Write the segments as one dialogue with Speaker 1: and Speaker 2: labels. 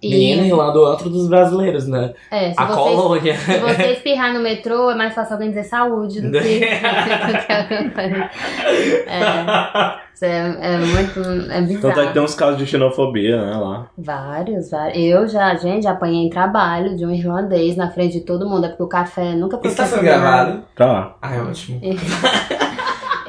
Speaker 1: E-
Speaker 2: Menino lá do antro dos brasileiros, né?
Speaker 1: É, se
Speaker 2: a
Speaker 1: você,
Speaker 2: colônia.
Speaker 1: se você espirrar no metrô, é mais fácil alguém dizer saúde do que do que aguentar. É, isso é, é muito. É
Speaker 2: Então tá
Speaker 1: bizarro.
Speaker 3: Tanto é que tem uns casos de xenofobia, né, lá.
Speaker 1: Vários, vários. Eu já, gente, já apanhei em trabalho de um irlandês na frente de todo mundo, é porque o café nunca
Speaker 2: Isso tá sendo
Speaker 1: proporcionava.
Speaker 2: gravado.
Speaker 3: Tá.
Speaker 2: Ah, é ótimo.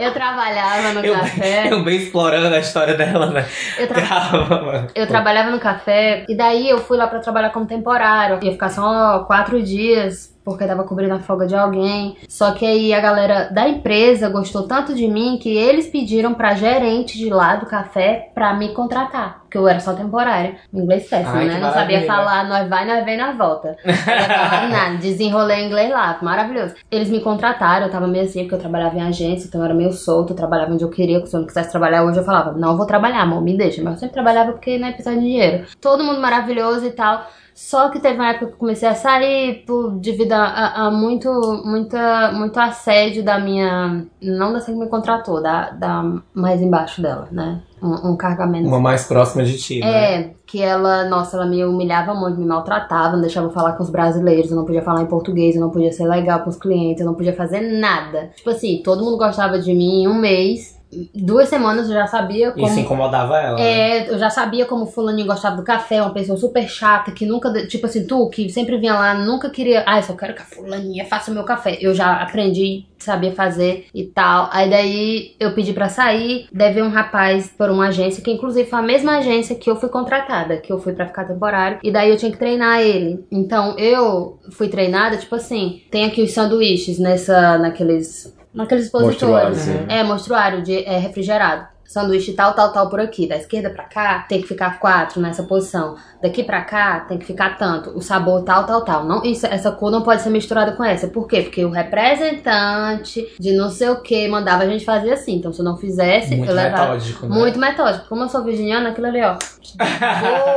Speaker 1: Eu trabalhava no
Speaker 2: Eu,
Speaker 1: café.
Speaker 2: eu bem explorando a história dela, né?
Speaker 1: é. Eu, tra-
Speaker 2: Grava, mano.
Speaker 1: eu trabalhava no café e daí eu fui lá pra trabalhar como temporário. Ia ficar só quatro dias. Porque tava cobrindo a folga de alguém. Só que aí a galera da empresa gostou tanto de mim que eles pediram pra gerente de lá do café pra me contratar. Porque eu era só temporária. Meu Inglês péssimo,
Speaker 2: Ai,
Speaker 1: né?
Speaker 2: que
Speaker 1: Não sabia
Speaker 2: maravilha.
Speaker 1: falar, nós vai, nós vem, nós volta. Nada, desenrolei inglês lá, maravilhoso. Eles me contrataram, eu tava meio assim, porque eu trabalhava em agência, então eu era meio solto, eu trabalhava onde eu queria, se eu não quisesse trabalhar hoje, eu falava, não vou trabalhar, amor, me deixa. Mas eu sempre trabalhava porque não ia precisar de dinheiro. Todo mundo maravilhoso e tal. Só que teve uma época que eu comecei a sair por, devido a, a- a muito, muita, muito assédio da minha. Não da que me contratou, da, da mais embaixo dela, né? Um, um cargamento.
Speaker 2: Uma mais próxima de ti, né?
Speaker 1: É, que ela, nossa, ela me humilhava muito, me maltratava, não deixava eu falar com os brasileiros, eu não podia falar em português, eu não podia ser legal com os clientes, eu não podia fazer nada. Tipo assim, todo mundo gostava de mim em um mês, duas semanas eu já sabia como.
Speaker 2: Isso incomodava ela. né?
Speaker 1: É, eu já sabia como fulaninho gostava do café, uma pessoa super chata, que nunca, de- tipo assim, tu, que sempre vinha lá, nunca queria, ai, só quero que a fulaninha faça o meu café. Eu já aprendi, sabia fazer e tal. Aí daí eu pedi pra sair, daí veio um rapaz por uma agência, que inclusive foi a mesma agência que eu fui contratada, que eu fui pra ficar temporário, e daí eu tinha que treinar ele. Então eu fui treinada, tipo assim, tem aqui os sanduíches nessa, naqueles, naqueles
Speaker 3: Mostruário,
Speaker 1: expositores.
Speaker 3: assim.
Speaker 1: É, mostruário de é, refrigerado. Sanduíche tal, tal, tal por aqui. Da esquerda pra cá, tem que ficar quatro nessa posição. Daqui pra cá, tem que ficar tanto. O sabor tal, tal, tal. Não, isso, essa cor não pode ser misturada com essa. Por quê? Porque o representante de não sei o que mandava a gente fazer assim. Então, se eu não fizesse,
Speaker 2: Muito
Speaker 1: eu levava.
Speaker 2: metódico, né?
Speaker 1: Muito metódico. Como eu sou virginiana, aquilo ali, ó.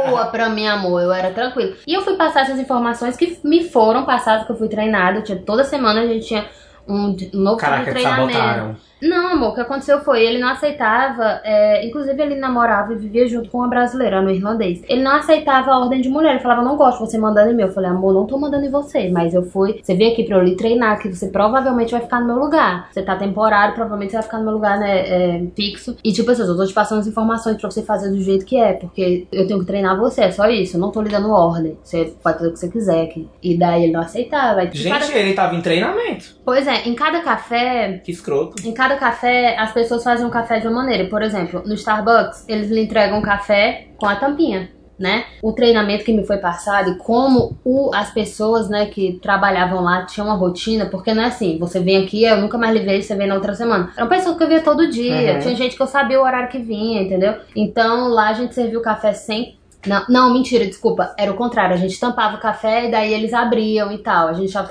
Speaker 1: Boa pra mim, amor. Eu era tranquila. E eu fui passar essas informações que me foram passadas, que eu fui treinada. Eu tinha- toda semana a gente tinha um d- novo tipo
Speaker 2: Caraca,
Speaker 1: de
Speaker 2: te
Speaker 1: treinamento.
Speaker 2: sabotaram.
Speaker 1: Não, amor, o que aconteceu foi, ele não aceitava, é, inclusive ele namorava e vivia junto com uma brasileira no irlandês. Ele não aceitava a ordem de mulher, ele falava, não gosto de você mandando em mim. Eu falei, amor, não tô mandando em você, mas eu fui, você veio aqui pra eu lhe treinar, que você provavelmente vai ficar no meu lugar. Você tá temporário, provavelmente você vai ficar no meu lugar, né, é, fixo. E tipo assim, eu tô te passando as informações pra você fazer do jeito que é, porque eu tenho que treinar você, é só isso, eu não tô lhe dando ordem. Você pode fazer o que você quiser aqui. E daí ele não aceitava. Aí, em cada-
Speaker 2: Gente, ele tava em treinamento.
Speaker 1: Pois é, em cada café,
Speaker 2: Que escroto.
Speaker 1: em cada café, as pessoas fazem um café de uma maneira. Por exemplo, no Starbucks, eles lhe entregam um café com a tampinha, né? O treinamento que me foi passado e como o, as pessoas, né, que trabalhavam lá tinham uma rotina, porque não é assim, você vem aqui, eu nunca mais lhe vejo, você vem na outra semana. Eram pessoas que eu via todo dia,
Speaker 2: Uhum.
Speaker 1: tinha gente que eu sabia o horário que vinha, entendeu? Então lá a gente serviu café sem. Não, não, mentira, desculpa. Era o contrário. A gente tampava o café e daí eles abriam e tal. A gente já o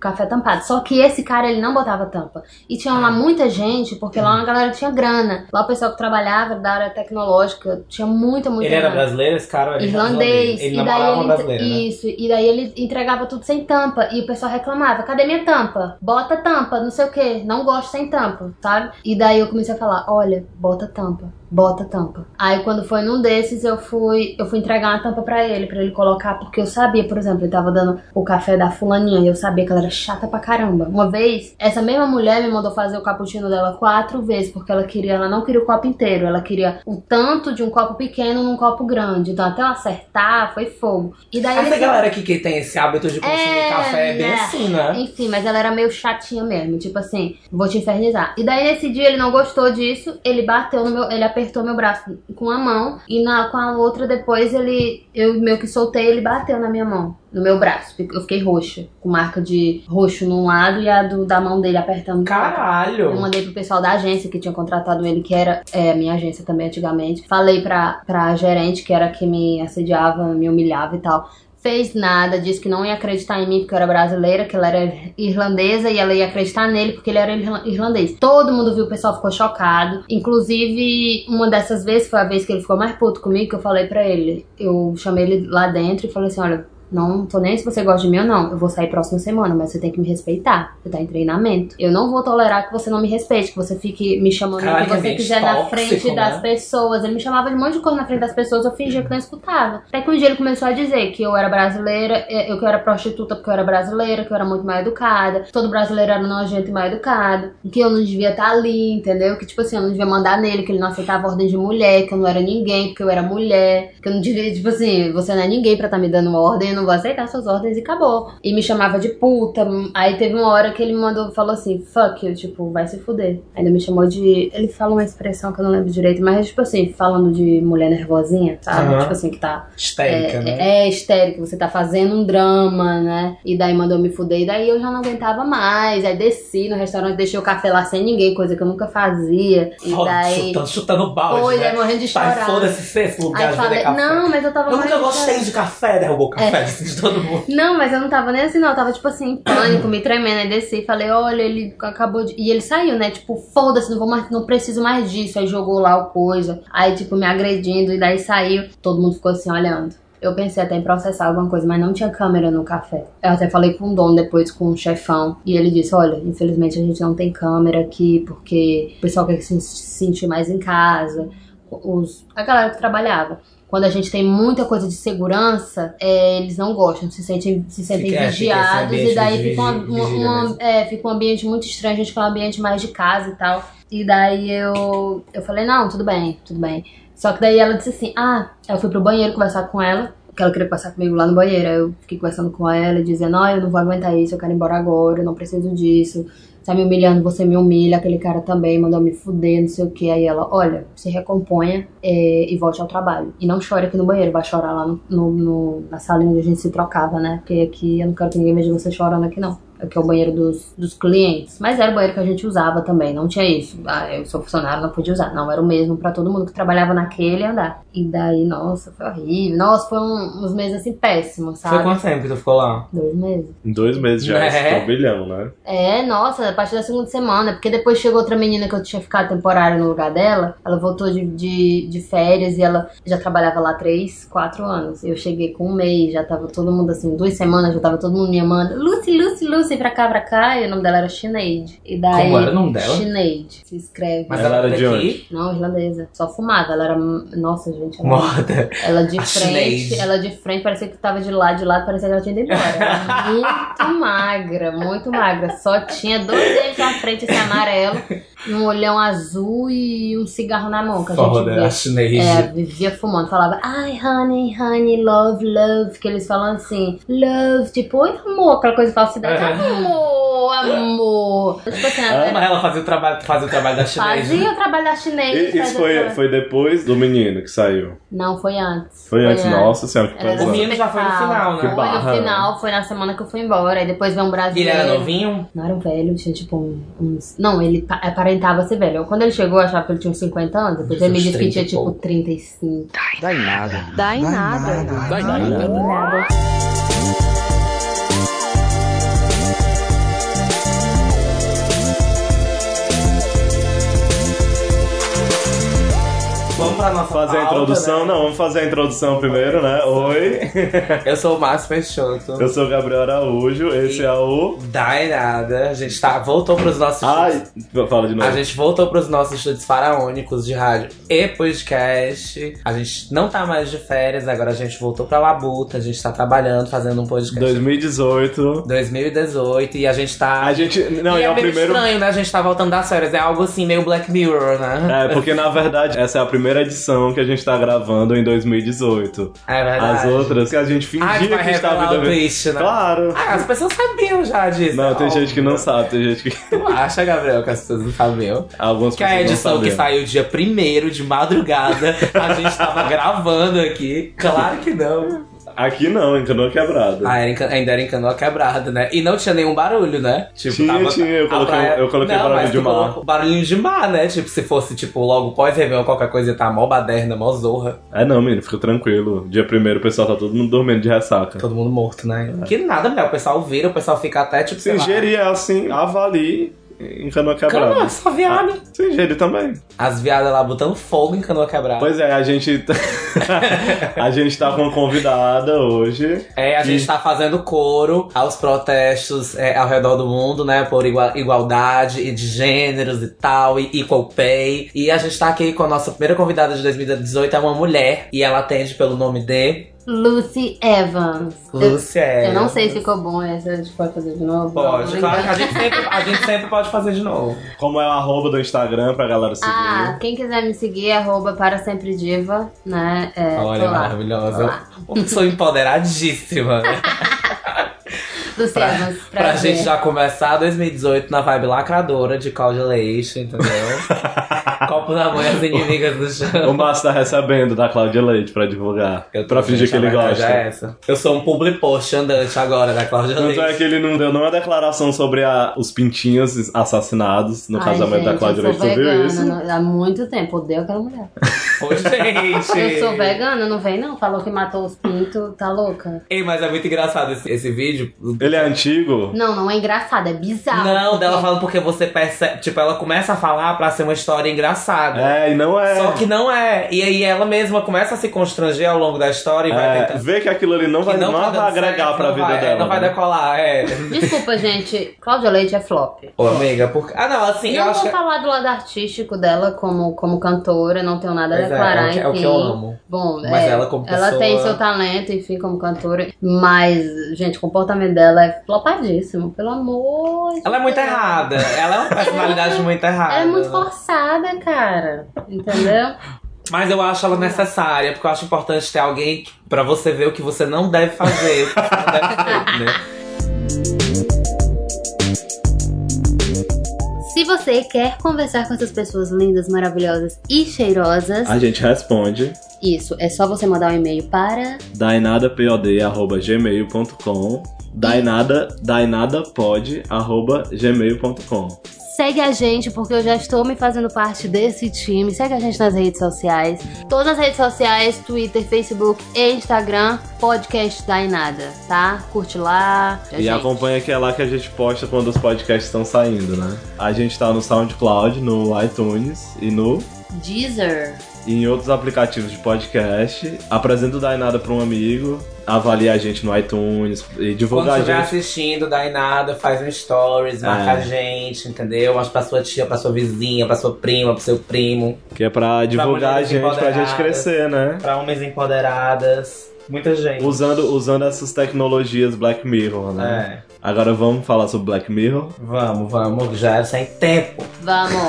Speaker 1: café tampado. Só que esse cara, ele não botava tampa. E tinha
Speaker 2: Ah.
Speaker 1: lá muita gente, porque lá uma galera tinha grana. Lá o pessoal que trabalhava da área tecnológica tinha muita, muita
Speaker 2: ele era
Speaker 1: grana.
Speaker 2: brasileiro, esse cara era
Speaker 1: Irlandês,
Speaker 2: Ele
Speaker 1: e
Speaker 2: namorava uma
Speaker 1: daí
Speaker 2: brasileira,
Speaker 1: ele,
Speaker 2: né?
Speaker 1: isso, e daí ele entregava tudo sem tampa. E o pessoal reclamava: cadê minha tampa? Bota tampa, não sei o que, não gosto sem tampa, sabe? E daí eu comecei a falar: olha, bota tampa, bota tampa. Aí quando foi num desses, eu fui eu fui entregar uma tampa pra ele, pra ele colocar, porque eu sabia, por exemplo, ele tava dando o café da fulaninha, e eu sabia que ela era chata pra caramba. Uma vez, essa mesma mulher me mandou fazer o cappuccino dela quatro vezes, porque ela queria, ela não queria o copo inteiro, ela queria o tanto de um copo pequeno num copo grande. Então até eu acertar, foi fogo. E daí ele
Speaker 2: Essa galera aqui que tem esse hábito de consumir
Speaker 1: É,
Speaker 2: café é bem
Speaker 1: né?
Speaker 2: assim, né?
Speaker 1: Enfim, mas ela era meio chatinha mesmo, tipo assim, vou te infernizar. E daí nesse dia ele não gostou disso, ele bateu no meu, ele apertou meu braço com a mão e na com a outra depois ele eu meio que soltei, ele bateu na minha mão, no meu braço. Fic- Eu fiquei roxa, com marca de roxo num lado e a do, da mão dele apertando.
Speaker 2: Caralho!
Speaker 1: Eu mandei pro pessoal da agência que tinha contratado ele, que era é, minha agência também antigamente. Falei pra, pra gerente, que era a que me assediava, me humilhava e tal. Fez nada, disse que não ia acreditar em mim porque eu era brasileira, que ela era irlandesa e ela ia acreditar nele porque ele era irla- irlandês. Todo mundo viu, o pessoal ficou chocado. Inclusive, uma dessas vezes foi a vez que ele ficou mais puto comigo, que eu falei pra ele. Eu chamei ele lá dentro e falei assim: olha, Não tô nem aí se você gosta de mim ou não. Eu vou sair próxima semana, mas você tem que me respeitar. Você tá em treinamento. Eu não vou tolerar que você não me respeite, que você fique me chamando o
Speaker 2: Caralho,
Speaker 1: que você
Speaker 2: é
Speaker 1: quiser na
Speaker 2: tóxico,
Speaker 1: frente das
Speaker 2: né?
Speaker 1: pessoas. Ele me chamava de um monte de coisa na frente das pessoas, eu fingia que não escutava. Até que um dia ele começou a dizer que eu era brasileira, eh, eu que eu era prostituta porque eu era brasileira, que eu era muito mal educada, que todo brasileiro era nojento e mal educado, que eu não devia estar ali, entendeu? Que tipo assim, eu não devia mandar nele, que ele não aceitava ordem de mulher, que eu não era ninguém, porque eu era mulher, que eu não devia, tipo assim, você não é ninguém pra estar me dando ordem, eu não vou aceitar suas ordens e acabou. E me chamava de puta. Aí teve uma hora que ele me mandou, falou assim, fuck you, tipo, vai se fuder. Ainda me chamou de. Ele fala uma expressão que eu não lembro direito, mas tipo assim, falando de mulher nervosinha, sabe?
Speaker 2: Aham.
Speaker 1: Tipo assim, que tá
Speaker 2: Histérica,
Speaker 1: é,
Speaker 2: né?
Speaker 1: É, é histérica, você tá fazendo um drama, né? E daí mandou me fuder, e daí eu já não aguentava mais. Aí desci no restaurante, deixei o café lá sem ninguém, coisa que eu nunca fazia. E
Speaker 2: Foda,
Speaker 1: daí.
Speaker 2: chutando, chutando balde,
Speaker 1: Foi,
Speaker 2: né?
Speaker 1: daí morrendo de
Speaker 2: Pai,
Speaker 1: chorar.
Speaker 2: foda-se sexto lugar
Speaker 1: Aí
Speaker 2: de vender
Speaker 1: falei,
Speaker 2: café.
Speaker 1: não, mas eu tava
Speaker 2: eu nunca
Speaker 1: morrendo de É.
Speaker 2: gostei de café, derrubou o café é de todo mundo.
Speaker 1: Não, mas eu não tava nem assim, não. Eu tava, tipo assim, em pânico, me tremendo. Aí desci, falei, olha, ele acabou de. E ele saiu, né? Tipo, foda-se, não vou mais, não preciso mais disso. Aí jogou lá o coisa. Aí, tipo, me agredindo, e daí saiu. Todo mundo ficou assim, olhando. Eu pensei até em processar alguma coisa, mas não tinha câmera no café. Eu até falei com o dono depois, com o chefão, e ele disse: Olha, infelizmente a gente não tem câmera aqui porque o pessoal quer se sentir mais em casa. Os, a galera que trabalhava quando a gente tem muita coisa de segurança, é, eles não gostam, se sentem, se sentem
Speaker 2: Fica- é, fica esse
Speaker 1: vigiados
Speaker 2: ambiente
Speaker 1: e daí
Speaker 2: de
Speaker 1: fica, uma-
Speaker 2: vigi- vigília
Speaker 1: uma-
Speaker 2: mesmo.
Speaker 1: é, fica um ambiente muito estranho, a gente quer um ambiente mais de casa e tal. E daí eu, eu falei, não, tudo bem, tudo bem. Só que daí ela disse assim, ah, eu fui pro banheiro conversar com ela, que ela queria passar comigo lá no banheiro. Aí eu fiquei conversando com ela, e dizendo, ah, eu não vou aguentar isso, eu quero ir embora agora, eu não preciso disso. Tá me humilhando, você me humilha, aquele cara também mandou me fuder, não sei o que. Aí ela, olha, se recomponha é, e volte ao trabalho. E não chore aqui no banheiro, vai chorar lá no, no- no- na sala onde a gente se trocava, né? Porque aqui eu não quero que ninguém veja você chorando aqui, não. Aqui é o banheiro dos, dos clientes. Mas era o banheiro que a gente usava também, não tinha isso. Ah, eu sou funcionário, não podia usar. Não, era o mesmo pra todo mundo que trabalhava naquele andar. E daí, nossa, foi horrível. Nossa, foi um- uns meses assim péssimos,
Speaker 2: Foi
Speaker 1: sabe?
Speaker 2: quanto tempo que tu ficou lá?
Speaker 1: Dois meses.
Speaker 3: Em dois meses já,
Speaker 2: Né?
Speaker 3: esse é um bilhão, né?
Speaker 1: É, nossa, a partir da segunda semana, porque depois chegou outra menina que eu tinha ficado temporária no lugar dela, ela voltou de, de, de férias e ela já trabalhava lá três, quatro anos. Eu cheguei com um mês, já tava todo mundo assim, duas semanas, já tava todo mundo me amando. Lucy, Lucy, Lucy, pra cá, pra cá, e o nome dela era Sinead. E daí.
Speaker 2: Como era o nome dela?
Speaker 1: Sinead, se escreve.
Speaker 3: Mas ela era de
Speaker 2: daqui,
Speaker 1: Não, irlandesa. Só fumava, ela era. Nossa, gente. Ela...
Speaker 2: Morta.
Speaker 1: Ela de
Speaker 2: A
Speaker 1: frente,
Speaker 2: Sinead.
Speaker 1: ela de frente parecia que tava de lado, de lado, parecia que ela tinha ido embora. Era muito magra, muito magra. Só tinha dois dedos na frente, esse amarelo, e um olhão azul e um cigarro na mão que a gente
Speaker 2: Foda, a
Speaker 1: via. É,
Speaker 2: Sinead.
Speaker 1: vivia fumando, falava, ai, honey, honey, love, love, que eles falam assim, love, tipo, oi, amor, aquela coisa de falsidade, amor, amor. Tipo assim, a
Speaker 2: Mas ela fazia o trabalho, fazia o trabalho da né? Sinead.
Speaker 1: fazia o trabalho da
Speaker 2: É,
Speaker 3: E-
Speaker 1: chinesa.
Speaker 3: Isso foi, foi depois do menino que saiu.
Speaker 1: Não, foi antes.
Speaker 3: Foi antes, nossa senhora, que
Speaker 1: Era
Speaker 2: O
Speaker 1: da
Speaker 3: coisa.
Speaker 2: menino já foi no final, né?
Speaker 3: Que
Speaker 1: é Foi no
Speaker 3: barra.
Speaker 1: final, foi na semana que eu fui embora. Aí depois veio um
Speaker 2: E ele
Speaker 1: brasileiro.
Speaker 2: era novinho?
Speaker 1: Não era um velho, tinha tipo um- uns. Não, ele pa- aparentava ser velho. Quando ele chegou, eu achava que ele tinha uns 50 anos. Depois ele me
Speaker 2: Uns
Speaker 1: disse que
Speaker 2: 30
Speaker 1: tinha
Speaker 2: e
Speaker 1: tipo
Speaker 2: pouco.
Speaker 1: 35.
Speaker 4: Dá em nada.
Speaker 5: Dá em nada.
Speaker 4: Dá em nada.
Speaker 2: Vamos pra nossa
Speaker 3: Fazer a
Speaker 2: pauta,
Speaker 3: introdução?
Speaker 2: né?
Speaker 3: Não, vamos fazer a introdução primeiro, né? Oi,
Speaker 2: Eu sou o Márcio Peixoto.
Speaker 3: eu sou o Gabriel Araújo, esse é o...
Speaker 2: Dá em nada. A gente tá, voltou pros nossos
Speaker 3: Ai, fala de
Speaker 2: A
Speaker 3: novo.
Speaker 2: gente voltou pros nossos estudos faraônicos de rádio e podcast. A gente não tá mais de férias, agora a gente voltou pra Labuta, a gente tá trabalhando, fazendo um podcast.
Speaker 3: 2018,
Speaker 2: 2018 e a gente tá.
Speaker 3: a gente... Não,
Speaker 2: e
Speaker 3: é, o
Speaker 2: meio
Speaker 3: primeiro...
Speaker 2: estranho, né? A gente tá voltando das férias. É algo assim, meio Black Mirror, né?
Speaker 3: É, porque na verdade essa é a primeira edição que a gente tá gravando em 2018.
Speaker 2: É, verdade.
Speaker 3: As outras que a gente fingia
Speaker 2: Ai, vai
Speaker 3: que estava
Speaker 2: revelar o
Speaker 3: devendo.
Speaker 2: twist, né?
Speaker 3: Claro.
Speaker 2: Ah, as pessoas sabiam já disso.
Speaker 3: Não, tem gente que não sabe, tem gente que.
Speaker 2: Tu acha, Gabriel, que as pessoas não sabiam?
Speaker 3: Algumas
Speaker 2: Que é a
Speaker 3: pessoas não
Speaker 2: edição que
Speaker 3: sabiam.
Speaker 2: saiu dia 1 de madrugada, a gente tava gravando aqui. Claro que não.
Speaker 3: Aqui não, é em canoa quebrada.
Speaker 2: Ah, era em Can- ainda era em canoa quebrada, né? E não tinha nenhum barulho, né? Tipo,
Speaker 3: Tinha, tinha, eu
Speaker 2: a
Speaker 3: coloquei- eu coloquei
Speaker 2: não,
Speaker 3: barulho
Speaker 2: mas
Speaker 3: de
Speaker 2: tu
Speaker 3: mar.
Speaker 2: colocou Barulhinho de mar, né? Tipo, se fosse, tipo, logo pós-reveão, qualquer coisa, ia tá mó baderna, mó zorra.
Speaker 3: É não, menino, fica tranquilo. Dia primeiro o pessoal tá todo mundo dormindo de ressaca.
Speaker 2: Todo
Speaker 3: É.
Speaker 2: mundo morto, né? Que nada, né? O pessoal vira, o pessoal fica até, tipo,
Speaker 3: Se
Speaker 2: sei lá,
Speaker 3: ingerir é assim, avalie em canoa quebrada.
Speaker 2: Canoa, só viada.
Speaker 3: Sim, ele também.
Speaker 2: As viadas lá botando fogo em canoa quebrada.
Speaker 3: Pois é, a gente. a gente tá com uma convidada hoje.
Speaker 2: É, a gente tá fazendo coro aos protestos é, ao redor do mundo, né? Por igua- igualdade e de gêneros e tal, e equal pay. E a gente tá aqui com a nossa primeira convidada de 2018, é uma mulher, e ela atende pelo nome de
Speaker 1: Lucy Evans. Eu-
Speaker 2: Lúcia.
Speaker 1: Eu não sei se ficou bom essa, a gente pode fazer de novo?
Speaker 2: Pode,
Speaker 1: Não,
Speaker 2: claro que
Speaker 1: não.
Speaker 2: a gente, sempre, a gente sempre pode fazer de novo.
Speaker 3: Como é o arroba do Instagram pra galera seguir.
Speaker 1: Ah, quem quiser me seguir, é arroba para sempre diva, né? É, tô
Speaker 2: Olha,
Speaker 1: lá. Tô
Speaker 2: maravilhosa.
Speaker 1: lá.
Speaker 2: Uma pessoa empoderadíssima, né?
Speaker 1: Lucy
Speaker 2: Pra-
Speaker 1: Evans,
Speaker 2: Pra
Speaker 1: prazer.
Speaker 2: gente já começar 2018 na vibe lacradora de caldo de leite, entendeu? Copo na mão e as inimigas do chão.
Speaker 3: O Márcio tá recebendo da Cláudia Leite pra divulgar. pra fingir que ele gosta.
Speaker 2: É essa. Eu sou um public post andante agora né, da Cláudia
Speaker 3: Tanto é
Speaker 2: Leite.
Speaker 3: que ele não deu nenhuma declaração sobre a- os pintinhos assassinados no
Speaker 1: Ai,
Speaker 3: casamento da
Speaker 1: gente,
Speaker 3: Cláudia
Speaker 1: eu
Speaker 3: Leite.
Speaker 1: sou
Speaker 3: Tu viu
Speaker 1: vegana, né?
Speaker 3: isso?
Speaker 1: não- Há muito tempo, odeio aquela mulher.
Speaker 2: Ô, gente.
Speaker 1: Eu sou vegana, não vem não. Falou que matou os pintos, tá louca?
Speaker 2: Ei, mas é muito engraçado esse, esse vídeo.
Speaker 3: Ele é antigo?
Speaker 1: Não, não é engraçado, é bizarro.
Speaker 2: Não, dela falando porque você percebe. Tipo, ela começa a falar pra ser uma história engraçada.
Speaker 3: É, e não é.
Speaker 2: Só que não é. E aí ela mesma começa a se constranger ao longo da história e vai
Speaker 3: É,
Speaker 2: tentando.
Speaker 3: vê que aquilo ali não vai,
Speaker 2: que
Speaker 3: não
Speaker 2: tá
Speaker 3: vai
Speaker 2: dando
Speaker 3: agregar
Speaker 2: certo,
Speaker 3: pra
Speaker 2: não
Speaker 3: vida
Speaker 2: vai- é,
Speaker 3: dela.
Speaker 2: Não vai
Speaker 3: né?
Speaker 2: decolar, é.
Speaker 1: Desculpa, gente. Cláudia Leite é flop.
Speaker 2: Ô, amiga, porque. Ah, não, assim, eu
Speaker 1: não
Speaker 2: acho
Speaker 1: vou
Speaker 2: que.
Speaker 1: falar do lado artístico dela como, como cantora, não tenho nada a
Speaker 2: Pois é,
Speaker 1: declarar,
Speaker 2: é o que- é o que
Speaker 1: enfim.
Speaker 2: eu amo.
Speaker 1: Bom,
Speaker 2: Mas
Speaker 1: é,
Speaker 2: ela como pessoa-
Speaker 1: tem seu talento, enfim, como cantora. Mas, gente, o comportamento dela é flopadíssimo, pelo amor de
Speaker 2: Ela é muito
Speaker 1: Deus.
Speaker 2: errada. Ela é uma personalidade muito errada. né?
Speaker 1: Ela é muito forçada, cara. Entendeu?
Speaker 2: Mas eu acho ela necessária, porque eu acho importante ter alguém que- pra você ver o que você não deve fazer, o que você não deve ter, né?
Speaker 1: Se você quer conversar com essas pessoas lindas, maravilhosas e cheirosas,
Speaker 3: A gente responde
Speaker 1: isso, é só você mandar um e-mail para
Speaker 3: dainadapod.gmail.com dainada, dainadapod.gmail.com
Speaker 1: Segue a gente, porque eu já estou me fazendo parte desse time. Segue a gente nas redes sociais. Todas as redes sociais, Twitter, Facebook e Instagram, podcast da Inada, tá? Curte lá.
Speaker 3: E acompanha que é lá que a gente posta quando os podcasts estão saindo, né? A gente tá no SoundCloud, no iTunes e no
Speaker 1: Deezer.
Speaker 3: e em outros aplicativos de podcast. Apresenta o Dainada pra um amigo, avalia a gente no iTunes e
Speaker 2: Quando
Speaker 3: divulga a
Speaker 2: estiver
Speaker 3: gente.
Speaker 2: assistindo, dá em nada, faz um stories, marca
Speaker 3: É.
Speaker 2: a gente, entendeu? Mostra pra sua tia, pra sua vizinha, pra sua prima, pro seu primo.
Speaker 3: Que é pra divulgar a
Speaker 2: mulheres
Speaker 3: gente, pra
Speaker 2: empoderadas.
Speaker 3: gente crescer, né?
Speaker 2: Pra homens empoderadas. Muita gente.
Speaker 3: Usando, usando essas tecnologias Black Mirror,
Speaker 2: É.
Speaker 3: né? Agora vamos falar sobre Black Mirror.
Speaker 2: Vamos, vamos, já é sem tempo.
Speaker 1: Vamos.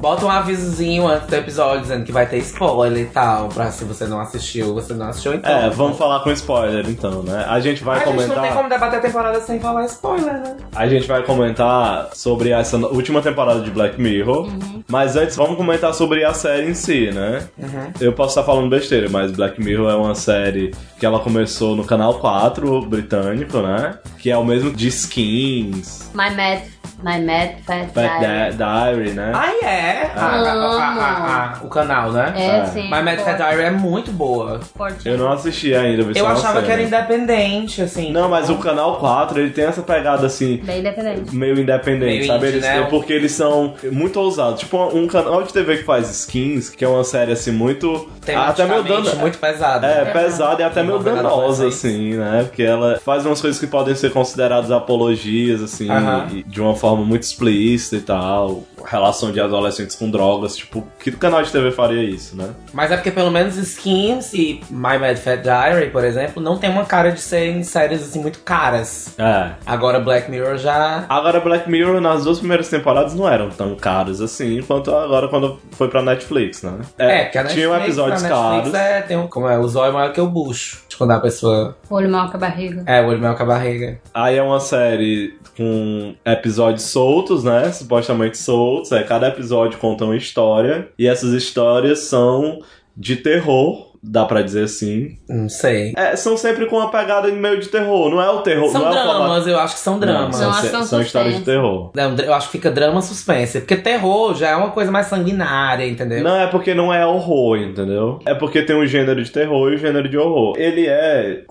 Speaker 2: Bota um avisozinho antes do episódio dizendo que vai ter spoiler e tal, pra se você não assistiu, você não assistiu então.
Speaker 3: É, vamos falar com spoiler então, né? A gente vai
Speaker 2: a gente não
Speaker 3: comentar.
Speaker 2: tem como debater a temporada sem falar spoiler, né?
Speaker 3: A gente vai comentar sobre essa no- última temporada de Black Mirror. Mas antes, vamos comentar sobre a série em si, né?
Speaker 2: Uhum.
Speaker 3: Eu posso estar falando besteira, mas Black Mirror é uma série que ela começou no canal 4 britânico, né? Que é o mesmo de Skins,
Speaker 1: My Mad, My Mad Fat
Speaker 3: Fat
Speaker 1: Diary.
Speaker 3: Di- Diary, né?
Speaker 2: Ah, é? A- a- a- a- a- o canal, né?
Speaker 1: É,
Speaker 3: Ah.
Speaker 1: sim.
Speaker 2: Mas Mad Fat Diary é muito boa.
Speaker 1: Forte.
Speaker 3: Eu não assisti ainda, vi só
Speaker 2: Eu
Speaker 3: uma
Speaker 2: achava que era
Speaker 3: cena.
Speaker 2: independente, assim.
Speaker 3: Não, mas o canal 4, ele tem essa pegada assim.
Speaker 1: Bem independente.
Speaker 3: meio independente,
Speaker 2: Meio
Speaker 3: sabe?
Speaker 2: indie,
Speaker 3: Eles-
Speaker 2: né?
Speaker 3: Porque eles são muito ousados. Tipo, um canal de TV que faz skins, que é uma série assim muito. Até meio
Speaker 2: Tematicamente,
Speaker 3: dano.
Speaker 2: muito pesado.
Speaker 3: tá É,
Speaker 1: né?
Speaker 3: pesada e até meio
Speaker 2: Novela
Speaker 3: danosa,
Speaker 2: francesa.
Speaker 3: assim, né? Porque ela faz umas coisas que podem ser consideradas apologias, assim,
Speaker 2: Aham.
Speaker 3: e- de uma forma muito explícita e tal. Relação de adolescentes com drogas, tipo, que canal de TV faria isso, né?
Speaker 2: Mas é porque pelo menos Skins e My Mad Fat Diary, por exemplo, não tem uma cara de serem séries assim muito caras.
Speaker 3: É.
Speaker 2: Agora Black Mirror já
Speaker 3: Agora, Black Mirror, nas duas primeiras temporadas, não eram tão caros assim, quanto agora quando foi pra Netflix, né?
Speaker 2: É, porque a Netflix,
Speaker 3: tinham episódios
Speaker 2: a Netflix
Speaker 3: caros.
Speaker 2: É, tem um, como é, o zóio é maior que o bucho. De quando a pessoa.
Speaker 1: Olho mal com a barriga.
Speaker 2: É, o olho maior que a barriga.
Speaker 3: Aí é uma série com episódios soltos, né? Supostamente soltos. É, cada episódio conta uma história. E essas histórias são de terror, dá pra dizer assim.
Speaker 2: Não sei.
Speaker 3: É, são sempre com uma pegada meio de terror, não é o terror,
Speaker 2: São
Speaker 3: não é o formato-
Speaker 2: dramas, eu acho que são
Speaker 3: Não,
Speaker 2: dramas.
Speaker 3: são,
Speaker 1: Nossa,
Speaker 3: se-
Speaker 1: são
Speaker 3: são histórias de
Speaker 1: suspense.
Speaker 3: terror.
Speaker 2: Não, É um eu acho que fica drama suspense. Porque terror já é uma coisa mais sanguinária, entendeu?
Speaker 3: Não é porque não é horror, entendeu? É porque tem um gênero de terror e um gênero de horror. Ele é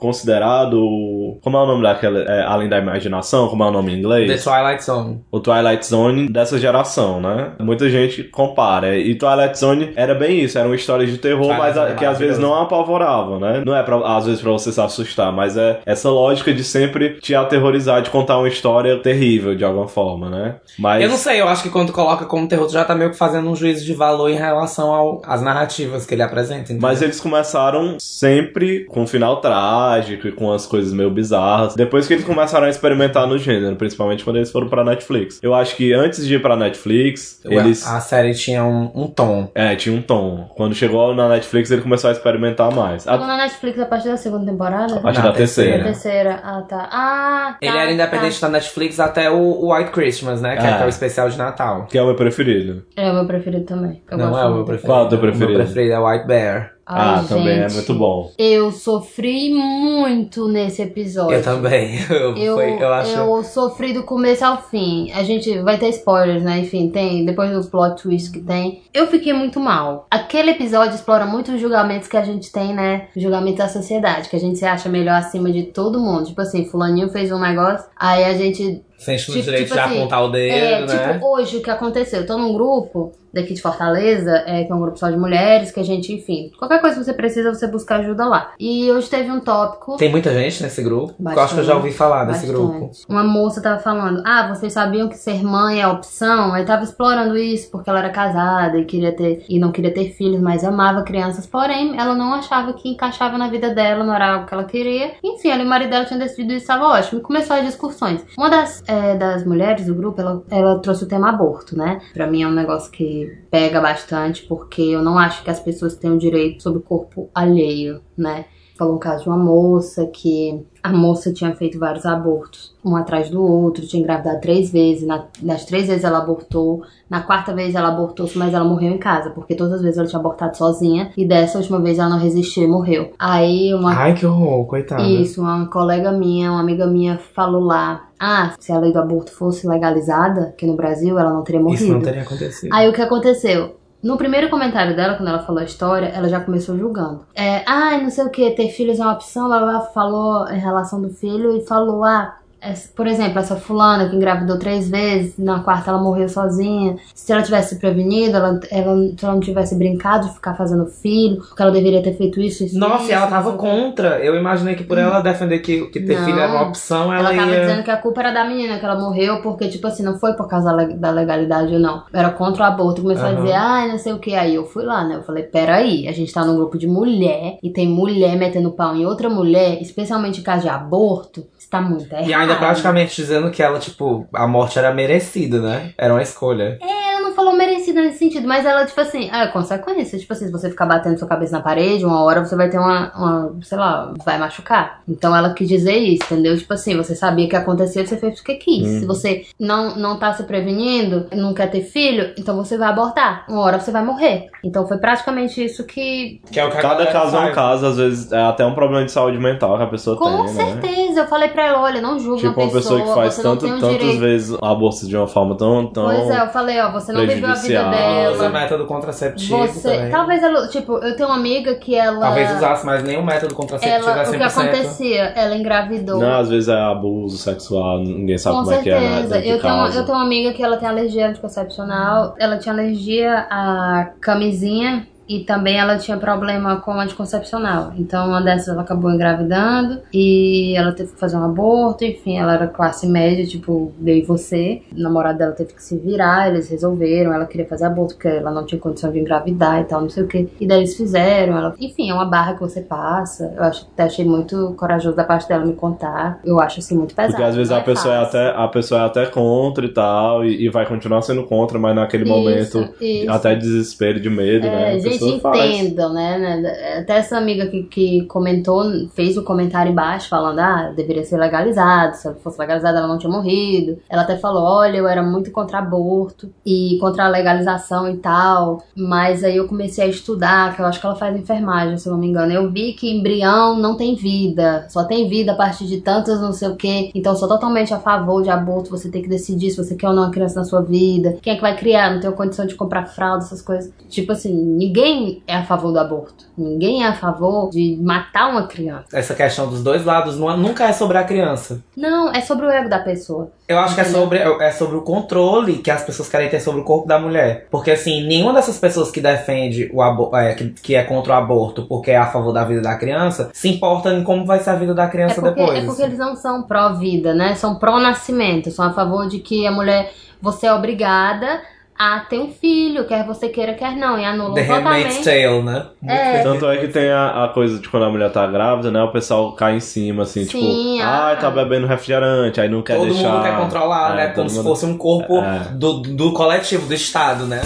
Speaker 3: considerado. Como é o nome daquela. é, Além da imaginação? Como é o nome em inglês?
Speaker 2: The Twilight Zone.
Speaker 3: o Twilight Zone dessa geração, né? Muita gente compara. E Twilight Zone era bem isso, era uma história de terror,
Speaker 2: Twilight
Speaker 3: mas a-
Speaker 2: Zone é
Speaker 3: que às vezes não apavorava, né? Não é pra, às vezes pra você se assustar, mas é essa lógica de sempre te aterrorizar, de contar uma história terrível de alguma forma, né? Mas
Speaker 2: Eu não sei, eu acho que quando coloca como terror, tu já tá meio que fazendo um juízo de valor em relação ao- às narrativas que ele apresenta. entendeu?
Speaker 3: Mas eles começaram sempre com um final trágico e com as coisas meio bizarras. Depois que eles começaram a experimentar no gênero, principalmente quando eles foram pra Netflix. Eu acho que antes de ir pra Netflix,
Speaker 2: Ué,
Speaker 3: eles.
Speaker 2: A série tinha um, um tom.
Speaker 3: É, tinha um tom. Quando chegou na Netflix, ele começou a experimentar mais.
Speaker 1: Ficou
Speaker 3: A,
Speaker 1: na Netflix a partir da segunda temporada?
Speaker 3: a partir
Speaker 2: Na
Speaker 3: da terceira.
Speaker 1: Da terceira. Ah, tá. Ah, tá.
Speaker 2: É. Ele era independente da Netflix até o, o White Christmas, né? Que é,
Speaker 3: É.
Speaker 2: até o especial de Natal.
Speaker 3: Que é o meu preferido.
Speaker 1: Tá. É o meu preferido também. Eu
Speaker 2: não
Speaker 1: gosto
Speaker 2: é o meu
Speaker 1: muito.
Speaker 2: preferido.
Speaker 3: Qual é o teu preferido?
Speaker 2: O meu preferido é White Bear.
Speaker 1: Ai,
Speaker 3: ah, também é
Speaker 1: gente,
Speaker 3: muito bom.
Speaker 1: Eu sofri muito nesse episódio.
Speaker 2: Eu também. Eu,
Speaker 1: Eu,
Speaker 2: foi- eu acho.
Speaker 1: eu sofri do começo ao fim. A gente vai ter spoilers, né? Enfim, tem. Depois do plot twist que tem. Eu fiquei muito mal. Aquele episódio explora muito os julgamentos que a gente tem, né? Julgamento da sociedade. Que a gente se acha melhor acima de todo mundo. Tipo assim, fulaninho fez um negócio. Aí a gente
Speaker 2: Sente no
Speaker 1: tipo-
Speaker 2: direito
Speaker 1: tipo
Speaker 2: de
Speaker 1: assim,
Speaker 2: apontar o dedo,
Speaker 1: É,
Speaker 2: né?
Speaker 1: tipo, hoje o que aconteceu? Eu tô num grupo daqui de Fortaleza, é, que é um grupo só de mulheres, que a gente, enfim, qualquer coisa que você precisa, você busca ajuda lá. E hoje teve um tópico.
Speaker 2: Tem muita gente nesse grupo.
Speaker 1: Bastante.
Speaker 2: eu acho que eu já ouvi falar desse
Speaker 1: bastante.
Speaker 2: grupo.
Speaker 1: Uma moça tava falando, ah, vocês sabiam que ser mãe é opção? Aí tava explorando isso porque ela era casada e queria ter e não queria ter filhos, mas amava crianças. Porém, ela não achava que encaixava na vida dela, não era algo que ela queria. Enfim, ela e o marido dela tinham decidido isso, estava ótimo. E começou as discussões. Uma das, é, das mulheres do grupo, ela, ela trouxe o tema aborto, né? Pra mim é um negócio que pega bastante, porque eu não acho que as pessoas tenham direito sobre o corpo alheio, né? Falou um caso de uma moça que a moça tinha feito vários abortos, um atrás do outro, tinha engravidado três vezes. Na- nas três vezes ela abortou, na quarta vez ela abortou, mas ela morreu em casa, porque todas as vezes ela tinha abortado sozinha e dessa última vez ela não resistiu e morreu. Aí uma
Speaker 2: Ai, que horror, coitada.
Speaker 1: isso, uma colega minha, uma amiga minha falou lá: "Ah, se a lei do aborto fosse legalizada, que no Brasil ela não teria morrido".
Speaker 2: Isso não teria acontecido.
Speaker 1: Aí o que aconteceu? No primeiro comentário dela, quando ela falou a história, ela já começou julgando. É, ai, não sei o que, ter filhos é uma opção, ela lá falou em relação do filho e falou, ah, essa- por exemplo, essa fulana que engravidou três vezes, na quarta ela morreu sozinha. Se ela tivesse se prevenido, ela, ela- se ela não tivesse brincado de ficar fazendo filho, que ela deveria ter feito isso, isso.
Speaker 2: Nossa,
Speaker 1: isso,
Speaker 2: e ela
Speaker 1: isso,
Speaker 2: tava
Speaker 1: isso. Uhum.
Speaker 2: contra. Eu imaginei que por ela defender que, que ter
Speaker 1: Não.
Speaker 2: filho era uma opção, Então, ela,
Speaker 1: Ela tava
Speaker 2: ia.
Speaker 1: dizendo que a culpa era da menina, que ela morreu porque, tipo assim, não foi por causa da le- da legalidade ou não. Era contra o aborto. Começou
Speaker 2: Aham.
Speaker 1: a dizer, ai, não sei o que. Aí eu fui lá, né? Eu falei, peraí, a gente tá num grupo de mulher e tem mulher metendo pau em outra mulher, especialmente em caso de aborto. Isso tá muito errado.
Speaker 2: E ainda praticamente dizendo que ela, tipo, a morte era merecida, né? Era uma escolha.
Speaker 1: Ela não falou merecida nesse sentido, mas ela, tipo assim, ah, é consequência. Tipo assim, se você ficar batendo sua cabeça na parede, uma hora você vai ter uma, uma, sei lá, vai machucar. Então ela quis dizer isso, entendeu? Tipo assim, você sabia que acontecia, você fez porque quis.
Speaker 3: Uhum.
Speaker 1: Se você não, não tá se prevenindo, não quer ter filho, então você vai abortar. Uma hora você vai morrer. Então foi praticamente isso que.
Speaker 2: Que é o que a
Speaker 3: Cada
Speaker 2: galera
Speaker 3: caso é um
Speaker 2: faz.
Speaker 3: caso, às vezes é até um problema de saúde mental que a pessoa
Speaker 1: Com
Speaker 3: tem, né?
Speaker 1: certeza, eu falei pra ela, olha, não julgue
Speaker 3: Tipo, uma pessoa que faz
Speaker 1: você não
Speaker 3: tanto,
Speaker 1: tem o
Speaker 3: tantas
Speaker 1: direito.
Speaker 3: vezes aborto de uma forma tão. tão...
Speaker 1: Pois é, eu falei, ó, você não viveu a vida
Speaker 3: prejudicial. é
Speaker 2: Usa
Speaker 1: dela.
Speaker 2: método contraceptivo.
Speaker 1: Você,
Speaker 2: também. Talvez,
Speaker 1: talvez ela, tipo, eu tenho uma amiga que ela.
Speaker 2: usasse mais nenhum método contraceptivo é
Speaker 1: Ela,
Speaker 2: a
Speaker 1: o
Speaker 2: 100%.
Speaker 1: que acontecia? Ela engravidou.
Speaker 3: Não, às vezes é abuso sexual, ninguém sabe
Speaker 1: Com
Speaker 3: como é que é.
Speaker 1: certeza.
Speaker 3: dentro de
Speaker 1: eu, tenho uma,
Speaker 3: casa.
Speaker 1: eu tenho uma amiga que ela tem alergia anticoncepcional. Ela tinha alergia à camisinha e também ela tinha problema com anticoncepcional. Então, uma dessas ela acabou engravidando e ela teve que fazer um aborto. Enfim, ela era classe média, tipo, eu e você. O namorado dela teve que se virar, eles resolveram. Ela queria fazer aborto porque ela não tinha condição de engravidar e tal, não sei o que. E daí eles fizeram. Ela... Enfim, é uma barra que você passa. Eu acho, até achei muito corajoso da parte dela me contar. Eu acho assim muito pesado.
Speaker 3: Porque às vezes
Speaker 1: não
Speaker 3: a pessoa, é
Speaker 1: fácil.
Speaker 3: até, a pessoa é até contra e tal, e, e vai continuar sendo contra, mas naquele momento,
Speaker 1: Isso, isso.
Speaker 3: até desespero de medo,
Speaker 1: É,
Speaker 3: né? A
Speaker 1: gente, gente
Speaker 3: pessoa faz.
Speaker 1: entendam, né, né? Até essa amiga que, que comentou, fez um comentário embaixo falando, ah, deveria ser legalizado, se ela fosse legalizada ela não tinha morrido. Ela até falou, olha, eu era muito contra aborto e contra a legalização e tal, mas aí eu comecei a estudar, que eu acho que ela faz enfermagem, se eu não me engano. Eu vi que embrião não tem vida, só tem vida a partir de tantos não sei o quê. Então eu sou totalmente a favor de aborto, você tem que decidir se você quer ou não a criança na sua vida. Quem é que vai criar? Não tenho condição de comprar fralda, essas coisas. Tipo assim, ninguém é a favor do aborto. Ninguém é a favor de matar uma criança.
Speaker 2: Essa questão dos dois lados nu- nunca é sobre a criança.
Speaker 1: Não, é sobre o ego da pessoa.
Speaker 2: Eu acho que é
Speaker 1: Entendeu?
Speaker 2: sobre, é sobre o controle que as pessoas querem ter sobre o corpo da mulher. Porque, assim, nenhuma dessas pessoas que defende o abo- é, que, que é contra o aborto porque é a favor da vida da criança, se importa em como vai ser a vida da
Speaker 1: É
Speaker 2: criança
Speaker 1: porque,
Speaker 2: depois. assim.
Speaker 1: é porque eles não são pró-vida, né? São pró-nascimento. São a favor de que a mulher, você é obrigada a ter um filho, quer você queira, quer não. E anulam
Speaker 2: The Handmaid's
Speaker 1: totalmente.
Speaker 2: Tale, né?
Speaker 1: É.
Speaker 3: Tanto é que tem a, a coisa de quando a mulher tá grávida, né? O pessoal cai em cima, assim,
Speaker 1: Sim,
Speaker 3: tipo,
Speaker 1: ah.
Speaker 3: ah, tá bebendo refrigerante, aí não quer
Speaker 2: Todo
Speaker 3: deixar.
Speaker 2: mundo quer controlar, né?
Speaker 3: É, todo
Speaker 2: Como se
Speaker 3: mundo-
Speaker 2: fosse um corpo
Speaker 3: É.
Speaker 2: do, do coletivo, do Estado, né?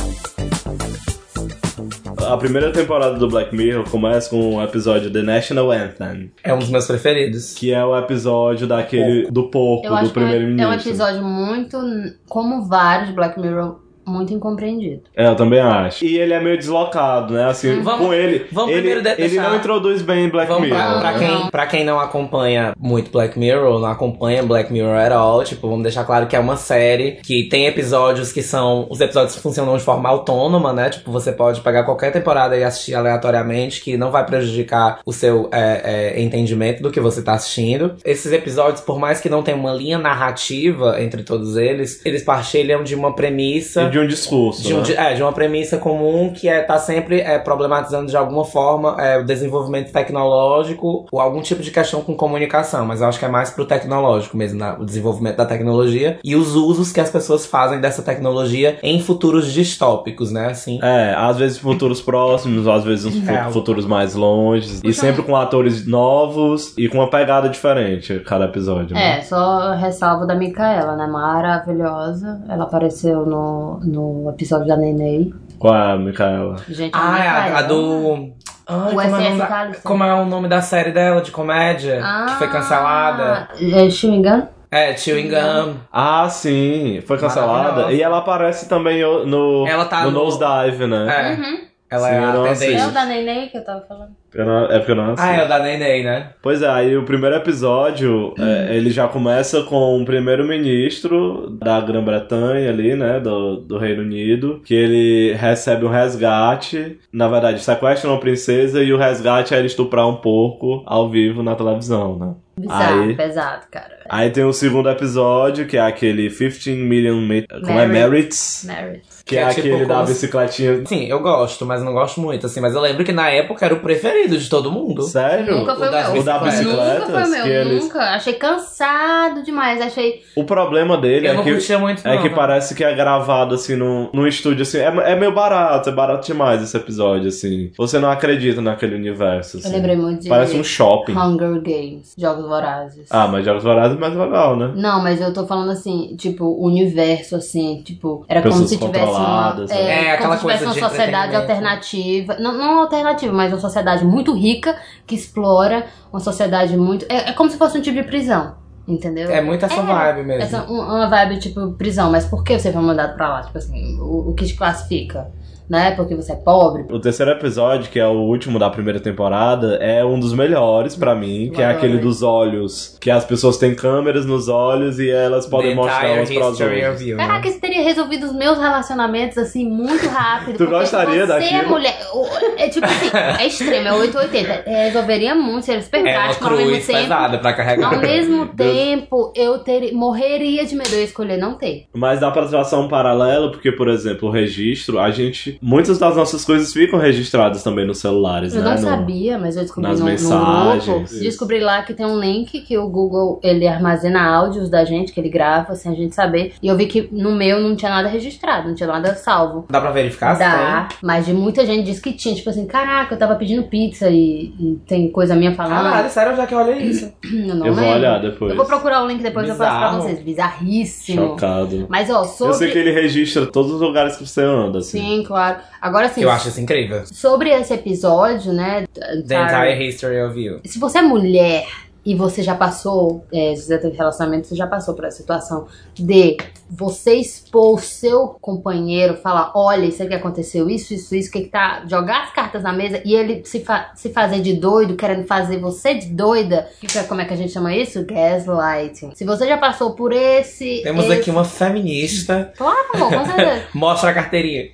Speaker 3: A primeira temporada do Black Mirror começa com o episódio The National Anthem,
Speaker 2: É um dos meus preferidos.
Speaker 3: que é o episódio daquele do porco,
Speaker 1: Eu acho
Speaker 3: do
Speaker 1: que é um- é um
Speaker 3: primeiro-ministro.
Speaker 1: episódio muito, como vários de Black Mirror, muito incompreendido.
Speaker 3: É, eu também acho. E ele é meio deslocado, né? Assim,
Speaker 2: Vamos-
Speaker 3: com ele.
Speaker 2: vamos
Speaker 3: ele,
Speaker 2: primeiro de-
Speaker 3: ele
Speaker 2: deixar-
Speaker 3: não introduz bem Black
Speaker 2: Vamos
Speaker 3: Mirror.
Speaker 2: pra,
Speaker 1: Mirror,
Speaker 2: pra
Speaker 1: né?
Speaker 2: quem, pra quem não acompanha muito Black Mirror, não acompanha Black Mirror at all, tipo, vamos deixar claro que é uma série que tem episódios que são. Os episódios funcionam de forma autônoma, né? Tipo, você pode pegar qualquer temporada e assistir aleatoriamente, que não vai prejudicar o seu é, é, entendimento do que você tá assistindo. Esses episódios, por mais que não tenha uma linha narrativa entre todos eles, eles partilham de uma premissa.
Speaker 3: E de um discurso.
Speaker 2: De, um-
Speaker 3: né?
Speaker 2: de- é, de uma premissa comum que é tá sempre é, problematizando de alguma forma é, o desenvolvimento tecnológico ou algum tipo de questão com comunicação, mas eu acho que é mais pro tecnológico mesmo, na- o desenvolvimento da tecnologia e os usos que as pessoas fazem dessa tecnologia em futuros distópicos, né? Assim.
Speaker 3: É, às vezes futuros próximos, às vezes uns fu-
Speaker 2: É.
Speaker 3: futuros mais longes. E sempre com atores novos e com uma pegada diferente cada episódio. né?
Speaker 1: É, só ressalvo da Micaela, né? Maravilhosa. Ela apareceu no, no episódio da Nenei.
Speaker 3: Qual é, Micaela?
Speaker 1: Gente,
Speaker 2: Ah, é
Speaker 1: Micaela.
Speaker 2: a, a do. Ai,
Speaker 1: O
Speaker 2: como, é o nome
Speaker 1: SS
Speaker 2: da-
Speaker 1: Callister.
Speaker 2: como é o nome da série dela de comédia que foi cancelada?
Speaker 1: Ah, É, Shringan?
Speaker 2: É, Chewing Gum.
Speaker 3: Ah, sim, foi cancelada.
Speaker 2: Maravilhosa.
Speaker 3: E ela aparece também o- no,
Speaker 2: Ela tá
Speaker 3: no
Speaker 2: no-
Speaker 3: Nosedive, né?
Speaker 2: É,
Speaker 1: Uhum.
Speaker 2: ela
Speaker 3: Sim,
Speaker 2: é
Speaker 3: eu não
Speaker 2: a
Speaker 1: É
Speaker 3: assisto.
Speaker 1: o
Speaker 2: atendente.
Speaker 1: da Nenei que eu tava falando.
Speaker 3: Eu não- É porque eu não assisto.
Speaker 2: Ah, é o da Nenei, né?
Speaker 3: Pois é, aí o primeiro episódio,
Speaker 2: Hum.
Speaker 3: é, ele já começa com o primeiro-ministro da Grã-Bretanha ali, né, do, do Reino Unido, que ele recebe um resgate, na verdade, sequestra uma princesa e o resgate é ele estuprar um porco ao vivo na televisão, né.
Speaker 1: Bizarro,
Speaker 3: Aí.
Speaker 1: pesado, cara.
Speaker 3: Aí tem o segundo episódio, que é aquele 15 Million... Me- Como é?
Speaker 1: Merits.
Speaker 3: Merits?
Speaker 1: Merit.
Speaker 3: Que
Speaker 2: Que
Speaker 3: é
Speaker 2: é tipo
Speaker 3: aquele da
Speaker 2: como se-
Speaker 3: bicicletinha...
Speaker 2: Sim, eu gosto, mas não gosto muito, assim. Mas eu lembro que na época era o preferido de todo mundo.
Speaker 3: Sério?
Speaker 1: Nunca foi
Speaker 2: o
Speaker 1: o
Speaker 2: das
Speaker 1: meu.
Speaker 3: O da bicicleta?
Speaker 1: Nunca foi o meu,
Speaker 3: que eles-
Speaker 1: nunca. Achei cansado demais. Achei.
Speaker 3: O problema dele
Speaker 2: Eu
Speaker 3: é
Speaker 2: não
Speaker 3: que...
Speaker 2: curtia muito, não.
Speaker 3: É que
Speaker 2: né?
Speaker 3: parece que é gravado, assim, num, num estúdio, assim. É, é meio barato, é barato demais esse episódio, assim. Você não acredita naquele universo, assim.
Speaker 1: Eu lembrei muito de
Speaker 3: Parece um shopping.
Speaker 1: Hunger Games, Jogos Vorazes.
Speaker 3: Ah, mas Jogos Vorazes é mais legal, né?
Speaker 1: Não, mas eu tô falando assim, tipo, o universo, assim, tipo, era como
Speaker 3: Pessoas
Speaker 1: se tivesse uma.
Speaker 3: controladas,
Speaker 1: É,
Speaker 3: né?
Speaker 2: É,
Speaker 1: como
Speaker 2: aquela
Speaker 1: se tivesse
Speaker 2: coisa de
Speaker 1: uma sociedade
Speaker 2: entretenimento.
Speaker 1: alternativa. Não, não alternativa, mas uma sociedade muito rica que explora, uma sociedade muito. É, é como se fosse um tipo de prisão, entendeu?
Speaker 2: É muito essa
Speaker 1: É,
Speaker 2: vibe mesmo.
Speaker 1: Essa, um- uma vibe tipo prisão, mas por que você foi mandado pra lá? Tipo assim, o, o que te classifica? Né? Porque você é pobre?
Speaker 3: O terceiro episódio, que é o último da primeira temporada, é um dos melhores pra mim, que é
Speaker 1: Adoro
Speaker 3: aquele
Speaker 1: ele.
Speaker 3: dos olhos. Que as pessoas têm câmeras nos olhos e elas podem
Speaker 2: The
Speaker 3: mostrar
Speaker 2: entire
Speaker 3: uns pras
Speaker 2: history
Speaker 3: outras.
Speaker 2: of you, né?
Speaker 1: Caraca, isso teria resolvido os meus relacionamentos assim muito rápido.
Speaker 3: Tu
Speaker 1: porque
Speaker 3: gostaria
Speaker 1: você é
Speaker 3: daquilo?
Speaker 1: mulher. o- É tipo assim, é extremo, é 880. É, resolveria muito, seria super
Speaker 2: É uma
Speaker 1: prático, mas ao mesmo
Speaker 2: cruz
Speaker 1: tempo.
Speaker 2: pesada pra carregar.
Speaker 1: Ao mesmo
Speaker 3: Deus.
Speaker 1: tempo, eu teria, morreria de medo, eu ia escolher não ter.
Speaker 3: Mas dá pra traçar um paralelo, porque, por exemplo, o registro, a gente. Muitas das nossas coisas ficam registradas também nos celulares,
Speaker 1: Eu
Speaker 3: né?
Speaker 1: não
Speaker 3: No-
Speaker 1: sabia, mas eu descobri
Speaker 3: nas
Speaker 1: no, no
Speaker 3: mensagens,
Speaker 1: grupo.
Speaker 3: isso.
Speaker 1: Descobri lá que tem um link que o Google ele armazena áudios da gente, que ele grava sem a gente saber. E eu vi que no meu não tinha nada registrado, não tinha nada salvo.
Speaker 2: Dá pra verificar?
Speaker 1: Dá, mas de muita gente disse que tinha. Tipo assim, caraca, eu tava pedindo pizza e, e tem coisa minha
Speaker 2: Sim.
Speaker 1: falando.
Speaker 2: Caralho, sério, já que olha isso.
Speaker 1: eu não
Speaker 3: Eu vou
Speaker 1: lembro.
Speaker 3: olhar depois.
Speaker 1: Eu vou procurar o link depois e eu faço pra
Speaker 2: Bizarro.
Speaker 1: vocês. Bizarríssimo.
Speaker 3: Chocado.
Speaker 1: Mas ó,
Speaker 3: Eu sei é
Speaker 1: sobre.
Speaker 3: que ele registra todos os lugares que você anda, assim.
Speaker 1: Sim, claro. claro. Agora sim.
Speaker 2: Eu acho isso incrível.
Speaker 1: Sobre esse episódio, né?
Speaker 2: The entire history of you.
Speaker 1: Se você é mulher e você já passou, é, se você teve relacionamento, você já passou por essa situação de você expor o seu companheiro, falar, olha, isso que aconteceu, isso, isso, isso, que, que tá. Jogar as cartas na mesa e ele se, fa se fazer de doido, querendo fazer você de doida. Que que é- como é que a gente chama isso? Gaslighting. Se você já passou por esse.
Speaker 2: Temos
Speaker 1: esse...
Speaker 2: aqui uma feminista.
Speaker 1: Claro, amor, com certeza.
Speaker 2: Mostra a carteirinha.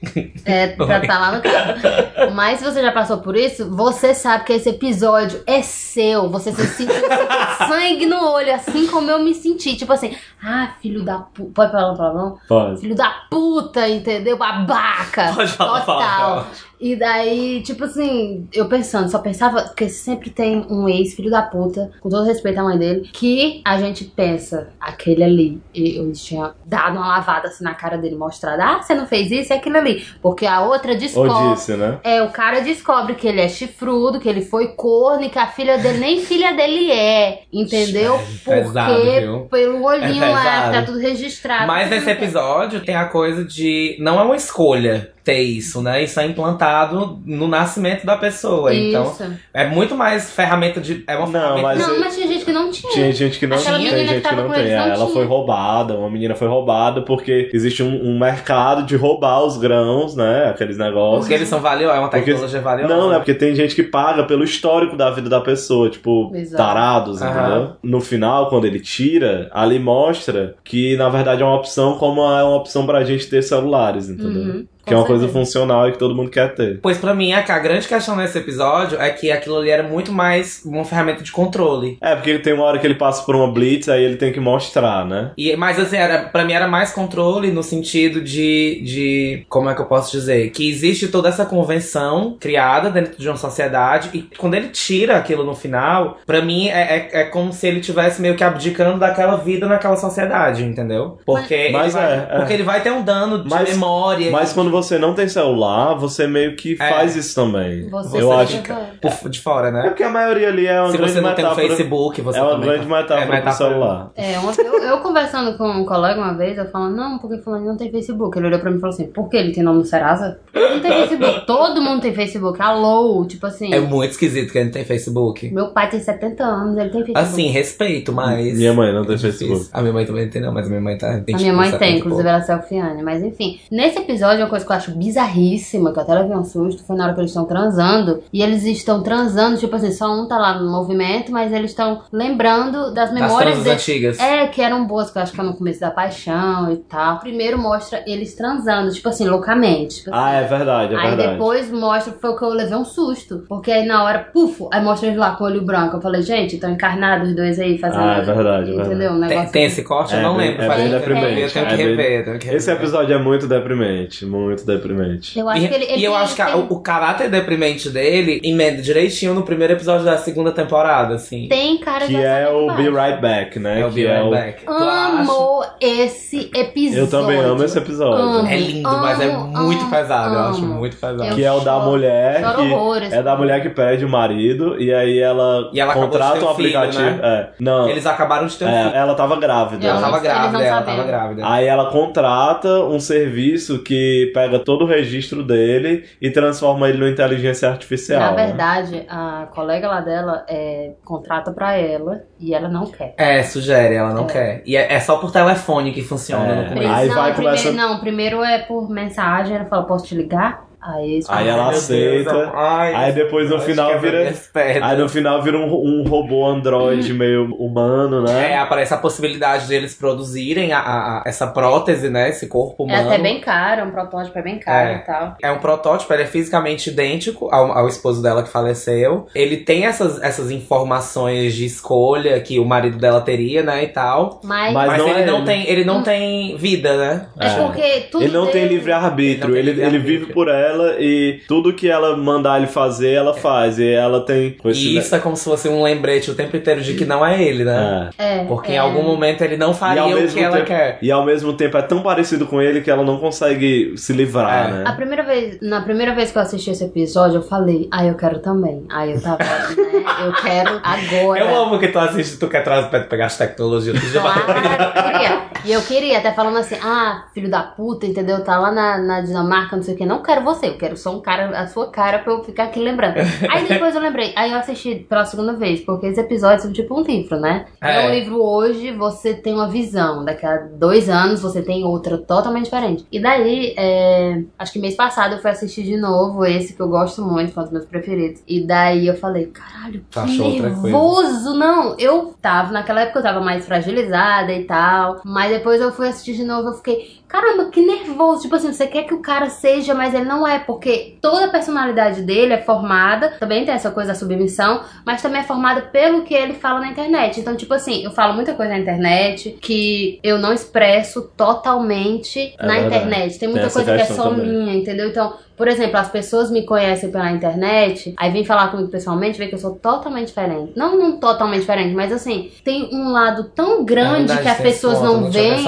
Speaker 1: É, pra tá lá no carro. Mas se você já passou por isso, você sabe que esse episódio é seu. Você se sentiu com sangue no olho, assim como eu me senti. Tipo assim, ah, filho da puta. Pode falar um palavrão?
Speaker 3: Pode.
Speaker 1: Filho da puta, entendeu? Babaca.
Speaker 2: Pode falar,
Speaker 1: Total.
Speaker 2: fala.
Speaker 1: E daí, tipo assim, eu pensando, só pensava, porque sempre tem um ex, filho da puta, com todo respeito à mãe dele, que a gente pensa, aquele ali, eu tinha dado uma lavada assim na cara dele, mostrado, ah, você não fez isso e aquilo ali. Porque a outra
Speaker 3: Ou
Speaker 1: descobre.
Speaker 3: disse, né?
Speaker 1: É, o cara descobre que ele é chifrudo, que ele foi corno e que a filha dele nem filha dele é, entendeu? Porque
Speaker 2: é pesado, viu?
Speaker 1: pelo olhinho
Speaker 2: É
Speaker 1: lá,
Speaker 2: pesado.
Speaker 1: tá tudo registrado.
Speaker 2: Mas nesse episódio tem a coisa de. Não é uma escolha ter isso, né? Isso é implantado no nascimento da pessoa. Então
Speaker 1: Isso.
Speaker 2: é muito mais ferramenta de. É uma
Speaker 3: Não,
Speaker 2: ferramenta
Speaker 3: mas-
Speaker 1: não, mas tinha gente que não
Speaker 3: Tinha gente que não
Speaker 1: Aquela
Speaker 3: tem,
Speaker 1: menina É. que
Speaker 3: gente que
Speaker 1: tava
Speaker 3: não
Speaker 1: com
Speaker 3: tem.
Speaker 1: eles não
Speaker 3: ela
Speaker 1: tinha.
Speaker 3: foi roubada, uma menina foi roubada porque existe um, um mercado de roubar os grãos, né? Aqueles negócios.
Speaker 2: Porque eles são valiosos, é uma
Speaker 3: Porque-
Speaker 2: tecnologia valiosa.
Speaker 3: Não, é porque tem gente que paga pelo histórico da vida da pessoa, tipo,
Speaker 1: Exato.
Speaker 3: tarados,
Speaker 2: Aham.
Speaker 3: entendeu? No final, quando ele tira, ali mostra que na verdade é uma opção como é uma opção pra gente ter celulares, entendeu?
Speaker 1: Uhum,
Speaker 3: que é
Speaker 1: com
Speaker 3: uma coisa
Speaker 1: certeza.
Speaker 3: funcional e que todo mundo quer ter.
Speaker 2: Pois pra mim, a, a grande questão nesse episódio é que aquilo ali era muito mais uma ferramenta de controle.
Speaker 3: É, porque tem uma hora que ele passa por uma blitz, aí ele tem que mostrar, né?
Speaker 2: E, mas assim, era, pra mim era mais controle no sentido de, de. Como é que eu posso dizer? Que existe toda essa convenção criada dentro de uma sociedade. E quando ele tira aquilo no final, pra mim é, é, é como se ele tivesse meio que abdicando daquela vida naquela sociedade, entendeu? Porque,
Speaker 3: Mas
Speaker 2: ele, vai,
Speaker 3: é, é.
Speaker 2: porque ele vai ter um dano de
Speaker 3: Mas-
Speaker 2: memória.
Speaker 3: Mas quando você não tem celular, você meio que
Speaker 2: É.
Speaker 3: faz isso também.
Speaker 1: Você
Speaker 3: Eu
Speaker 1: se
Speaker 3: acho
Speaker 1: resolve.
Speaker 2: por- de fora,
Speaker 3: É
Speaker 2: né?
Speaker 3: porque a maioria ali é uma
Speaker 2: Se
Speaker 3: grande
Speaker 2: você não tem um
Speaker 3: metáfora.
Speaker 2: Facebook, você
Speaker 3: é uma
Speaker 2: também-
Speaker 3: grande metáfora,
Speaker 2: é metáfora.
Speaker 3: pro celular.
Speaker 1: É, ontem eu, eu conversando com um colega uma vez, eu falando, não, porque fulano não tem Facebook. Ele olhou pra mim e falou assim, por que ele tem nome no Serasa? Ele não tem Facebook. Todo mundo tem Facebook. Alô, tipo assim,
Speaker 2: É muito esquisito que ele não tem Facebook.
Speaker 1: meu pai tem 70 anos, ele tem Facebook.
Speaker 2: Assim, respeito, mas.
Speaker 3: Minha mãe não tem
Speaker 2: É difícil.
Speaker 3: Facebook.
Speaker 2: A minha mãe também não tem, não, mas a minha mãe tá. tem,
Speaker 1: A
Speaker 2: tipo,
Speaker 1: minha mãe
Speaker 2: 70
Speaker 1: tem,
Speaker 2: e
Speaker 1: inclusive ela é selfiane, mas enfim. Nesse episódio, uma coisa que eu acho bizarríssima, que eu até levei um susto, foi na hora que eles estão transando. E eles estão transando, tipo assim, só um tá lá no movimento, mas eles estão lembrando das
Speaker 2: pouco. As
Speaker 1: memórias
Speaker 2: transas
Speaker 1: deles.
Speaker 2: antigas.
Speaker 1: É, que eram boas, que eu acho que é no começo da paixão e tal. Primeiro mostra eles transando, tipo assim, loucamente. Tipo
Speaker 3: Ah, é verdade, é
Speaker 1: Aí
Speaker 3: verdade.
Speaker 1: depois mostra, foi o que eu levei um susto. Porque aí na hora, pufo, aí mostra eles lá com o olho branco. Eu falei, gente, estão encarnados os dois aí fazendo.
Speaker 3: Ah, é verdade, é
Speaker 1: Entendeu?
Speaker 3: verdade.
Speaker 1: Um negócio
Speaker 2: Tem, tem esse corte? eu
Speaker 3: É
Speaker 2: não
Speaker 3: bem-
Speaker 2: lembro.
Speaker 3: é
Speaker 2: faz
Speaker 1: bem
Speaker 2: tempo.
Speaker 1: deprimente,
Speaker 2: Eu tenho
Speaker 3: é
Speaker 2: que
Speaker 3: bem-
Speaker 2: rever. eu tenho que rever.
Speaker 3: Esse episódio é muito deprimente, muito deprimente.
Speaker 1: Eu acho
Speaker 2: e,
Speaker 1: que ele. ele
Speaker 2: e eu
Speaker 1: tem-
Speaker 2: acho que a-
Speaker 1: tem-
Speaker 2: o caráter deprimente dele emenda direitinho no primeiro episódio da segunda temporada, assim.
Speaker 1: Tem cara de
Speaker 3: Que é o Be
Speaker 1: assalto
Speaker 3: Right Back, né?
Speaker 2: É o
Speaker 3: que
Speaker 2: Be
Speaker 3: é
Speaker 2: Right
Speaker 3: o-
Speaker 2: Back. Tu acha?
Speaker 1: Amo esse episódio.
Speaker 3: Eu também amo esse episódio.
Speaker 1: Amo.
Speaker 2: É lindo, mas é
Speaker 1: Amo,
Speaker 2: muito
Speaker 1: amo,
Speaker 2: pesado. Eu acho
Speaker 1: amo.
Speaker 2: muito pesado.
Speaker 1: Eu
Speaker 3: Que é o da
Speaker 1: choro-
Speaker 3: mulher.
Speaker 1: choro
Speaker 3: que
Speaker 1: horrores.
Speaker 3: é da mulher que perde o marido e aí ela,
Speaker 2: E ela acabou de
Speaker 3: contrata
Speaker 2: ter
Speaker 3: um
Speaker 2: um filho,
Speaker 3: aplicativo. é. Não,
Speaker 2: Eles acabaram de ter um filho.
Speaker 3: é, ela tava grávida.
Speaker 1: Ela
Speaker 2: Ela
Speaker 3: né?
Speaker 2: tava
Speaker 1: Eles não
Speaker 2: grávida, ela tava
Speaker 1: sabiam.
Speaker 2: grávida.
Speaker 3: Aí ela contrata um serviço que pega todo o registro dele e transforma ele numa inteligência artificial.
Speaker 1: Na
Speaker 3: né?
Speaker 1: verdade, a colega lá dela é, contrata pra ela e ela não quer.
Speaker 2: É, sugere, ela não quer. E é, é só por telefone que funciona
Speaker 3: É.
Speaker 2: no
Speaker 1: Primeiro-
Speaker 2: começo.
Speaker 3: Aí
Speaker 1: não,
Speaker 3: vai
Speaker 1: primeiro,
Speaker 3: começar-
Speaker 1: não, primeiro é por mensagem, ela fala, posso te ligar? Aí, eles
Speaker 3: Aí
Speaker 1: falam,
Speaker 3: ela
Speaker 2: Ai, meu Deus,
Speaker 3: aceita.
Speaker 2: eu- ai,
Speaker 3: Aí depois, no
Speaker 2: eu acho
Speaker 3: final,
Speaker 2: que
Speaker 1: é
Speaker 2: eu
Speaker 3: vira-
Speaker 2: abri as pernas.
Speaker 3: Aí no final vira um, um robô androide
Speaker 1: Uhum.
Speaker 3: meio humano, né?
Speaker 2: É, aparece a possibilidade deles produzirem a, a- a- essa prótese, né? Esse corpo
Speaker 1: É
Speaker 2: humano.
Speaker 1: até bem caro, um protótipo é bem caro
Speaker 2: É.
Speaker 1: e tal.
Speaker 2: É um protótipo, ele é fisicamente idêntico ao, ao esposo dela que faleceu. Ele tem essas, essas informações de escolha que o marido dela teria, né? E tal.
Speaker 1: Mas,
Speaker 3: Mas-
Speaker 2: Mas,
Speaker 3: não
Speaker 2: ele,
Speaker 3: é
Speaker 2: não
Speaker 3: ele.
Speaker 2: tem, ele
Speaker 1: Hum.
Speaker 2: não tem vida, né?
Speaker 1: é porque tudo
Speaker 3: Ele não tem
Speaker 1: dele-
Speaker 3: livre-arbítrio,
Speaker 2: Ele
Speaker 3: ele,
Speaker 2: não tem
Speaker 3: ele
Speaker 2: livre-arbítrio.
Speaker 3: vive por ela e tudo que ela mandar ele fazer, ela faz. E ela tem. com esse-
Speaker 2: É. E isso é como se fosse um lembrete o tempo inteiro de que não é ele, né?
Speaker 3: É.
Speaker 1: É,
Speaker 2: Porque em
Speaker 1: é.
Speaker 2: algum momento ele não
Speaker 3: E
Speaker 2: faria
Speaker 3: ao
Speaker 2: o que
Speaker 3: mesmo
Speaker 2: ela
Speaker 3: tempo-
Speaker 2: quer.
Speaker 3: E ao mesmo tempo é tão parecido com ele que ela não consegue se livrar,
Speaker 2: É.
Speaker 1: A
Speaker 3: né?
Speaker 1: primeira vez, na primeira vez que eu assisti esse episódio, eu falei, ah, eu quero também. Aí eu tava, né, eu
Speaker 3: É
Speaker 1: quero agora.
Speaker 2: Então, ah, Eu amo que tu assiste, tu quer trazer pra tu pegar as tecnologias. Tu já
Speaker 1: Claro, guria. E é, eu queria, até falando assim, ah, filho da puta, entendeu? Tá lá na, na Dinamarca, não sei o que. Não quero você, eu quero só um cara, a sua cara, pra eu ficar aqui lembrando. Aí depois eu lembrei, aí eu assisti pela segunda vez, porque esses episódios são tipo um livro, né?
Speaker 2: É.
Speaker 1: É um livro hoje, você tem uma visão. Daqui a dois anos você tem outra totalmente diferente. E daí, é, acho que mês passado eu fui assistir de novo esse que eu gosto muito, que é um dos meus preferidos. E daí eu falei, caralho,
Speaker 2: Tu
Speaker 1: que
Speaker 2: achou outra coisa?
Speaker 1: nervoso, não. Eu tava, naquela época eu tava mais fragilizada e tal. Mas depois eu fui assistir de novo, eu fiquei, caramba, que nervoso. Tipo assim, você quer que o cara seja, mas ele não é, porque toda a personalidade dele é formada, também tem essa coisa da submissão, mas também é formada pelo que ele fala na internet. Então, tipo assim, eu falo muita coisa na internet que eu não expresso totalmente
Speaker 3: É
Speaker 1: na
Speaker 3: verdade.
Speaker 1: internet. Tem muita
Speaker 3: essa
Speaker 1: coisa que é
Speaker 3: questão
Speaker 1: só
Speaker 3: também.
Speaker 1: minha, entendeu? Então, por exemplo, as pessoas me conhecem pela internet, aí vem falar comigo pessoalmente, vê que eu sou totalmente diferente. Não, não totalmente diferente, mas assim, tem um lado tão grande que as pessoas não veem,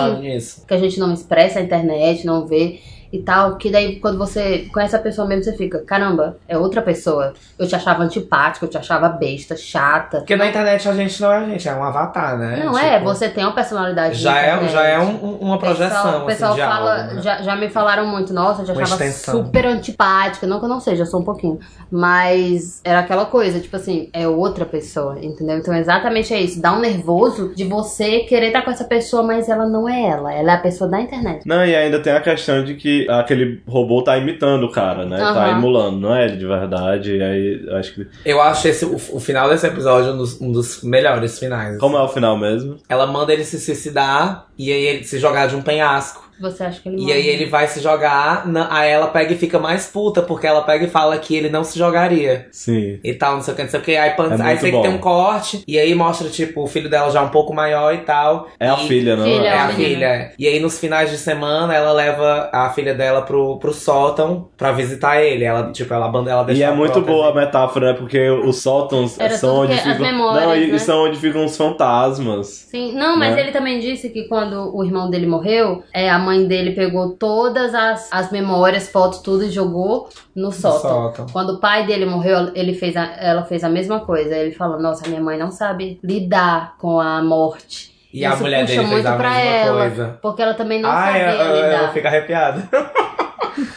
Speaker 1: que a gente não expressa na internet, não vê e tal, que daí quando você conhece a pessoa mesmo, você fica, caramba, é outra pessoa. Eu te achava antipática, eu te achava besta, chata.
Speaker 2: Porque na internet a gente não é a gente, é um avatar, né?
Speaker 1: não é,
Speaker 2: Tipo,
Speaker 1: você tem uma personalidade.
Speaker 2: Já
Speaker 1: na
Speaker 2: é,
Speaker 1: internet.
Speaker 2: já é um- um- uma projeção,
Speaker 1: O pessoal, o pessoal
Speaker 2: assim, de
Speaker 1: fala,
Speaker 2: algo, né?
Speaker 1: já, já me falaram muito, nossa, eu já
Speaker 2: Uma
Speaker 1: achava
Speaker 2: extensão.
Speaker 1: super antipática. Não que eu não seja, eu sou um pouquinho. Mas era aquela coisa, tipo assim, é outra pessoa, entendeu? Então exatamente é isso. Dá um nervoso de você querer estar com essa pessoa, mas ela não é ela. Ela é a pessoa da internet.
Speaker 3: Não, e ainda tem a questão de que aquele robô tá imitando o cara, né? Tá
Speaker 1: Aham.
Speaker 3: emulando, não é ele de verdade. E aí, eu acho que.
Speaker 2: Eu acho esse, o, o final desse episódio um dos, um dos melhores finais. assim.
Speaker 3: Como é o final mesmo?
Speaker 2: Ela manda ele se suicidar e aí ele se jogar de um penhasco.
Speaker 1: Você acha que ele
Speaker 2: E
Speaker 1: morre.
Speaker 2: aí ele vai se jogar, na, aí ela pega e fica mais puta, porque ela pega e fala que ele não se jogaria.
Speaker 3: Sim.
Speaker 2: E tal, não sei o que, não sei o que. Aí, pan-
Speaker 3: É
Speaker 2: aí
Speaker 3: muito
Speaker 2: sei
Speaker 3: bom.
Speaker 2: que tem um corte, e aí mostra, tipo, o filho dela já um pouco maior e tal.
Speaker 3: É a
Speaker 2: E-
Speaker 3: filha, não
Speaker 1: Filha,
Speaker 2: É a
Speaker 1: né?
Speaker 2: filha. é. E aí, nos finais de semana, ela leva a filha dela pro, pro sóltão pra visitar ele. Ela, tipo, ela, abandona- ela assim. deixa
Speaker 3: E é
Speaker 2: a
Speaker 3: muito
Speaker 2: prótese.
Speaker 3: boa a metáfora, né? Porque os sótãos
Speaker 1: Era
Speaker 3: são
Speaker 1: tudo
Speaker 3: onde
Speaker 1: que- as
Speaker 3: ficam.
Speaker 1: memórias,
Speaker 3: não, e
Speaker 1: né?
Speaker 3: são onde ficam os fantasmas.
Speaker 1: Sim, não, mas
Speaker 3: Né?
Speaker 1: ele também disse que quando o irmão dele morreu, é, a mãe dele pegou todas as, as memórias, fotos, tudo e jogou no sótão.
Speaker 2: sótão.
Speaker 1: Quando o pai dele morreu, ele fez a- ela fez a mesma coisa. Ele falou: Nossa, minha mãe não sabe lidar com a morte.
Speaker 2: E a
Speaker 1: Isso
Speaker 2: mulher
Speaker 1: puxa
Speaker 2: dele fez
Speaker 1: muito
Speaker 2: a
Speaker 1: pra
Speaker 2: mesma
Speaker 1: ela,
Speaker 2: coisa.
Speaker 1: Porque ela também não
Speaker 2: Ai,
Speaker 1: sabia
Speaker 2: Ah, é, eu, eu, eu
Speaker 1: lidar.
Speaker 2: fico arrepiada.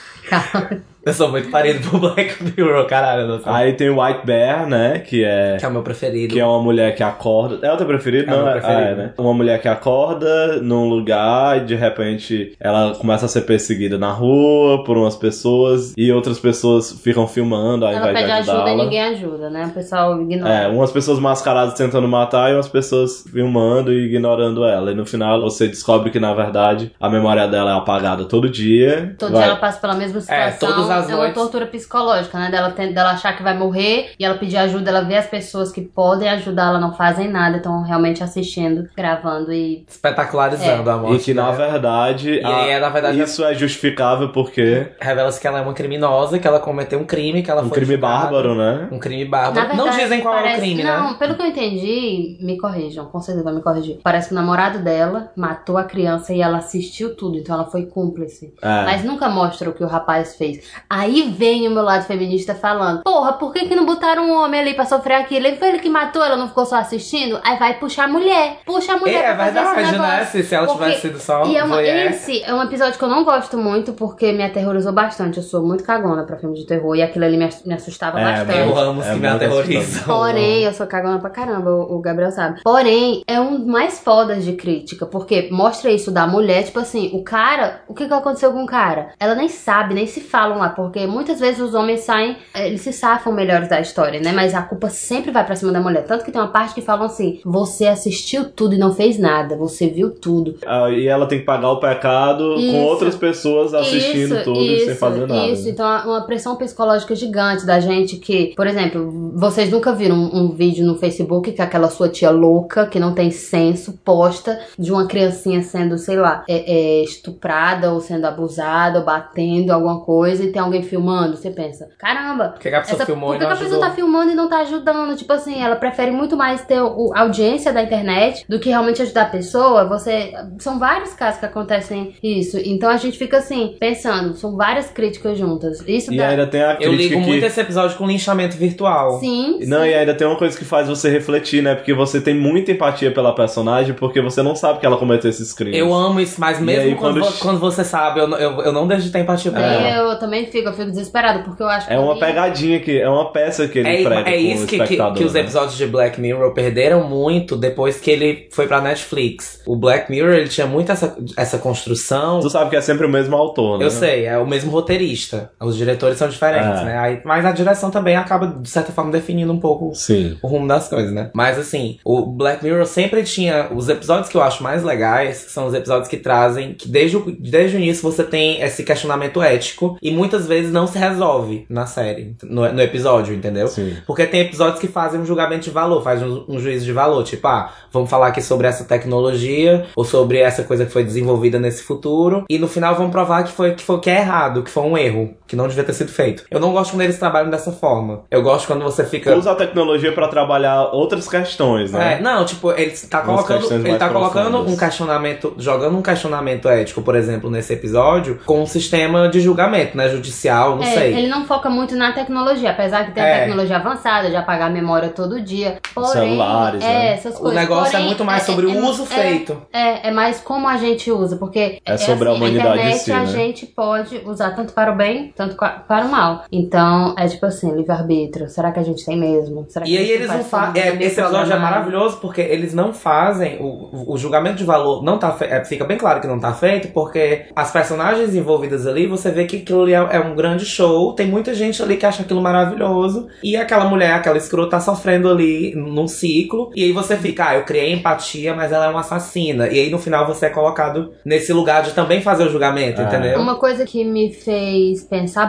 Speaker 2: eu sou muito parido pro Black Mirror, caralho. eu Não sei.
Speaker 3: Aí tem o White Bear, né? Que Ah, é.
Speaker 2: Que é o meu preferido.
Speaker 3: Que é uma mulher que acorda. É o teu preferido?
Speaker 2: É o
Speaker 3: não,
Speaker 2: meu preferido.
Speaker 3: Ah, é, né? Uma mulher que acorda num lugar e de repente ela começa a ser perseguida na rua por umas pessoas e outras pessoas ficam filmando ao
Speaker 1: Ela
Speaker 3: invés
Speaker 1: pede
Speaker 3: de
Speaker 1: ajuda e
Speaker 3: ajudá-la.
Speaker 1: ninguém ajuda, né? O pessoal
Speaker 3: É,
Speaker 1: ignora.
Speaker 3: umas pessoas mascaradas tentando matar e umas pessoas filmando e ignorando ela. E no final você descobre que, na verdade, a memória dela é apagada todo dia.
Speaker 1: Todo
Speaker 3: Vai-
Speaker 1: dia ela passa pela mesma situação.
Speaker 2: todas as
Speaker 1: é uma
Speaker 2: noites.
Speaker 1: tortura psicológica, né? Dela, tem- dela achar que vai morrer e ela pedir ajuda, ela vê as pessoas que podem ajudar, ela não fazem nada, estão realmente assistindo, gravando e.
Speaker 2: Espetacularizando
Speaker 1: É.
Speaker 2: a
Speaker 3: E
Speaker 2: morte.
Speaker 3: que, na
Speaker 2: dela.
Speaker 3: verdade,
Speaker 2: é. E aí,
Speaker 3: a-
Speaker 2: é, na verdade,
Speaker 3: isso é justificável porque
Speaker 2: revela-se que ela é uma criminosa, que ela cometeu um crime, que ela
Speaker 3: um
Speaker 2: foi.
Speaker 3: crime
Speaker 2: julgada.
Speaker 3: bárbaro, né?
Speaker 2: Um crime
Speaker 1: Na
Speaker 2: bárbaro.
Speaker 1: verdade,
Speaker 2: não dizem qual
Speaker 1: parece...
Speaker 2: é o crime,
Speaker 1: não,
Speaker 2: né?
Speaker 1: pelo que eu entendi, me corrijam, com certeza vai me corrigir. Parece que o namorado dela matou a criança e ela assistiu tudo, então ela foi cúmplice.
Speaker 3: É.
Speaker 1: Mas nunca mostra o que o rapaz fez. Aí vem o meu lado feminista falando: Porra, por que, que não botaram um homem ali pra sofrer aquilo? Ele foi ele que matou, ela não ficou só assistindo? Aí vai puxar a mulher. Puxa a
Speaker 2: É,
Speaker 1: mulher
Speaker 2: é
Speaker 1: pra fazer esse
Speaker 2: verdade,
Speaker 1: negócio.
Speaker 2: né? Se, se ela
Speaker 1: Porque-
Speaker 2: tivesse sido só.
Speaker 1: E é uma,
Speaker 2: voyeur.
Speaker 1: esse é um episódio que eu não gosto muito porque me aterrorizou bastante. Eu sou muito cagona pra filme de terror e aquilo ali me ass- me assustava
Speaker 3: É,
Speaker 1: bastante.
Speaker 2: Eu amo os
Speaker 3: É
Speaker 2: que me
Speaker 3: muito
Speaker 2: aterrorizam.
Speaker 1: Porém, eu sou cagona pra caramba, o o Gabriel sabe. Porém, é um dos mais fodas de crítica, porque mostra isso da mulher, tipo assim, o cara, o que que aconteceu com o cara? Ela nem sabe, nem se falam lá, porque muitas vezes os homens saem, eh, eles se safam melhores da história, né? Mas a culpa sempre vai pra cima da mulher. Tanto que tem uma parte que falam assim: você assistiu tudo e não fez nada, você viu tudo.
Speaker 3: Ah, E ela tem que pagar o pecado
Speaker 1: Isso.
Speaker 3: com outras pessoas assistindo
Speaker 1: isso,
Speaker 3: tudo e
Speaker 1: isso,
Speaker 3: sem fazer nada. né?
Speaker 1: Isso, então é uma pressão psicológica gigante da gente que, por exemplo, vocês nunca viram um, um vídeo no Facebook que aquela sua tia louca, que não tem senso, posta de uma criancinha sendo, sei lá, é- é estuprada ou sendo abusada, ou batendo alguma coisa, e tem alguém filmando, você pensa, caramba.
Speaker 2: Por que que a pessoa filmou
Speaker 1: por
Speaker 2: e
Speaker 1: que
Speaker 2: não
Speaker 1: que a pessoa
Speaker 2: ajudou?
Speaker 1: tá filmando e não tá ajudando? Tipo assim, ela prefere muito mais ter o- a audiência da internet do que realmente ajudar a pessoa. Você. São vários casos que acontecem isso. Então a gente fica assim, pensando, são várias críticas juntas. Isso
Speaker 3: E
Speaker 1: dá.
Speaker 3: ainda tem a
Speaker 2: Eu ligo
Speaker 3: crítica que...
Speaker 2: muito esse episódio com linchamento virtual.
Speaker 1: Sim.
Speaker 3: Não, e ainda tem uma coisa que faz você refletir, né? Porque você tem muita empatia pela personagem, porque você não sabe que ela cometeu esses crimes.
Speaker 2: Eu amo isso, mas
Speaker 3: E
Speaker 2: mesmo
Speaker 3: aí,
Speaker 2: quando,
Speaker 3: quando
Speaker 2: vo- quando você sabe, eu, não- eu, eu não deixo de ter empatia por ela.
Speaker 1: Daí Eu também fico, eu fico desesperada, porque eu acho que.
Speaker 3: É uma pegadinha que é uma peça que ele
Speaker 2: É,
Speaker 3: prega
Speaker 2: é
Speaker 3: com o
Speaker 2: isso que, que,
Speaker 3: espectador,
Speaker 2: que os
Speaker 3: né?
Speaker 2: episódios de Black Mirror perderam muito depois que ele foi pra Netflix. O Black Mirror, ele tinha muito essa, essa construção.
Speaker 3: Tu sabe que é sempre o mesmo autor, né?
Speaker 2: Eu sei, é o mesmo roteirista. Os diretores são diferentes,
Speaker 3: É.
Speaker 2: né? Aí- mas a direção também acaba, de certa forma, definindo um pouco
Speaker 3: Sim.
Speaker 2: o rumo das coisas, né? Mas assim, o Black Mirror sempre tinha. Os episódios que eu acho mais legais são os episódios que trazem. que desde o, desde o início você tem esse questionamento ético e muitas vezes não se resolve na série, no, no episódio, entendeu?
Speaker 3: Sim.
Speaker 2: Porque tem episódios que fazem um julgamento de valor, fazem um, um juízo de valor. Tipo, ah, vamos falar aqui sobre essa tecnologia ou sobre essa coisa que foi desenvolvida nesse futuro. E no final vamos provar que foi que, foi, que é errado, que foi um erro, que não devia ter sido feito. Eu não gosto quando eles trabalham dessa forma. Eu gosto quando você fica.
Speaker 3: Usa a tecnologia pra trabalhar outras questões,
Speaker 2: É,
Speaker 3: né?
Speaker 2: não, tipo, ele tá
Speaker 3: Umas
Speaker 2: colocando,
Speaker 3: questões
Speaker 2: ele
Speaker 3: mais
Speaker 2: tá colocando
Speaker 3: profundas.
Speaker 2: um questionamento, jogando um questionamento ético, por exemplo, nesse episódio, com um sistema de julgamento, né, judicial, não
Speaker 1: É,
Speaker 2: sei.
Speaker 1: Ele não foca muito na tecnologia, apesar que tem
Speaker 2: É.
Speaker 1: a tecnologia avançada de apagar a memória todo dia. Porém,
Speaker 3: Celulares,
Speaker 1: é,
Speaker 3: né?
Speaker 1: essas
Speaker 2: O
Speaker 1: coisas.
Speaker 2: negócio
Speaker 1: Porém,
Speaker 2: é muito mais sobre
Speaker 1: é-
Speaker 2: o uso
Speaker 1: é-
Speaker 2: feito.
Speaker 1: É, é mais como a gente usa, porque
Speaker 3: É sobre a humanidade em
Speaker 1: internet
Speaker 3: si,
Speaker 1: a
Speaker 3: né?
Speaker 1: gente pode usar tanto para o bem, tanto qua- para o mal. Então, é tipo assim, livre-arbítrio. Será que a gente tem mesmo? Será que
Speaker 2: E
Speaker 1: a gente
Speaker 2: aí eles não
Speaker 1: faz tudo
Speaker 2: fazem.
Speaker 1: bem
Speaker 2: esse episódio é
Speaker 1: programado?
Speaker 2: maravilhoso porque eles não fazem. O, o julgamento de valor não tá fe- é, Fica bem claro que não tá feito, porque as personagens envolvidas ali, você vê que aquilo ali é, é um grande show. Tem muita gente ali que acha aquilo maravilhoso. E aquela mulher, aquela escrota, tá sofrendo ali num ciclo. E aí você fica, ah, eu criei empatia, mas ela é uma assassina. E aí no final você é colocado nesse lugar de também fazer o julgamento,
Speaker 3: Ah.
Speaker 2: entendeu?
Speaker 1: É. Uma coisa que me fez pensar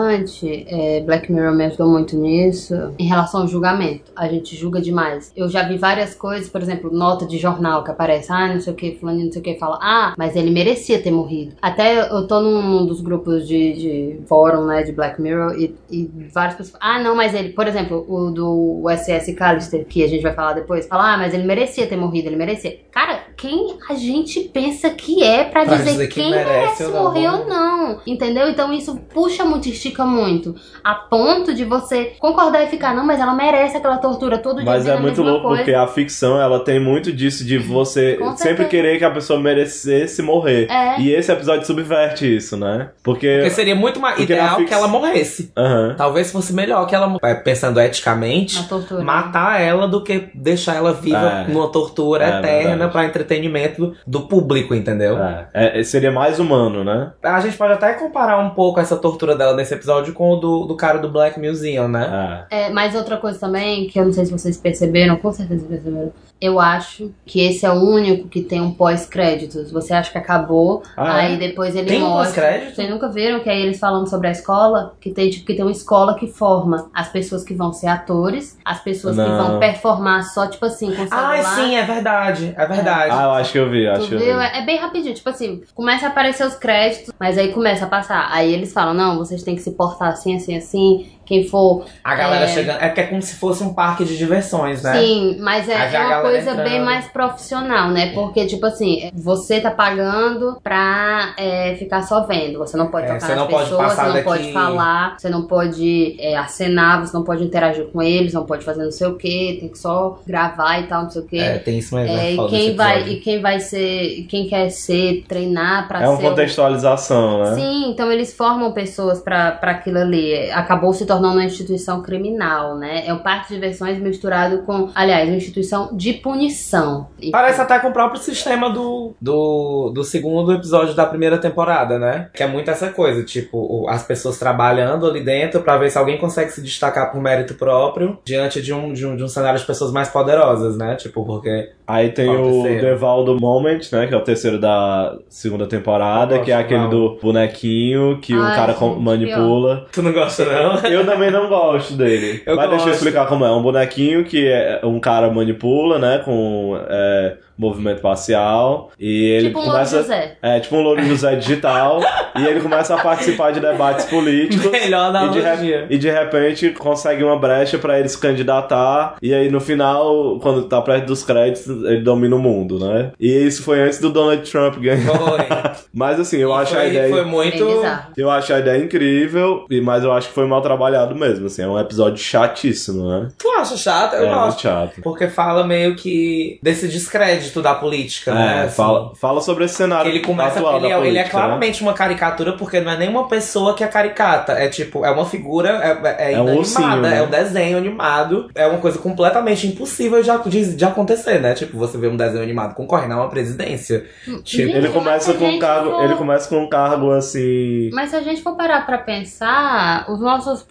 Speaker 1: bastante, é, Black Mirror me ajudou muito nisso, em relação ao julgamento. A gente julga demais. Eu já vi várias coisas, por exemplo, nota de jornal que aparece, ah, não sei o que, fulano, não sei o que, fala, ah, mas ele merecia ter morrido. Até eu tô num, num dos grupos de, de fórum, né, de Black Mirror, e, e várias pessoas, ah, não, mas ele, por exemplo, o do SS Callister, que a gente vai falar depois, fala, ah, mas ele merecia ter morrido, ele merecia. Cara, quem a gente pensa que é pra,
Speaker 2: Pra
Speaker 1: dizer,
Speaker 2: dizer que
Speaker 1: quem
Speaker 2: merece
Speaker 1: merece
Speaker 3: é
Speaker 2: ou não,
Speaker 1: morrer
Speaker 2: né?
Speaker 1: ou É, não, entendeu? Então isso puxa muito, estica muito, a ponto de você concordar e ficar, não, mas ela merece aquela tortura todo dia.
Speaker 3: Mas
Speaker 1: dizendo
Speaker 3: é
Speaker 1: a
Speaker 3: muito
Speaker 1: mesma
Speaker 3: louco
Speaker 1: coisa.
Speaker 3: porque a ficção ela tem muito disso de você
Speaker 1: Com
Speaker 3: sempre
Speaker 1: certeza.
Speaker 3: querer que a pessoa merecesse morrer.
Speaker 1: É.
Speaker 3: E esse episódio subverte isso, né?
Speaker 2: Porque
Speaker 3: Porque.
Speaker 2: seria muito mais
Speaker 3: Porque na
Speaker 2: ideal
Speaker 3: fix-
Speaker 2: que ela morresse.
Speaker 3: Aham.
Speaker 2: Talvez fosse melhor que ela, mo- é, pensando eticamente,
Speaker 1: Uma tortura.
Speaker 2: matar ela do que deixar ela viva
Speaker 3: É.
Speaker 2: numa tortura
Speaker 3: É,
Speaker 2: eterna
Speaker 3: verdade.
Speaker 2: pra entretenimento do público, entendeu?
Speaker 3: É, é, seria mais humano, né?
Speaker 2: A gente pode até comparar um pouco essa tortura dela nesse episódio com o do, do cara do Black Museum, né?
Speaker 3: É.
Speaker 1: É, mas outra coisa também, que eu não sei se vocês perceberam, com certeza perceberam, eu acho que esse é o único que tem um pós-créditos. Você acha que acabou,
Speaker 3: Ah,
Speaker 1: aí
Speaker 3: é?
Speaker 1: depois ele
Speaker 2: Tem um
Speaker 1: mostra.
Speaker 2: pós-crédito?
Speaker 1: Vocês nunca viram que aí eles falando sobre a escola? Que tem, tipo, que tem uma escola que forma as pessoas que vão ser atores, as pessoas que
Speaker 3: Não.
Speaker 1: vão performar só, tipo assim, com celular.
Speaker 2: Ai, sim, é verdade, é verdade.
Speaker 3: Ah, eu acho que eu vi,
Speaker 1: Tu
Speaker 3: acho que eu vi.
Speaker 1: viu? É, é bem rapidinho, tipo assim, começa a aparecer os créditos, mas aí começa a passar. Aí eles falam, não, vocês têm que se portar assim, assim, assim, quem for.
Speaker 2: A galera
Speaker 1: É.
Speaker 2: chegando. É que é como se fosse um parque de diversões, né?
Speaker 1: Sim, mas é,
Speaker 2: Aí já
Speaker 1: é
Speaker 2: a
Speaker 1: uma
Speaker 2: galera
Speaker 1: coisa
Speaker 2: entrando.
Speaker 1: bem mais profissional, né? Porque, tipo assim, você tá pagando pra é, ficar só vendo. Você não pode
Speaker 2: É,
Speaker 1: tocar
Speaker 2: você
Speaker 1: nas
Speaker 2: não pode
Speaker 1: pessoas,
Speaker 2: passar
Speaker 1: você não
Speaker 2: daqui.
Speaker 1: pode falar, você não pode é, acenar, você não pode interagir com eles, não pode fazer não sei o que, tem que só gravar e tal, não sei o que.
Speaker 2: É, tem isso mesmo.
Speaker 1: É,
Speaker 2: né?
Speaker 1: e
Speaker 2: Foda esse
Speaker 1: quem vai
Speaker 2: episódio.
Speaker 1: e quem vai ser e quem quer ser treinar pra
Speaker 3: É uma
Speaker 1: ser um-
Speaker 3: contextualização, né?
Speaker 1: Sim, então eles formam pessoas pra pra aquilo ali. Acabou se tornando uma instituição criminal, né? É um parque de diversões misturado com, aliás, uma instituição de punição. E- tipo
Speaker 2: Parece até com o próprio sistema do, do, do segundo episódio da primeira temporada, né? Que é muito essa coisa, tipo, o- as pessoas trabalhando ali dentro pra ver se alguém consegue se destacar por mérito próprio diante de um, de um, de um cenário de pessoas mais poderosas, né? Tipo, porque.
Speaker 3: Aí tem
Speaker 2: Qual o
Speaker 3: o
Speaker 2: terceiro?
Speaker 3: Devaldo Moment, né? Que é o terceiro da segunda temporada,
Speaker 2: Eu gosto,
Speaker 3: que é aquele
Speaker 2: não.
Speaker 3: do bonequinho que o
Speaker 1: Ai,
Speaker 3: cara com-
Speaker 1: gente,
Speaker 3: manipula.
Speaker 2: Tu não gosta, não?
Speaker 3: Eu também não gosto dele.
Speaker 2: Eu
Speaker 3: Mas deixa eu
Speaker 2: gosto.
Speaker 3: explicar como é. É um bonequinho que é- um cara manipula, né? Com é, movimento parcial. E ele
Speaker 1: Tipo um Louro
Speaker 3: começa.
Speaker 1: José.
Speaker 3: É, tipo um Louro José digital. e ele começa a participar de debates políticos.
Speaker 2: Melhor
Speaker 3: E de, re-
Speaker 2: analogia.
Speaker 3: e de repente consegue uma brecha pra ele se candidatar. E aí no final, quando tá perto dos créditos, ele domina o mundo, né? E isso foi antes do Donald Trump ganhar.
Speaker 2: Foi.
Speaker 3: Mas assim, eu acho a
Speaker 2: Foi-
Speaker 3: ideia.
Speaker 2: Foi
Speaker 1: Bem
Speaker 2: muito.
Speaker 1: é bizarro.
Speaker 3: Eu acho a ideia incrível, e- mas eu acho que foi mal trabalhado mesmo, assim. É um episódio chatíssimo, né?
Speaker 2: Tu acha chato? Eu
Speaker 3: é, muito
Speaker 2: gosto.
Speaker 3: chato.
Speaker 2: Porque fala meio que desse descrédito da política, né?
Speaker 3: É,
Speaker 2: assim.
Speaker 3: fala, fala sobre esse cenário
Speaker 2: Ele começa.
Speaker 3: atual
Speaker 2: Ele é,
Speaker 3: da
Speaker 2: ele é
Speaker 3: política, né?
Speaker 2: claramente uma caricatura, porque não é nenhuma pessoa que é caricata. É tipo, é uma figura. É, é
Speaker 3: É um
Speaker 2: inanimada,
Speaker 3: ursinho, né?
Speaker 2: é um desenho animado. É uma coisa completamente impossível de, ac- de, de acontecer, né? Tipo, você vê um desenho animado concorrendo a uma presidência. Tipo,
Speaker 1: Hum, Gente,
Speaker 3: Ele
Speaker 1: mas se
Speaker 3: começa
Speaker 1: a
Speaker 3: com um
Speaker 1: gente
Speaker 3: cargo,
Speaker 1: for-
Speaker 3: ele começa com um cargo assim,
Speaker 1: Mas se a gente for parar pra pensar, os nossos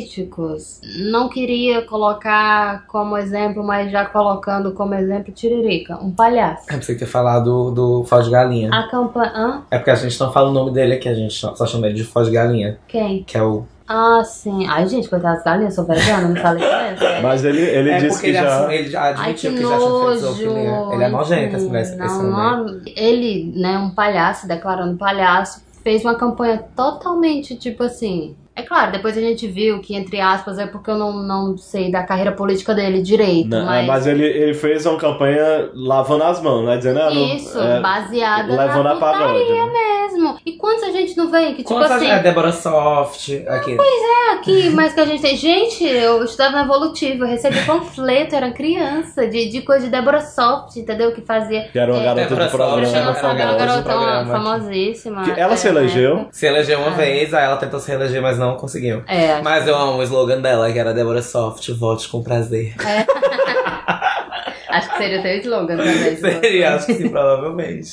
Speaker 1: políticos não queria colocar como exemplo, mas já colocando como exemplo Tiririca, um palhaço.
Speaker 2: eu pensei que ia falar do, do Foz de Galinha.
Speaker 1: A campanha. Hã?
Speaker 2: É porque a gente não fala o nome dele aqui, a gente só só chama ele de Foz de Galinha,
Speaker 1: Quem?
Speaker 2: que é o
Speaker 1: Ah, sim. Ai, gente, coitada das galinhas, eu sou vegana, não falei isso.
Speaker 3: mas ele, ele
Speaker 2: é
Speaker 3: disse
Speaker 2: porque
Speaker 3: que
Speaker 2: ele,
Speaker 3: já...
Speaker 2: assume- ele já
Speaker 1: Ai, que
Speaker 2: admitiu que, já tinha feito
Speaker 1: nojo.
Speaker 2: zoofilia. Ele é nojento, esse,
Speaker 1: Enfim,
Speaker 2: esse, esse
Speaker 1: não,
Speaker 2: homem.
Speaker 1: não- Ele, né, um palhaço, declarando palhaço, fez uma campanha totalmente, tipo assim... É claro, depois a gente viu que, entre aspas, é porque eu não, não sei da carreira política dele direito,
Speaker 3: Não, é, mas
Speaker 1: mas...
Speaker 3: ele, ele fez uma campanha lavando as mãos, né? Dizendo, ah, não,
Speaker 1: Isso,
Speaker 3: é,
Speaker 1: baseada
Speaker 3: levando
Speaker 1: na
Speaker 3: a
Speaker 1: putaria
Speaker 3: paródia. né?
Speaker 1: mesmo. E quantos a gente não vê que, tipo
Speaker 2: Quantas
Speaker 1: assim,
Speaker 2: é Débora Soft aqui?
Speaker 1: é aqui, mas que a gente tem. Gente, eu estudava na evolutiva, eu recebi panfleto, eu era criança, de, de coisa de Débora Soft, entendeu? Que fazia.
Speaker 3: Que era uma
Speaker 1: É,
Speaker 3: garota
Speaker 2: Débora
Speaker 3: do programa.
Speaker 2: Soft,
Speaker 1: Chama
Speaker 2: era
Speaker 1: essa
Speaker 2: famosa
Speaker 1: bela
Speaker 2: do
Speaker 1: garotona
Speaker 2: programa.
Speaker 1: famosíssima.
Speaker 3: Que ela se
Speaker 1: É,
Speaker 3: elegeu.
Speaker 2: Se elegeu uma
Speaker 1: Ah.
Speaker 2: vez, aí ela tentou se reeleger, mas não conseguiu.
Speaker 1: É.
Speaker 2: Mas eu amo o slogan dela, que era Débora Soft, volte com prazer.
Speaker 1: Acho que seria teu slogan também.
Speaker 2: Seria, acho que sim, provavelmente.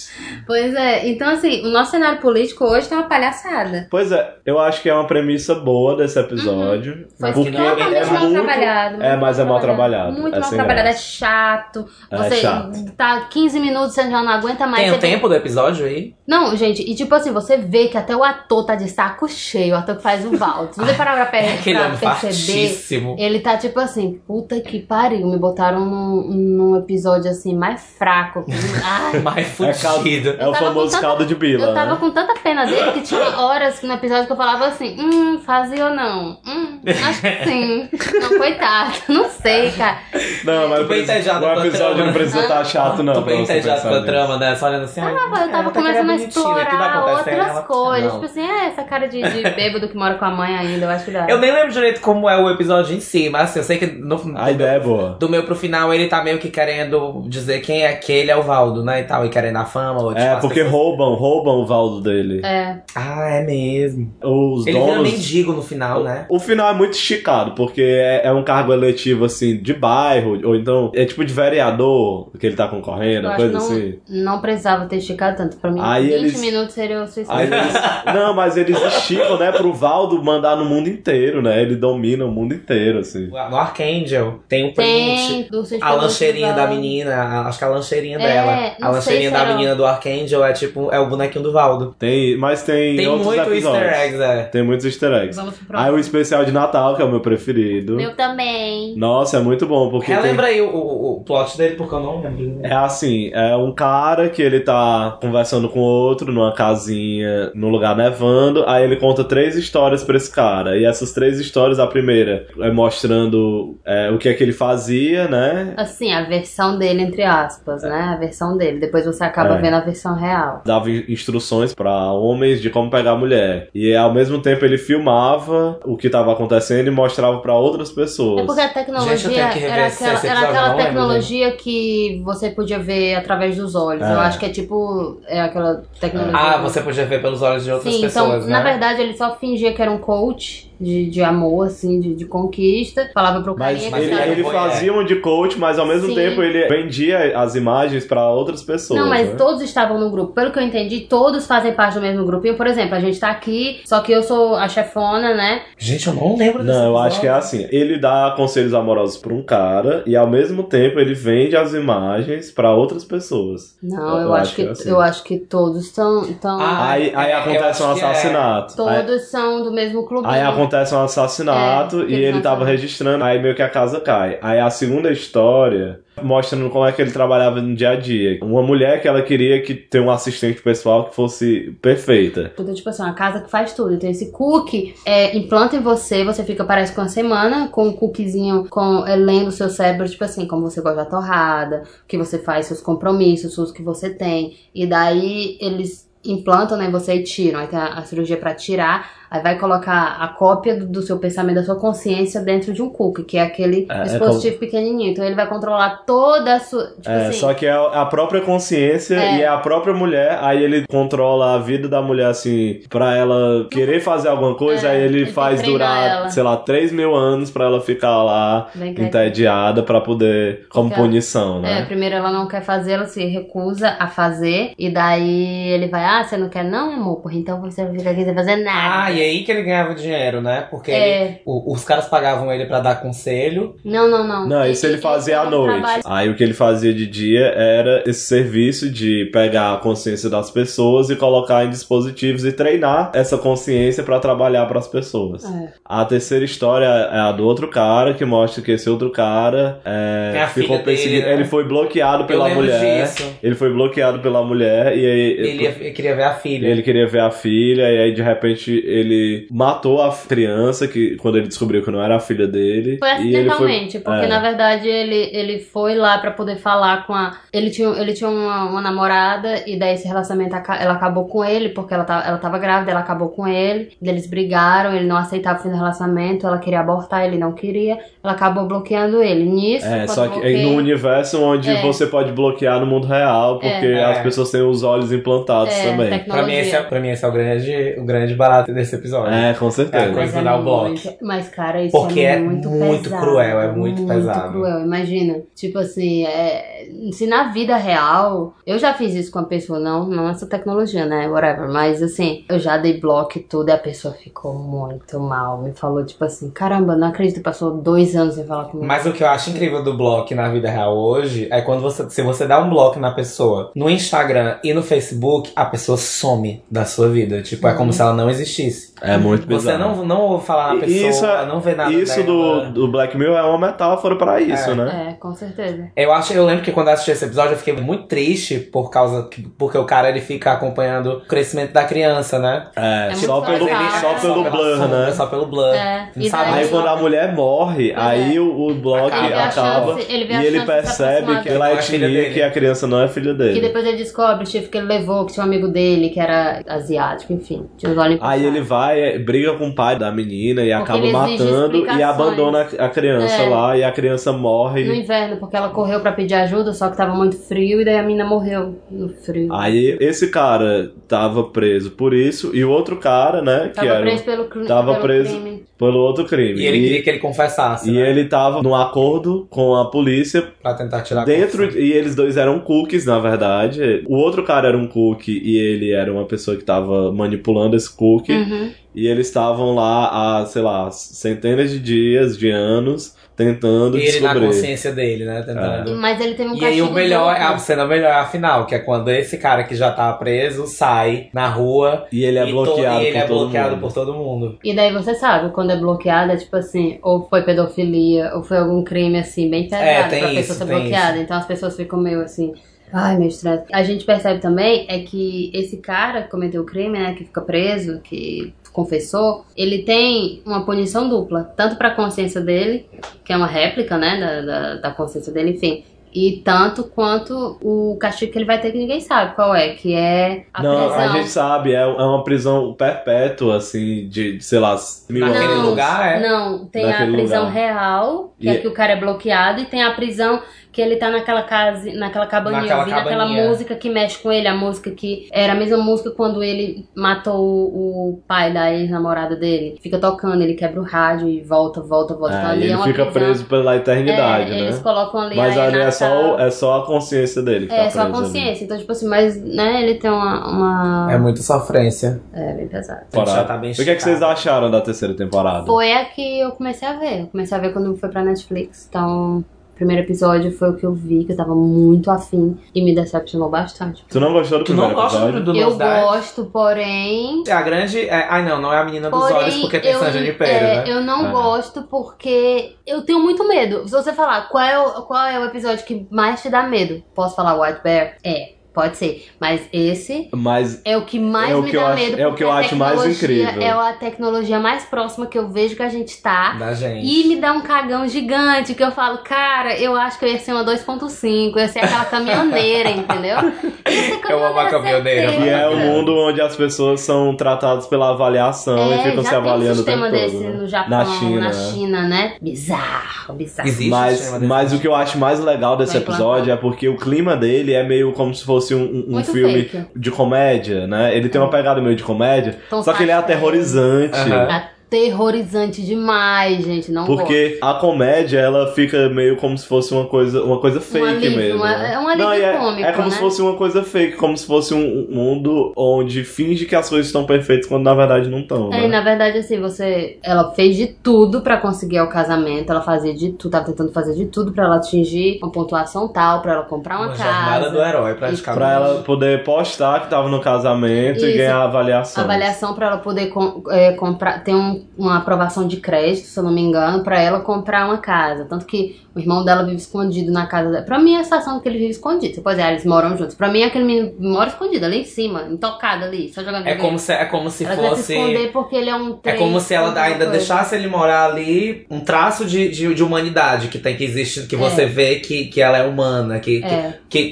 Speaker 1: Pois é, então assim, o nosso cenário político hoje tá uma palhaçada.
Speaker 3: Pois é, eu acho que é uma premissa boa desse episódio.
Speaker 1: Foi
Speaker 3: porque
Speaker 1: totalmente
Speaker 3: é
Speaker 1: mal
Speaker 3: muito...
Speaker 1: trabalhado.
Speaker 3: é, mas é mal trabalhado,
Speaker 1: Muito
Speaker 3: é
Speaker 1: mal
Speaker 3: sem
Speaker 1: trabalhado, é
Speaker 3: graça.
Speaker 1: chato.
Speaker 3: É
Speaker 1: Você
Speaker 3: chato. um
Speaker 1: tá 15 minutos, você já não aguenta mais.
Speaker 2: Tem
Speaker 1: você
Speaker 2: o
Speaker 1: vê-
Speaker 2: tempo do episódio aí?
Speaker 1: Não, gente, e tipo assim, você vê que até o ator tá de saco cheio, o ator que faz o Valdo. Se você parar pra,
Speaker 2: É
Speaker 1: per
Speaker 2: aquele
Speaker 1: pra
Speaker 2: homem
Speaker 1: perceber,
Speaker 2: fartíssimo.
Speaker 1: ele tá tipo assim, puta que pariu, me botaram num, num episódio assim mais fraco. Ai,
Speaker 2: Mais
Speaker 3: É, caldo,
Speaker 2: fudido.
Speaker 3: é
Speaker 1: Eu
Speaker 3: o
Speaker 1: tava
Speaker 3: famoso
Speaker 1: com tanta-
Speaker 3: caldo de bila,
Speaker 1: eu tava
Speaker 3: né?
Speaker 1: com tanta pena dele que tinha horas no episódio que eu falava assim, hum, fazia ou não? Hum, acho que sim. Não, coitado, não sei, cara.
Speaker 3: Não, mas
Speaker 2: Tô
Speaker 3: o
Speaker 2: bem
Speaker 3: presi-
Speaker 2: entediado
Speaker 3: o
Speaker 2: com a
Speaker 3: episódio
Speaker 2: trama.
Speaker 3: não precisa estar chato, não.
Speaker 2: Tô bem
Speaker 3: pra você
Speaker 2: entediado
Speaker 3: pensar
Speaker 2: pela
Speaker 3: nisso.
Speaker 2: trama, né? Só olhando assim. ai,
Speaker 1: Tava, Ah, eu tava
Speaker 2: até né, que era
Speaker 1: começando a
Speaker 2: bonitinho, tudo
Speaker 1: explorar
Speaker 2: acontece, aí
Speaker 1: outras
Speaker 2: ela-
Speaker 1: coisas.
Speaker 2: Não.
Speaker 1: Tipo assim, é, essa cara de, de bêbado que mora com a mãe ainda, eu acho que dá.
Speaker 2: Eu nem lembro direito como é o episódio em si, mas assim, eu sei que no,
Speaker 3: A
Speaker 2: do,
Speaker 3: ideia
Speaker 2: meu,
Speaker 3: é boa.
Speaker 2: do meu pro final ele tá meio que querendo dizer quem é aquele é o Valdo, né? E tal, e querendo a fama. Ou, tipo,
Speaker 3: É,
Speaker 2: as
Speaker 3: porque
Speaker 2: pessoas-
Speaker 3: roubam, roubam o valdo dele.
Speaker 1: É,
Speaker 2: Ah, é mesmo.
Speaker 3: Os
Speaker 2: Ele vira
Speaker 3: donos.
Speaker 2: mendigo no final, né?
Speaker 3: O final é muito esticado, porque é, é um cargo eletivo, assim, de bairro, ou então é tipo de vereador que ele tá concorrendo,
Speaker 1: eu
Speaker 3: uma
Speaker 1: acho que
Speaker 3: coisa
Speaker 1: não,
Speaker 3: assim.
Speaker 1: não precisava ter esticado tanto. Pra mim,
Speaker 3: Aí
Speaker 1: 20
Speaker 3: eles-
Speaker 1: minutos seria o
Speaker 3: Aí
Speaker 1: suicídio.
Speaker 3: eles- não, mas eles esticam, né, pro Valdo mandar no mundo inteiro, né? Ele domina o mundo inteiro, assim.
Speaker 2: No Archangel tem o print.
Speaker 1: Tem, do suicídio.
Speaker 2: A lancheirinha da
Speaker 1: Valdo.
Speaker 2: menina, a- acho que a lancheirinha
Speaker 1: É,
Speaker 2: dela. A
Speaker 1: não sei
Speaker 2: lancheirinha
Speaker 1: se
Speaker 2: da
Speaker 1: era-
Speaker 2: menina do Archangel é tipo, é o bonequinho do Valdo.
Speaker 3: Tem, mas tem,
Speaker 2: Tem
Speaker 3: outros
Speaker 2: muito
Speaker 3: episódios.
Speaker 2: easter eggs, é.
Speaker 3: Tem muitos easter eggs.
Speaker 1: Vamos pro
Speaker 3: Aí
Speaker 1: próximo.
Speaker 3: o especial de Natal, que é o meu preferido.
Speaker 1: Meu também.
Speaker 3: Nossa, é muito bom, porque tem-
Speaker 2: Relembra aí o, o, o plot dele, porque eu não lembro.
Speaker 3: É assim, é um cara que ele tá conversando com outro numa casinha, num lugar nevando, aí ele conta três histórias pra esse cara. E essas três histórias, a primeira é mostrando é, o que é que ele fazia, né?
Speaker 1: Assim, a versão dele, entre aspas, né? A versão dele. Depois você acaba
Speaker 3: É.
Speaker 1: vendo a versão real.
Speaker 3: Dava in- instruções pra homens de como pegar mulher. E ao mesmo tempo ele filmava o que tava acontecendo e mostrava pra outras pessoas.
Speaker 1: É porque a
Speaker 2: Gente, eu
Speaker 1: tecnologia
Speaker 2: tenho que rever
Speaker 1: era
Speaker 2: esse-
Speaker 1: aquela,
Speaker 2: esse
Speaker 1: era
Speaker 2: episódio,
Speaker 1: aquela
Speaker 2: não lembro,
Speaker 1: tecnologia que você podia ver através dos olhos.
Speaker 3: É.
Speaker 1: Eu acho que é tipo. É aquela tecnologia.
Speaker 2: Ah, você podia ver pelos olhos de outras
Speaker 1: Sim,
Speaker 2: pessoas,
Speaker 1: então,
Speaker 2: né?
Speaker 1: na verdade, ele só fingia que era um coach de, de amor, assim, de, de conquista. Falava pro
Speaker 3: Mas
Speaker 1: carinha
Speaker 2: mas
Speaker 1: que
Speaker 3: ele,
Speaker 1: sabe-
Speaker 2: era
Speaker 3: ele
Speaker 2: um
Speaker 3: fazia um de coach, mas ao mesmo
Speaker 1: Sim.
Speaker 3: tempo ele vendia as imagens pra outras pessoas.
Speaker 1: Não, mas
Speaker 3: né?
Speaker 1: todos estavam no grupo. Pelo que eu entendi, todos fazem parte do mesmo grupinho. Por exemplo, a gente tá aqui, só que eu sou a chefona, né?
Speaker 2: Gente, eu não lembro desse
Speaker 3: Não, eu acho que é
Speaker 2: episódio.
Speaker 3: assim. Ele dá conselhos amorosos pra um cara e ao mesmo tempo ele vende as imagens pra outras pessoas.
Speaker 1: Não, eu,
Speaker 3: Eu
Speaker 1: acho,
Speaker 3: acho
Speaker 1: que
Speaker 3: que é assim.
Speaker 1: eu acho que todos são. Então,
Speaker 2: Ah,
Speaker 3: aí aí
Speaker 2: é, eu
Speaker 3: acontece
Speaker 2: acho
Speaker 3: um
Speaker 2: que é.
Speaker 3: assassinato. Aí,
Speaker 1: todos são do mesmo clube.
Speaker 3: aí acontece um assassinato
Speaker 1: Né? É,
Speaker 3: e
Speaker 1: eles
Speaker 3: ele
Speaker 1: não
Speaker 3: tava
Speaker 1: sabem.
Speaker 3: registrando, aí meio que a casa cai. Aí a segunda história mostrando como é que ele trabalhava no dia a dia. Uma mulher que ela queria que ter um assistente pessoal que fosse perfeita.
Speaker 1: Tudo, tipo assim, uma casa que faz tudo. Então, esse cookie é, implanta em você, você fica, parece com uma semana, com um cookiezinho, com, é, lendo o seu cérebro, tipo assim, como você gosta da torrada, o que você faz, seus compromissos, os que você tem. E daí, eles implantam né, em você e tiram. Aí tem a, a cirurgia pra tirar, aí vai colocar a cópia do, do seu pensamento, da sua consciência dentro de um cookie, que é aquele
Speaker 3: É, é
Speaker 1: dispositivo pequenininho. Então, ele vai controlar toda a sua... Tipo
Speaker 3: É,
Speaker 1: assim,
Speaker 3: só que é a própria consciência
Speaker 1: É.
Speaker 3: e é a própria mulher, aí ele controla a vida da mulher, assim, pra ela querer fazer alguma coisa,
Speaker 1: É,
Speaker 3: aí ele
Speaker 1: ele
Speaker 3: faz
Speaker 1: treina
Speaker 3: durar,
Speaker 1: ela.
Speaker 3: sei lá, 3 mil anos pra ela ficar lá
Speaker 1: vem cá.
Speaker 3: entediada pra poder, como
Speaker 1: Fica-
Speaker 3: punição,
Speaker 1: É,
Speaker 3: né?
Speaker 1: primeiro ela não quer fazer, ela se recusa a fazer. E daí ele vai, ah, você não quer não, amor? Porra, então você não fica aqui sem fazer nada.
Speaker 2: Ah, e aí que ele ganhava dinheiro, né? Porque ele-
Speaker 1: é,
Speaker 2: o- os caras pagavam ele pra dar conselho.
Speaker 1: não, não, não.
Speaker 3: Não, isso ele fazia à
Speaker 1: ela
Speaker 2: Então,
Speaker 3: noite.
Speaker 1: trabalha-
Speaker 3: Aí o que ele fazia de dia era esse serviço de pegar a consciência das pessoas e colocar em dispositivos e treinar essa consciência pra trabalhar pras
Speaker 2: Ah.
Speaker 3: pessoas.
Speaker 1: É.
Speaker 3: A terceira história é a do outro cara, que mostra que esse outro cara é,
Speaker 2: É a
Speaker 3: ficou
Speaker 2: filha dele,
Speaker 3: perseguido.
Speaker 2: né?
Speaker 3: Ele foi bloqueado
Speaker 2: Eu
Speaker 3: pela
Speaker 2: lembro
Speaker 3: mulher. né?
Speaker 2: disso.
Speaker 3: Ele foi bloqueado pela mulher e aí.
Speaker 2: Ele, ia- ele queria ver a filha.
Speaker 3: ele queria ver a filha, e aí de repente ele matou a criança, que quando ele descobriu que não era a filha dele.
Speaker 1: Foi
Speaker 3: e ele foi
Speaker 1: acidentalmente, porque
Speaker 3: é.
Speaker 1: na verdade ele, ele foi lá pra poder falar com a. Ele tinha, ele tinha uma, uma namorada, e daí esse relacionamento aca- ela acabou com ele, porque ela, tá, ela tava grávida, ela acabou com ele. Eles brigaram, ele não aceitava o fim do relacionamento, ela queria abortar, ele não queria. Ela acabou bloqueando ele. Nisso.
Speaker 3: É,
Speaker 1: quando
Speaker 3: só que
Speaker 1: bloqueia-
Speaker 3: é num universo onde
Speaker 1: É.
Speaker 3: você pode bloquear no mundo real, porque
Speaker 2: É.
Speaker 3: as pessoas têm os olhos implantados
Speaker 1: É,
Speaker 3: também.
Speaker 1: tecnologia.
Speaker 2: Pra mim, esse é, pra mim, esse é o grande, o grande barato desse episódio.
Speaker 3: É, com certeza.
Speaker 2: É a coisa-
Speaker 1: Mas
Speaker 2: mandar o bloco.
Speaker 1: muito- Mas, cara, isso
Speaker 2: Porque
Speaker 1: é
Speaker 2: é
Speaker 1: muito
Speaker 2: muito
Speaker 1: pesado,
Speaker 2: cruel, é muito pesado.
Speaker 1: cruel, imagina. Tipo assim, é, se na vida real... Eu já fiz isso com a pessoa, não, não essa tecnologia, né, whatever. Mas, assim, eu já dei bloco e tudo e a pessoa ficou muito mal. Me falou, tipo assim, caramba, não acredito, passou dois anos sem falar comigo.
Speaker 2: Mas o que eu acho incrível do bloco na vida real hoje é quando você. Se você dá um bloco na pessoa no Instagram e no Facebook, a pessoa some da sua vida. Tipo, é como se ela não existisse.
Speaker 3: É muito
Speaker 2: Você
Speaker 3: Uhum. bizarro.
Speaker 2: não, não ouve falar na
Speaker 3: E
Speaker 2: pessoa,
Speaker 3: isso é-
Speaker 2: não vê nada
Speaker 3: Isso
Speaker 2: dela.
Speaker 3: do, do Black Mirror é uma metáfora pra isso,
Speaker 2: É.
Speaker 3: né?
Speaker 1: É, com certeza.
Speaker 2: Eu acho, eu lembro que quando eu assisti esse episódio eu fiquei muito triste por causa que- porque o cara ele fica acompanhando o crescimento da criança, né?
Speaker 3: É,
Speaker 1: É
Speaker 3: só,
Speaker 1: muito
Speaker 3: pelo,
Speaker 1: legal.
Speaker 3: só
Speaker 1: É,
Speaker 3: pelo
Speaker 2: pela
Speaker 3: blur,
Speaker 2: sombra,
Speaker 3: né?
Speaker 2: Só pelo blur.
Speaker 1: É,
Speaker 2: Não sabe
Speaker 1: daí-
Speaker 3: Aí quando a mulher morre,
Speaker 1: Pois
Speaker 3: aí o, o bloco
Speaker 1: É. Ele vê a
Speaker 3: acaba
Speaker 1: chance- ele
Speaker 3: e
Speaker 1: vê a
Speaker 3: ele
Speaker 1: chance de se
Speaker 3: percebe
Speaker 1: aproximar
Speaker 3: que
Speaker 1: dele.
Speaker 3: pela
Speaker 2: Não é filha
Speaker 3: etnia
Speaker 2: dele.
Speaker 3: que a criança não é filha
Speaker 1: Que
Speaker 3: dele.
Speaker 1: depois ele descobre, tipo, que ele levou, que tinha um amigo dele, que era asiático, enfim. Tinha os olhos
Speaker 3: Aí ele
Speaker 1: empuxados.
Speaker 3: vai, é, briga com o pai da menina e acaba
Speaker 1: ele exige
Speaker 3: matando e
Speaker 1: explicações.
Speaker 3: abandona a a criança
Speaker 1: É.
Speaker 3: lá e a criança morre.
Speaker 1: No inverno, porque ela correu pra pedir ajuda, só que tava muito frio e daí a menina morreu no frio.
Speaker 3: Aí esse cara tava preso por isso, e o outro cara, né, que
Speaker 1: tava
Speaker 3: era
Speaker 1: preso pelo, cri-
Speaker 3: tava
Speaker 1: pelo
Speaker 3: preso.
Speaker 1: crime.
Speaker 3: pelo outro crime.
Speaker 2: E ele queria que ele confessasse,
Speaker 3: e
Speaker 2: né?
Speaker 3: ele tava num acordo com a polícia
Speaker 2: Pra tentar tirar a
Speaker 3: dentro.
Speaker 2: confissão.
Speaker 3: E eles dois eram cookies, na verdade. O outro cara era um cookie e ele era uma pessoa que tava manipulando esse cookie.
Speaker 1: Uhum.
Speaker 3: E eles estavam lá há, sei lá, centenas de dias, de anos, tentando
Speaker 2: E ele na
Speaker 3: descobrir.
Speaker 2: consciência dele, né?
Speaker 3: É.
Speaker 2: Tentando.
Speaker 1: Mas ele teve um
Speaker 2: E aí o
Speaker 1: castigo
Speaker 2: melhor,
Speaker 1: duplo.
Speaker 2: a cena melhor é a final, que é quando esse cara que já tá preso sai na rua
Speaker 3: E ele é
Speaker 2: e, to-
Speaker 3: bloqueado
Speaker 2: e ele
Speaker 3: por
Speaker 2: é
Speaker 3: todo
Speaker 2: bloqueado
Speaker 3: mundo.
Speaker 2: por todo mundo.
Speaker 1: E daí você sabe, quando é bloqueada, é tipo assim, ou foi pedofilia, ou foi algum crime assim, bem pesado
Speaker 2: É, tem
Speaker 1: pra
Speaker 2: isso,
Speaker 1: pessoa ser
Speaker 2: tem
Speaker 1: bloqueada. Então as pessoas ficam meio assim. Ai, meu estresse. A gente percebe também é que esse cara que cometeu o crime, né, que fica preso, que confessou, ele tem uma punição dupla, tanto pra consciência dele, que é uma réplica, né, da, da, da consciência dele, enfim, e tanto quanto o castigo que ele vai ter que ninguém sabe qual é, que é a
Speaker 3: não,
Speaker 1: prisão.
Speaker 3: a gente sabe, é, é uma prisão perpétua, assim, de, de, sei lá, mil
Speaker 2: Naquele
Speaker 3: anos.
Speaker 2: lugar, é.
Speaker 1: Não, tem a
Speaker 3: Daquele
Speaker 1: prisão
Speaker 3: lugar.
Speaker 1: real, que
Speaker 3: E-
Speaker 1: é que o cara é bloqueado, e tem a prisão que ele tá naquela casa, naquela cabaninha,
Speaker 2: Naquela
Speaker 1: ouvindo aquela
Speaker 2: cabaninha.
Speaker 1: música que mexe com ele, a música que era a mesma música quando ele matou o o pai da ex-namorada dele. Fica tocando, ele quebra o rádio e volta, volta, volta. Então
Speaker 3: É,
Speaker 1: ali
Speaker 3: ele
Speaker 1: é uma
Speaker 3: fica
Speaker 1: prisão-
Speaker 3: preso pela eternidade,
Speaker 1: é,
Speaker 3: né?
Speaker 1: Eles colocam ali
Speaker 3: Mas
Speaker 1: a
Speaker 3: ali é
Speaker 1: Renata-
Speaker 3: só, o- é só a consciência dele que
Speaker 1: É,
Speaker 3: tá
Speaker 1: só a
Speaker 3: presa ali.
Speaker 1: consciência. Então, tipo assim, mas, né, ele tem uma.
Speaker 2: É
Speaker 1: uma...
Speaker 2: muita sofrência.
Speaker 1: É, bem pesado.
Speaker 2: A gente
Speaker 3: Parada.
Speaker 2: já tá bem
Speaker 3: O que, é que vocês
Speaker 2: chocado.
Speaker 3: acharam da terceira temporada?
Speaker 1: Foi a que eu comecei a ver. Eu comecei a ver quando foi pra Netflix. Então, primeiro episódio foi o que eu vi, que eu tava muito afim e me decepcionou bastante.
Speaker 3: Tu não gostou do
Speaker 2: Tu
Speaker 3: primeiro
Speaker 2: não gosta
Speaker 3: episódio?
Speaker 2: do, do
Speaker 1: eu
Speaker 2: Love Dive?
Speaker 1: gosto, porém.
Speaker 2: É a grande. é- ai, não, não é a menina dos
Speaker 1: porém,
Speaker 2: olhos porque tem
Speaker 1: eu,
Speaker 2: San Junipero,
Speaker 1: é,
Speaker 2: né?
Speaker 1: eu não
Speaker 3: É.
Speaker 1: gosto porque eu tenho muito medo. Se você falar qual é, o, qual é o episódio que mais te dá medo, posso falar White Bear? É, pode ser. Mas esse
Speaker 3: Mas
Speaker 1: É o que mais
Speaker 3: É o
Speaker 1: me
Speaker 3: que eu
Speaker 1: dá
Speaker 3: acho-
Speaker 1: medo.
Speaker 3: é o
Speaker 1: porque
Speaker 3: que eu
Speaker 1: a
Speaker 3: acho mais
Speaker 1: tecnologia
Speaker 3: incrível.
Speaker 1: É a tecnologia mais próxima que eu vejo que a gente tá.
Speaker 2: Da gente.
Speaker 1: E me dá um cagão gigante que eu falo, cara, eu acho que eu ia ser uma 2.5, eu ia ser aquela caminhoneira, entendeu? é
Speaker 2: Eu amo a É caminhoneira,
Speaker 1: certeza.
Speaker 3: que é o
Speaker 2: Maravilhoso.
Speaker 3: mundo onde as pessoas são tratadas pela avaliação
Speaker 1: É,
Speaker 3: e ficam
Speaker 1: já
Speaker 3: se avaliando
Speaker 1: tem um sistema
Speaker 3: o tempo
Speaker 1: desse
Speaker 3: todo. né?
Speaker 1: no Japão,
Speaker 3: na China.
Speaker 1: na
Speaker 3: né?
Speaker 1: China, né? Bizarro, bizarro.
Speaker 2: Existe um
Speaker 3: Mas,
Speaker 2: sistema desse?
Speaker 3: mas o que eu acho mais legal desse
Speaker 1: Vai
Speaker 3: episódio é porque o clima dele é meio como se fosse um- um, um
Speaker 1: Muito
Speaker 3: filme
Speaker 1: fake. Hum.
Speaker 3: de comédia, né? Ele tem uma pegada meio de comédia,
Speaker 1: Então,
Speaker 3: só que ele é
Speaker 1: sabe?
Speaker 3: aterrorizante.
Speaker 2: Aham.
Speaker 1: Aterrorizante demais, gente, não gosto.
Speaker 3: Porque a comédia, ela fica meio como se fosse uma coisa, uma coisa fake
Speaker 1: alívio,
Speaker 3: mesmo.
Speaker 1: uma-
Speaker 3: né?
Speaker 1: é um alívio
Speaker 3: Não, e é,
Speaker 1: cômico,
Speaker 3: É como
Speaker 1: né?
Speaker 3: se fosse uma coisa fake, como se fosse um um mundo onde finge que as coisas estão perfeitas quando na verdade não né? estão.
Speaker 1: É, e na verdade, assim, você. Ela fez de tudo pra conseguir o casamento. Ela fazia de tudo, tava tentando fazer de tudo pra ela atingir uma pontuação tal, pra ela comprar uma,
Speaker 2: Uma jornada
Speaker 1: casa.
Speaker 2: do herói, praticamente.
Speaker 3: Pra ela poder postar que tava no casamento e
Speaker 1: Isso.
Speaker 3: ganhar a avaliação.
Speaker 1: Avaliação pra ela poder com- é, comprar, ter um- uma aprovação de crédito, se eu não me engano, pra ela comprar uma casa. Tanto que o irmão dela vive escondido na casa dela. Pra mim, é a sensação que ele vive escondido. Pois é, eles moram juntos. Pra mim, aquele menino mora escondido ali em cima, intocado ali, só jogando
Speaker 2: É
Speaker 1: videogame.
Speaker 2: como se, é como se
Speaker 1: ela vai se
Speaker 2: fosse.
Speaker 1: esconder porque ele é um
Speaker 2: É
Speaker 1: trem,
Speaker 2: como se ela
Speaker 1: alguma
Speaker 2: ainda
Speaker 1: coisa.
Speaker 2: deixasse ele morar ali um traço de, de, de humanidade que tem que existir, que você vê que, que ela é humana, que, que-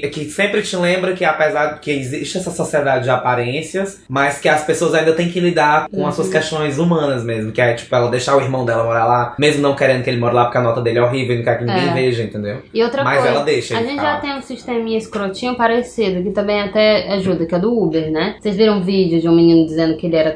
Speaker 1: É.
Speaker 2: que, que sempre te lembra que apesar que existe essa sociedade de aparências, mas que as pessoas ainda têm que lidar com as suas
Speaker 1: Uhum.
Speaker 2: questões humanas mesmo, que é tipo ela deixar o irmão dela morar lá, mesmo não querendo que ele more lá porque a nota dele é horrível e não quer que ninguém
Speaker 1: É.
Speaker 2: veja, entendeu?
Speaker 1: E outra
Speaker 2: mas
Speaker 1: coisa.
Speaker 2: ela deixa.
Speaker 1: A
Speaker 2: ele
Speaker 1: gente
Speaker 2: ficar
Speaker 1: já
Speaker 2: lá.
Speaker 1: tem um sisteminha escrotinho parecido, que também até ajuda, que é do Uber, né? Vocês viram um vídeo de um menino dizendo que ele era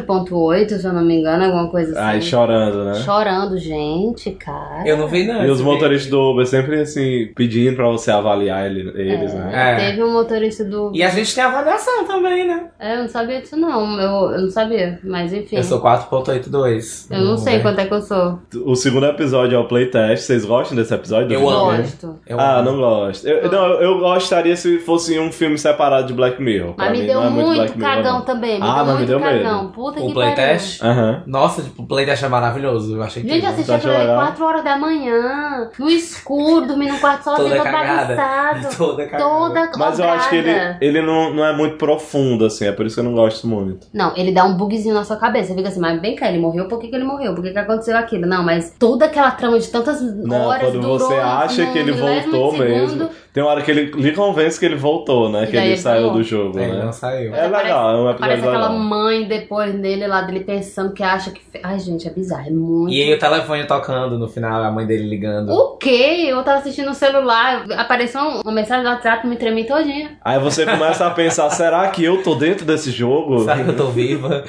Speaker 1: 4.8, se eu não me engano, alguma coisa assim.
Speaker 3: Aí chorando, né?
Speaker 1: Chorando, gente, cara.
Speaker 2: Eu não vi não.
Speaker 3: E os
Speaker 2: esse
Speaker 3: motoristas do Uber sempre assim, pedindo pra você avaliar ele- eles, né?
Speaker 2: É.
Speaker 1: Teve um motorista do
Speaker 2: vídeo.
Speaker 1: Uber.
Speaker 2: E a gente tem avaliação também, né?
Speaker 1: É, eu não sabia disso, não. Eu, eu não sabia, mas enfim.
Speaker 2: Eu sou né? 4.82.
Speaker 1: Eu não sei
Speaker 2: Vamos ver.
Speaker 1: quanto é que eu sou.
Speaker 3: O segundo episódio é o playtest. Vocês gostam desse episódio? do
Speaker 2: Eu
Speaker 3: Black
Speaker 2: amo.
Speaker 3: Mirror?
Speaker 1: Gosto.
Speaker 2: Eu
Speaker 3: Ah,
Speaker 2: amo.
Speaker 3: não gosto. Eu, eu- não, eu eu gostaria se fosse um filme separado de Black Mirror. Pra
Speaker 1: Mas me
Speaker 3: mim,
Speaker 1: deu
Speaker 3: não é
Speaker 1: muito,
Speaker 3: Black Mirror,
Speaker 1: cagão
Speaker 3: não.
Speaker 1: também. Me deu
Speaker 3: Ah, mas me
Speaker 1: muito
Speaker 3: deu medo.
Speaker 1: cagão. Puta
Speaker 2: O
Speaker 1: que pariu.
Speaker 2: um playtest?
Speaker 3: Aham.
Speaker 2: Nossa, tipo, o playtest é maravilhoso. Eu achei
Speaker 1: Gente,
Speaker 2: incrível.
Speaker 1: eu assisti aquilo ali
Speaker 3: legal.
Speaker 1: 4 horas da manhã, no escuro, dormindo num quarto sozinho,
Speaker 2: Toda
Speaker 1: todo
Speaker 2: cagada.
Speaker 1: bagunçado.
Speaker 2: Toda cagada.
Speaker 1: Toda
Speaker 3: Mas eu acho que ele,
Speaker 1: rodada.
Speaker 3: ele não, não é muito profundo, assim. É por isso que eu não gosto muito.
Speaker 1: Não, ele dá um bugzinho na sua cabeça. Você fica assim, mas bem cá, ele morreu, por que, que ele morreu? Por que, que aconteceu aquilo? Não, mas toda aquela trama de tantas
Speaker 3: Não,
Speaker 1: horas
Speaker 3: quando
Speaker 1: durou
Speaker 3: você
Speaker 1: no-
Speaker 3: acha
Speaker 1: no
Speaker 3: que ele
Speaker 1: milésimo de
Speaker 3: voltou
Speaker 1: segundo,
Speaker 3: mesmo. Tem uma hora que ele lhe convence que ele voltou, né?
Speaker 1: E
Speaker 3: Que
Speaker 1: daí
Speaker 3: ele,
Speaker 1: ele
Speaker 3: saiu
Speaker 1: falou.
Speaker 3: do jogo,
Speaker 2: Ele
Speaker 3: né?
Speaker 2: não saiu.
Speaker 3: É legal, é um episódio
Speaker 1: Parece aquela
Speaker 3: legal.
Speaker 1: mãe depois dele lá, dele pensando que acha que... fe- Ai, gente, é bizarro, é muito...
Speaker 2: E aí o telefone tocando no final, a mãe dele ligando.
Speaker 1: O quê? Eu tava assistindo no celular, apareceu um, uma mensagem no WhatsApp, me tremi todinha.
Speaker 3: Aí você começa a pensar, será que eu tô dentro desse
Speaker 1: Uh!
Speaker 3: jogo?
Speaker 2: Será que eu tô viva?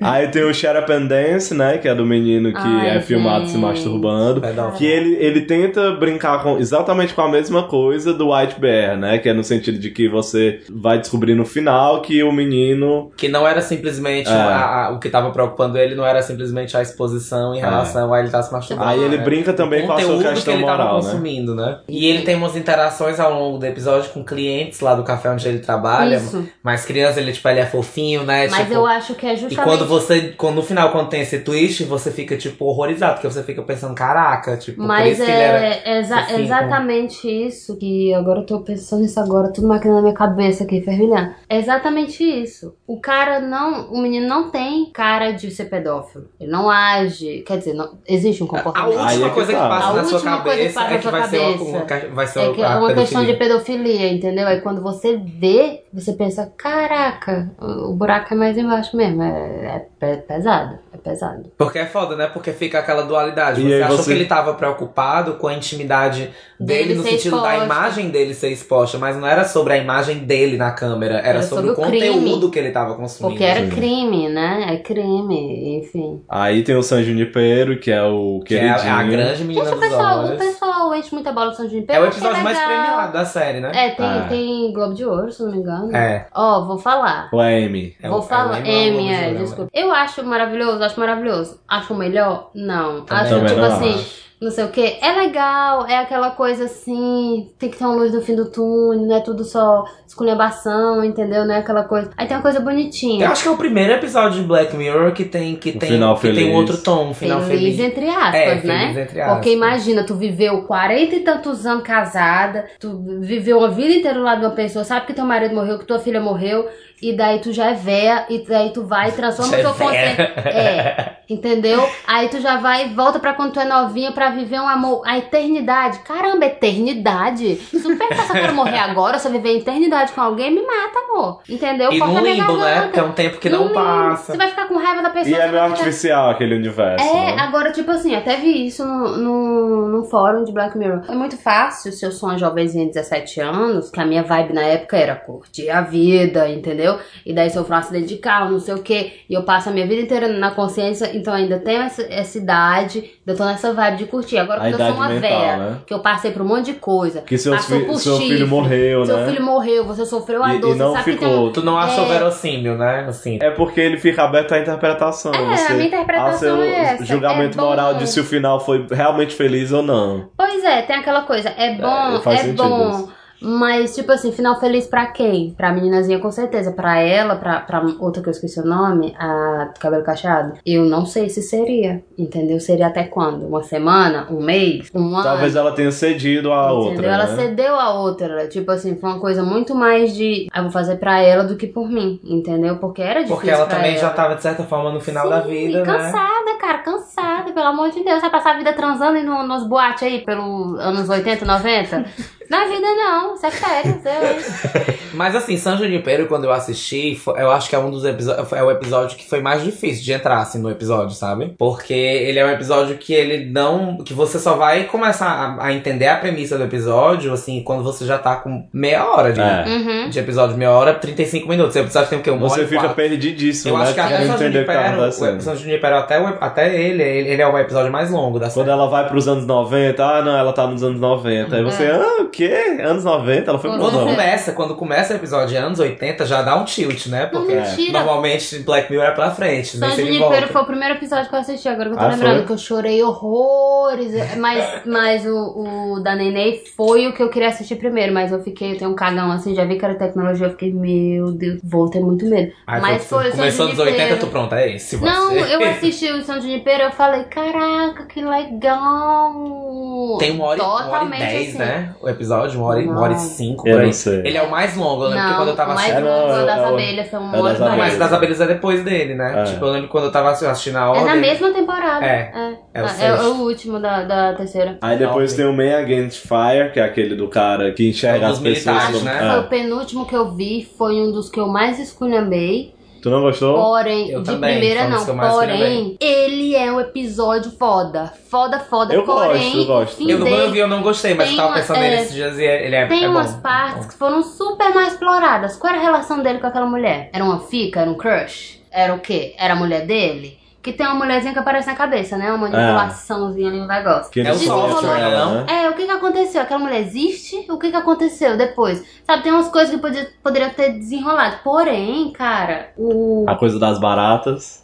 Speaker 3: Aí tem o Shut Up and Dance, né? Que é do menino que
Speaker 1: Ai,
Speaker 3: é filmado se
Speaker 1: gente.
Speaker 3: masturbando.
Speaker 2: Pedófilo.
Speaker 3: Que ele, ele tenta brincar com exatamente com a mesma coisa do White Bear, né? Que é no sentido de que você vai descobrir no final que o menino.
Speaker 2: Que não era simplesmente
Speaker 3: É.
Speaker 2: a- a- o que tava preocupando ele, não era simplesmente a exposição em
Speaker 3: É.
Speaker 2: relação a ele estar se machucando.
Speaker 3: Aí
Speaker 1: É.
Speaker 3: ele brinca também com a sua
Speaker 2: Ah, é. conteúdo que
Speaker 3: questão
Speaker 2: ele tava
Speaker 3: moral, né?
Speaker 2: consumindo, né? E ele tem umas interações ao longo do episódio com clientes lá do café onde ele trabalha.
Speaker 1: Isso.
Speaker 2: Mas criança, ele, tipo, ele é fofinho, né?
Speaker 1: Mas
Speaker 2: tipo,
Speaker 1: eu acho que é
Speaker 2: E
Speaker 1: justamente...
Speaker 2: quando você, quando no final, quando tem esse twist, você fica, tipo, horrorizado, porque você fica pensando, caraca, tipo, por
Speaker 1: Mas
Speaker 2: isso que ele era.
Speaker 1: é exa-
Speaker 2: assim, então.
Speaker 1: exatamente isso que agora eu tô pensando nisso agora, tudo maquinando na minha cabeça aqui, fervilhando. É exatamente isso. O cara não. O menino não tem cara de ser pedófilo. Ele não age. Quer dizer, não- existe um
Speaker 2: A
Speaker 1: comportamento.
Speaker 3: Aí
Speaker 2: última
Speaker 3: é que
Speaker 2: coisa que
Speaker 3: tá.
Speaker 2: passa
Speaker 1: A
Speaker 2: na sua
Speaker 1: última coisa que
Speaker 2: cabeça
Speaker 1: passa
Speaker 2: é
Speaker 1: na
Speaker 2: que
Speaker 1: sua
Speaker 2: vai ser uma,
Speaker 1: cabeça.
Speaker 2: uma ca- vai ser
Speaker 1: É
Speaker 2: uma,
Speaker 1: que é uma
Speaker 2: pedofilia.
Speaker 1: questão de pedofilia, entendeu? Aí quando você vê, você pensa, caraca, o buraco é mais embaixo mesmo. É, é pe- pesado, é pesado.
Speaker 2: Porque é foda, né? Porque fica aquela dualidade.
Speaker 3: E
Speaker 2: Você
Speaker 3: aí
Speaker 2: achou
Speaker 3: você-
Speaker 2: que ele tava preocupado com a intimidade dele,
Speaker 1: Dele
Speaker 2: no
Speaker 1: ser
Speaker 2: sentido da
Speaker 1: exposta.
Speaker 2: imagem dele ser exposta, mas não era sobre a imagem dele na câmera, era,
Speaker 1: Era
Speaker 2: sobre,
Speaker 1: sobre
Speaker 2: o
Speaker 1: o crime.
Speaker 2: conteúdo que ele tava consumindo.
Speaker 1: Porque era
Speaker 3: sim.
Speaker 1: crime, né? É crime, enfim.
Speaker 3: Aí tem o San Junipero, que é o
Speaker 2: Que é
Speaker 3: queridinho.
Speaker 2: a, a grande menina
Speaker 1: Gente, o
Speaker 2: dos
Speaker 1: pessoal, o
Speaker 2: olhos.
Speaker 1: pessoal enche muita bola do São Junipero.
Speaker 2: É o
Speaker 1: porque
Speaker 2: episódio mais
Speaker 1: legal.
Speaker 2: premiado da série, né?
Speaker 1: É, tem,
Speaker 3: Ah.
Speaker 1: tem Globo de Ouro, se não me engano.
Speaker 2: É.
Speaker 1: Ó, vou falar.
Speaker 3: O Amy.
Speaker 2: É o- é
Speaker 1: vou
Speaker 2: o
Speaker 1: falar.
Speaker 2: Emma
Speaker 1: É, minha,
Speaker 2: Globo de Ouro, né?
Speaker 1: desculpa. Eu acho maravilhoso, acho maravilhoso. Acho o melhor? Não.
Speaker 2: Também é
Speaker 1: acho,
Speaker 3: não.
Speaker 1: tipo
Speaker 3: Também não
Speaker 1: assim,
Speaker 2: acho.
Speaker 1: não sei o que. É legal, é aquela coisa assim, tem que ter uma luz no fim do túnel, não é tudo só esculhambação, entendeu? Não é aquela coisa. Aí tem uma coisa bonitinha.
Speaker 2: Eu acho que é o primeiro episódio de Black Mirror que tem que
Speaker 3: Um
Speaker 2: tem
Speaker 3: final
Speaker 2: que tem
Speaker 3: feliz.
Speaker 2: outro tom, um final feliz.
Speaker 1: assim, Feliz, entre aspas,
Speaker 2: É,
Speaker 1: né?
Speaker 2: feliz entre aspas.
Speaker 1: Porque imagina, tu viveu 40 e tantos anos casada, tu viveu a vida inteira do lado de uma pessoa, sabe que teu marido morreu, que tua filha morreu, e daí tu já é véia, e daí tu vai e transforma
Speaker 2: Já
Speaker 1: o teu
Speaker 2: é véia.
Speaker 1: conceito. É, entendeu? Aí tu já vai e volta pra quando tu é novinha pra viver um amor, a eternidade. Caramba, eternidade? Super que eu só quero morrer agora, se eu viver a eternidade com alguém, me mata, amor. Entendeu?
Speaker 2: E
Speaker 1: Corta
Speaker 2: num
Speaker 1: minha
Speaker 2: limbo, né?
Speaker 1: garganta.
Speaker 2: Que é um tempo que
Speaker 1: Num
Speaker 2: não
Speaker 1: limbo.
Speaker 2: passa.
Speaker 1: Você Hum, vai ficar com raiva da pessoa.
Speaker 3: E é
Speaker 1: você
Speaker 3: meio
Speaker 1: vai ficar-
Speaker 3: artificial aquele universo.
Speaker 1: é,
Speaker 3: né?
Speaker 1: agora, tipo assim, até vi isso no, no, num fórum de Black Mirror. É muito fácil se eu sou uma jovenzinha de 17 anos, que a minha vibe na época era curtir a vida, entendeu? E daí sofro um acidente de carro, não sei o quê, e eu passo a minha vida inteira na consciência, então ainda tenho essa, essa idade, eu tô nessa vibe de curtir. Agora,
Speaker 3: A
Speaker 1: quando eu sou
Speaker 3: idade
Speaker 1: uma
Speaker 3: mental,
Speaker 1: véia,
Speaker 3: né?
Speaker 1: que eu passei por um monte de coisa,
Speaker 3: Que seus
Speaker 1: passou
Speaker 3: fi-
Speaker 1: por
Speaker 3: seu
Speaker 1: chifre,
Speaker 3: filho morreu,
Speaker 1: seu
Speaker 3: né?
Speaker 1: filho morreu, você sofreu a
Speaker 3: E-
Speaker 1: dor,
Speaker 3: e não
Speaker 1: você sabe que tem um-
Speaker 3: ficou.
Speaker 2: Tu não achou
Speaker 1: É.
Speaker 2: verossímil, né? Assim.
Speaker 3: É porque ele fica aberto à interpretação.
Speaker 1: É, a
Speaker 3: você,
Speaker 1: minha interpretação
Speaker 3: a seu
Speaker 1: é essa.
Speaker 3: julgamento
Speaker 1: É bom.
Speaker 3: moral de se o final foi realmente feliz ou não.
Speaker 1: Pois é, tem aquela coisa, é bom, é,
Speaker 3: faz sentido
Speaker 1: bom.
Speaker 3: isso.
Speaker 1: Mas, tipo assim, final feliz pra quem? Pra meninazinha, com certeza. Pra ela, pra, pra outra que eu esqueci o nome, a do cabelo cacheado. Eu não sei se seria, entendeu? Seria até quando? Uma semana? Um mês? Um ano?
Speaker 3: Talvez ela tenha cedido a
Speaker 1: Entendeu?
Speaker 3: outra.
Speaker 1: Ela
Speaker 3: né?
Speaker 1: cedeu a outra. Tipo assim, foi uma coisa muito mais de. "Ah, Eu vou fazer pra ela do que por mim, entendeu? Porque era difícil.
Speaker 2: Porque ela
Speaker 1: pra
Speaker 2: também
Speaker 1: ela.
Speaker 2: já tava, de certa forma, no final
Speaker 1: Sim,
Speaker 2: da vida, né?
Speaker 1: cansada, cara, cansada, pelo amor de Deus. Vai passar a vida transando e no, nos boates aí, pelos anos 80, 90? Na vida não, isso é sério. Você...
Speaker 2: Mas assim, San Junipero, quando eu assisti, fo- eu acho que é um dos episódios. É o episódio que foi mais difícil de entrar, assim, no episódio, sabe? Porque ele é um episódio que ele não. que você só vai começar a, a entender a premissa do episódio, assim, quando você já tá com meia hora de,
Speaker 3: É.
Speaker 1: Uhum.
Speaker 2: de episódio, meia hora, 35 minutos. Você episódio tem o quê? Uma hora
Speaker 3: Você
Speaker 2: e
Speaker 3: fica
Speaker 2: quatro.
Speaker 3: perdidíssimo,
Speaker 2: Eu
Speaker 3: né?
Speaker 2: acho que até
Speaker 3: Querendo
Speaker 2: San
Speaker 3: entender o que tá
Speaker 2: Junipero, o
Speaker 3: acontecendo.
Speaker 2: San Junipero, até, o- até ele, ele, ele é o episódio mais longo da série.
Speaker 3: Quando ela vai pros anos 90, ah, não, ela tá nos anos 90. Aí você, ah, o quê? Anos 90? Ela foi pros
Speaker 1: É. Quando
Speaker 2: Quando
Speaker 3: anos 90.
Speaker 2: começa, quando começa o episódio de anos 80, já dá um tilt, né?
Speaker 1: Não,
Speaker 2: Porque
Speaker 1: mentira.
Speaker 2: normalmente Black Mirror é pra frente, nem
Speaker 1: San
Speaker 2: se ele
Speaker 1: Junipero
Speaker 2: volta.
Speaker 1: foi o primeiro episódio que eu assisti, agora que eu tô
Speaker 3: Ah,
Speaker 1: lembrando
Speaker 3: foi?
Speaker 1: que eu chorei horrores. Mas, mas o, o da Nenê foi o que eu queria assistir primeiro, mas eu fiquei, eu tenho um cagão assim, já vi que era tecnologia, eu fiquei, meu Deus, vou ter muito medo.
Speaker 2: Aí
Speaker 1: mas
Speaker 2: quando
Speaker 1: foi o San
Speaker 2: Ah, Começou nos
Speaker 1: Junipero.
Speaker 2: 80, tu pronto, é esse. Você.
Speaker 1: Não, eu assisti o São Junipero e eu falei, caraca, que legal!
Speaker 2: Tem uma hora, e- uma hora e
Speaker 1: Totalmente
Speaker 2: dez,
Speaker 1: assim.
Speaker 2: né? O episódio, uma hora, e- uma
Speaker 1: Não.
Speaker 2: hora e cinco,
Speaker 3: Eu
Speaker 2: por aí.
Speaker 3: não sei.
Speaker 2: Ele é o mais longo, eu lembro que
Speaker 1: Não,
Speaker 2: quando eu tava assim,
Speaker 1: mais um
Speaker 2: assistindo.
Speaker 3: É, não,
Speaker 1: foi o das
Speaker 3: é o-
Speaker 1: abelhas, foi um
Speaker 3: é o
Speaker 1: hora
Speaker 3: das
Speaker 1: e
Speaker 2: Não, mas
Speaker 1: quarenta.
Speaker 3: abelhas.
Speaker 2: das abelhas é depois dele, né?
Speaker 3: É.
Speaker 2: Tipo, eu lembro que quando eu tava assistindo a
Speaker 1: É
Speaker 2: ordem.
Speaker 1: na mesma temporada.
Speaker 2: É, é o sexto.
Speaker 1: último da, da terceira.
Speaker 3: Aí depois tem o Man Against Fire, que é aquele do cara que enxerga
Speaker 2: É um
Speaker 3: as
Speaker 2: dos
Speaker 3: pessoas.
Speaker 2: militares,
Speaker 3: como-
Speaker 2: né?
Speaker 1: Acho que foi o penúltimo que eu vi, foi um dos que eu mais esculhambei.
Speaker 3: É. Tu não gostou?
Speaker 1: Porém,
Speaker 2: Eu
Speaker 1: de
Speaker 2: também,
Speaker 1: primeira
Speaker 2: foi um dos
Speaker 1: não.
Speaker 2: que eu mais
Speaker 1: Porém, ele é um episódio foda. Foda, foda.
Speaker 3: Eu gosto,
Speaker 1: porém,
Speaker 3: eu gosto.
Speaker 1: o fim
Speaker 2: Eu não
Speaker 1: dele-
Speaker 2: eu vi, eu não gostei, mas
Speaker 1: Tem
Speaker 2: eu tava
Speaker 1: uma-
Speaker 2: pensando
Speaker 1: é.
Speaker 2: nele esses dias e ele é.
Speaker 1: Tem
Speaker 2: é bom,
Speaker 1: umas
Speaker 2: é bom.
Speaker 1: partes que foram super mais exploradas. Qual era a relação dele com aquela mulher? Era uma fica? Era um crush? Era o quê? Era a mulher dele? Que tem uma mulherzinha que aparece na cabeça, né? Uma manipulaçãozinha ali no negócio.
Speaker 3: Que ele
Speaker 2: É o
Speaker 3: se
Speaker 1: Sol,
Speaker 3: conhece
Speaker 1: não é?
Speaker 3: ela, né?
Speaker 1: É, o que que aconteceu? Aquela mulher existe? O que que aconteceu depois? Sabe, tem umas coisas que podia, poderia ter desenrolado. Porém, cara, o...
Speaker 3: A coisa das baratas.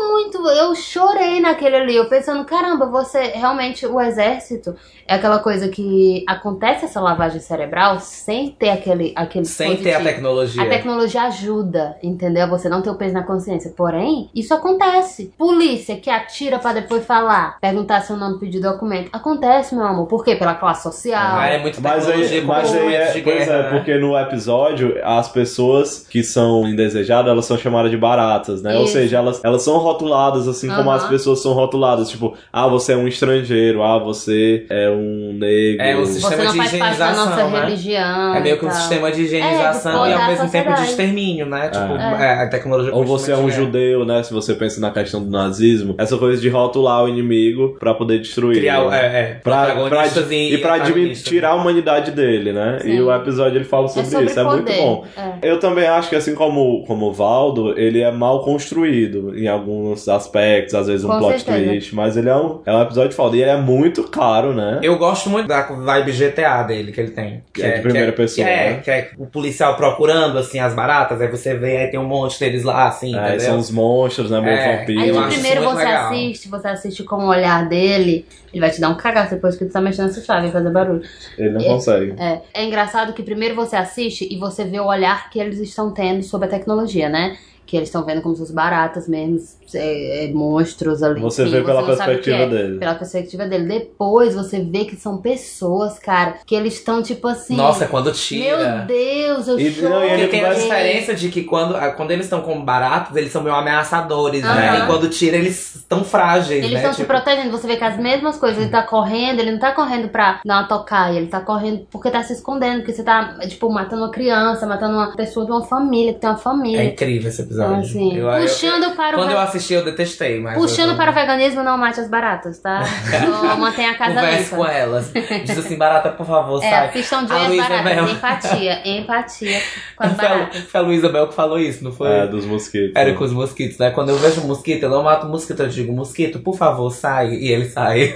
Speaker 1: Muito, muito. Eu chorei naquele ali. Eu pensando, caramba, você realmente, o exército é aquela coisa que acontece essa lavagem cerebral sem ter aquele. aquele
Speaker 2: Sem ter a
Speaker 1: dispositivo.
Speaker 2: tecnologia.
Speaker 1: A tecnologia ajuda, entendeu? Você não ter o peso na consciência. Porém, isso acontece. Polícia que atira pra depois falar, perguntar seu nome, pedir documento. Acontece, meu amor. Por quê? Pela classe social.
Speaker 2: Ah, é muito
Speaker 3: Mas aí,
Speaker 2: tecnologia,
Speaker 3: mas
Speaker 2: com
Speaker 3: aí
Speaker 2: instrumentos de
Speaker 3: é, pois
Speaker 2: guerra,
Speaker 3: é,
Speaker 2: né?
Speaker 3: porque no episódio as pessoas que são indesejadas, elas são chamadas de baratas, né? Ou
Speaker 1: Isso.
Speaker 3: seja, elas, elas são rotuladas assim como
Speaker 1: Aham.
Speaker 3: as pessoas são rotuladas, tipo, ah, você é um estrangeiro, ah, você é um negro.
Speaker 2: É, o sistema
Speaker 1: Você não
Speaker 2: de
Speaker 1: faz parte da
Speaker 2: higienização,
Speaker 1: nossa
Speaker 2: né?
Speaker 1: religião.
Speaker 2: É meio que
Speaker 1: e
Speaker 2: um
Speaker 1: tal.
Speaker 2: sistema de higienização
Speaker 1: Então. É, de
Speaker 2: e ao
Speaker 1: podar a
Speaker 2: mesmo tempo de
Speaker 1: sociedade.
Speaker 2: extermínio, né? Tipo,
Speaker 1: É.
Speaker 2: é, a tecnologia.
Speaker 3: Ou você é um
Speaker 2: constantemente
Speaker 3: judeu, né? Se você pensa na questão do nazismo, essa coisa de rotular o inimigo pra poder destruir.
Speaker 2: Criar,
Speaker 3: né?
Speaker 2: é, é,
Speaker 3: Pra, pra,
Speaker 2: protagonistas
Speaker 3: e pra dimi-
Speaker 2: antagonistas. né?
Speaker 3: tirar a humanidade dele, né?
Speaker 1: Sim.
Speaker 3: E o episódio ele fala sobre,
Speaker 1: É sobre
Speaker 3: isso, é muito
Speaker 1: poder.
Speaker 3: bom.
Speaker 1: É.
Speaker 3: Eu também acho que assim como, como o Valdo, ele é mal construído em alguns aspectos, às vezes um
Speaker 1: Com
Speaker 3: plot
Speaker 1: certeza.
Speaker 3: twist, mas ele é um, é um episódio foda. E ele é muito caro, né?
Speaker 2: Eu gosto muito da vibe GTA dele que ele tem.
Speaker 3: Que é de primeira pessoa,
Speaker 2: Que é,
Speaker 3: né?
Speaker 2: que é o policial procurando, assim, as baratas, aí você vê, aí tem um monte deles lá, assim,
Speaker 3: É,
Speaker 2: entendeu?
Speaker 3: são os monstros, né?
Speaker 2: É.
Speaker 3: É.
Speaker 2: Eu
Speaker 1: Aí de
Speaker 2: acho
Speaker 1: primeiro
Speaker 2: isso
Speaker 1: você
Speaker 2: muito legal.
Speaker 1: assiste, você assiste com o olhar dele, ele vai te dar um cagaço depois que tu tá mexendo nessa chave e fazer barulho.
Speaker 3: Ele não
Speaker 1: É.
Speaker 3: consegue.
Speaker 1: É, é engraçado que primeiro você assiste e você vê o olhar que eles estão tendo sobre a tecnologia, né? Que eles estão vendo como se fossem baratas mesmo, é, é, monstros ali.
Speaker 3: Você
Speaker 1: enfim,
Speaker 3: vê pela
Speaker 1: não sabe o que
Speaker 3: perspectiva
Speaker 1: é
Speaker 3: dele.
Speaker 1: pela perspectiva dele. Depois você vê que são pessoas, cara, que eles estão tipo assim.
Speaker 2: Nossa, quando
Speaker 1: meu
Speaker 2: tira.
Speaker 1: Deus, eu
Speaker 3: é E-
Speaker 1: choro.
Speaker 3: não, e ele
Speaker 2: Porque tem a
Speaker 3: vai-
Speaker 2: diferença de que quando, ah, quando eles estão como baratos, eles são meio ameaçadores, né?
Speaker 1: Aham.
Speaker 2: E quando tira, eles estão frágeis,
Speaker 1: Eles
Speaker 2: né?
Speaker 1: estão se
Speaker 2: Tipo,
Speaker 1: protegendo, você vê que as mesmas coisas, ele tá correndo, ele não tá correndo pra não tocar, ele tá correndo porque tá se escondendo, porque você tá, tipo, matando uma criança, matando uma pessoa de uma família, que tem uma
Speaker 2: É
Speaker 1: família.
Speaker 2: incrível esse episódio.
Speaker 1: então, assim,
Speaker 2: Eu- eu-
Speaker 1: puxando para o
Speaker 2: quando
Speaker 1: ve-
Speaker 2: eu assisti, eu detestei, mas.
Speaker 1: puxando
Speaker 2: eu,
Speaker 1: para o veganismo, não mate as baratas, tá? Só mantém a casa
Speaker 2: Converse com
Speaker 1: limpa.
Speaker 2: elas. Diz assim, barata, por favor,
Speaker 1: É,
Speaker 2: sai.
Speaker 1: assistam de
Speaker 2: A
Speaker 1: as
Speaker 2: Luísa Mel.
Speaker 1: baratas, empatia, empatia com as
Speaker 2: Foi a-
Speaker 1: baratas.
Speaker 2: Foi a Luísa Bel que falou isso, não foi?
Speaker 3: É, dos mosquitos.
Speaker 2: Era com os mosquitos, né? Quando eu vejo um mosquito, eu não mato o mosquito, eu digo, mosquito, por favor, sai. E ele sai.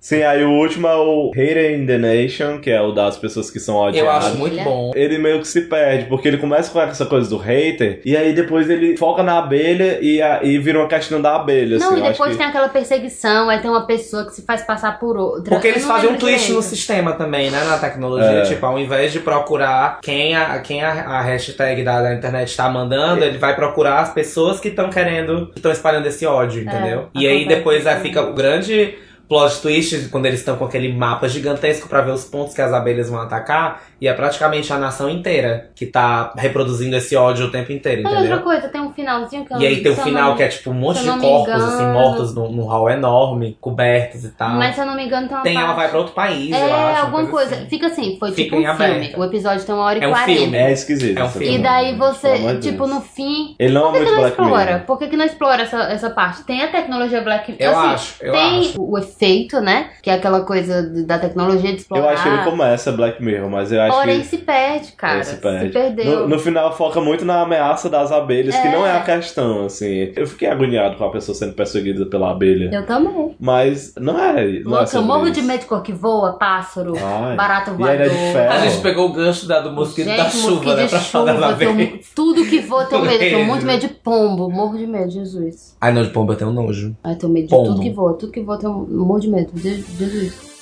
Speaker 3: Sim, aí o último é o Hater in the Nation, que é o das pessoas que são
Speaker 2: eu
Speaker 3: odiadas.
Speaker 2: acho muito bom.
Speaker 3: Ele meio que se perde, porque ele começa com essa coisa do hater, e aí depois ele foca na abelha e, a, e vira uma questão da abelha.
Speaker 1: Não,
Speaker 3: assim,
Speaker 1: e
Speaker 3: eu acho
Speaker 1: depois
Speaker 3: que-
Speaker 1: tem aquela perseguição, aí tem uma pessoa que se faz passar por outra.
Speaker 2: Porque
Speaker 1: Eu
Speaker 2: eles
Speaker 1: não
Speaker 2: fazem um
Speaker 1: lembro é
Speaker 2: twist no
Speaker 1: direito.
Speaker 2: sistema também, né? Na tecnologia.
Speaker 3: É.
Speaker 2: Tipo, ao invés de procurar quem a, quem a, a hashtag da, da internet tá
Speaker 1: É.
Speaker 2: mandando, ele vai procurar as pessoas que estão querendo, que estão espalhando esse ódio, entendeu? e aí
Speaker 1: É, acontece
Speaker 2: depois aí
Speaker 1: isso.
Speaker 2: fica o grande plot twist quando eles estão com aquele mapa gigantesco pra ver os pontos que as abelhas vão atacar. E é praticamente a nação inteira que tá reproduzindo esse ódio o tempo inteiro,
Speaker 1: Olha outra
Speaker 2: entendeu?
Speaker 1: coisa, tem um finalzinho que eu
Speaker 2: E aí tem o
Speaker 1: se eu
Speaker 2: final
Speaker 1: não-
Speaker 2: que é tipo um monte
Speaker 1: se
Speaker 2: de
Speaker 1: eu não me
Speaker 2: corpos, assim,
Speaker 1: engano-
Speaker 2: mortos num, num hall enorme, cobertos e tal.
Speaker 1: Mas se eu não me engano, tem uma
Speaker 2: Ah, Tem, ela
Speaker 1: parte-
Speaker 2: vai pra outro país,
Speaker 1: É,
Speaker 2: eu acho. uma
Speaker 1: alguma coisa.
Speaker 2: assim.
Speaker 1: Fica assim, foi
Speaker 2: Fica
Speaker 1: tipo
Speaker 2: em
Speaker 1: um filme.
Speaker 2: aberto.
Speaker 1: O episódio tem uma hora e
Speaker 2: É um
Speaker 1: quarenta.
Speaker 2: filme.
Speaker 3: É esquisito.
Speaker 2: É um
Speaker 3: essa
Speaker 2: filme.
Speaker 1: E
Speaker 3: coisa,
Speaker 1: daí
Speaker 3: né? Pelo amor
Speaker 1: você,
Speaker 3: de
Speaker 1: tipo,
Speaker 3: Deus.
Speaker 1: no fim.
Speaker 3: Ele não é
Speaker 1: Por que, que
Speaker 3: muito
Speaker 1: não
Speaker 3: Black
Speaker 1: explora?
Speaker 3: Mirror.
Speaker 1: Por que, que não explora essa, essa parte? Tem a tecnologia Black Mirror.
Speaker 2: Eu
Speaker 1: assim,
Speaker 2: acho, eu
Speaker 1: tem
Speaker 2: acho.
Speaker 1: o efeito, né? Que é aquela coisa de- da tecnologia de explorar.
Speaker 3: Eu acho que ele começa Black Mirror, mas eu acho
Speaker 1: "Ah." Porém,
Speaker 3: que.
Speaker 1: se perde, cara.
Speaker 3: ele se perde.
Speaker 1: perdeu.
Speaker 3: No, no final foca muito na ameaça das abelhas, que
Speaker 1: É.
Speaker 3: não é a questão, assim. Eu fiquei agoniado com a pessoa sendo perseguida pela abelha.
Speaker 1: Eu também.
Speaker 3: Mas não é. Não é
Speaker 1: Louca, eu
Speaker 3: sobre
Speaker 1: morro
Speaker 3: isso.
Speaker 1: de medo de cor que voa, pássaro,
Speaker 3: Ai.
Speaker 1: barato
Speaker 3: E ainda
Speaker 1: voador.
Speaker 3: é de ferro.
Speaker 2: A gente pegou o gancho da, do mosquito
Speaker 1: Gente,
Speaker 2: da chuva,
Speaker 1: mosquito
Speaker 2: né?
Speaker 1: de
Speaker 2: Pra falar da
Speaker 1: chuva, um tenho-
Speaker 2: vez.
Speaker 1: tudo que voa eu tenho medo. Eu tenho muito
Speaker 2: Medo.
Speaker 1: medo de pombo, morro de medo, Jesus.
Speaker 2: Ai, não, de pomba eu tenho nojo.
Speaker 1: Ai, tenho medo de
Speaker 2: Pombo.
Speaker 1: tudo que voa. Tudo que voa, tenho um monte de medo. De- Jesus.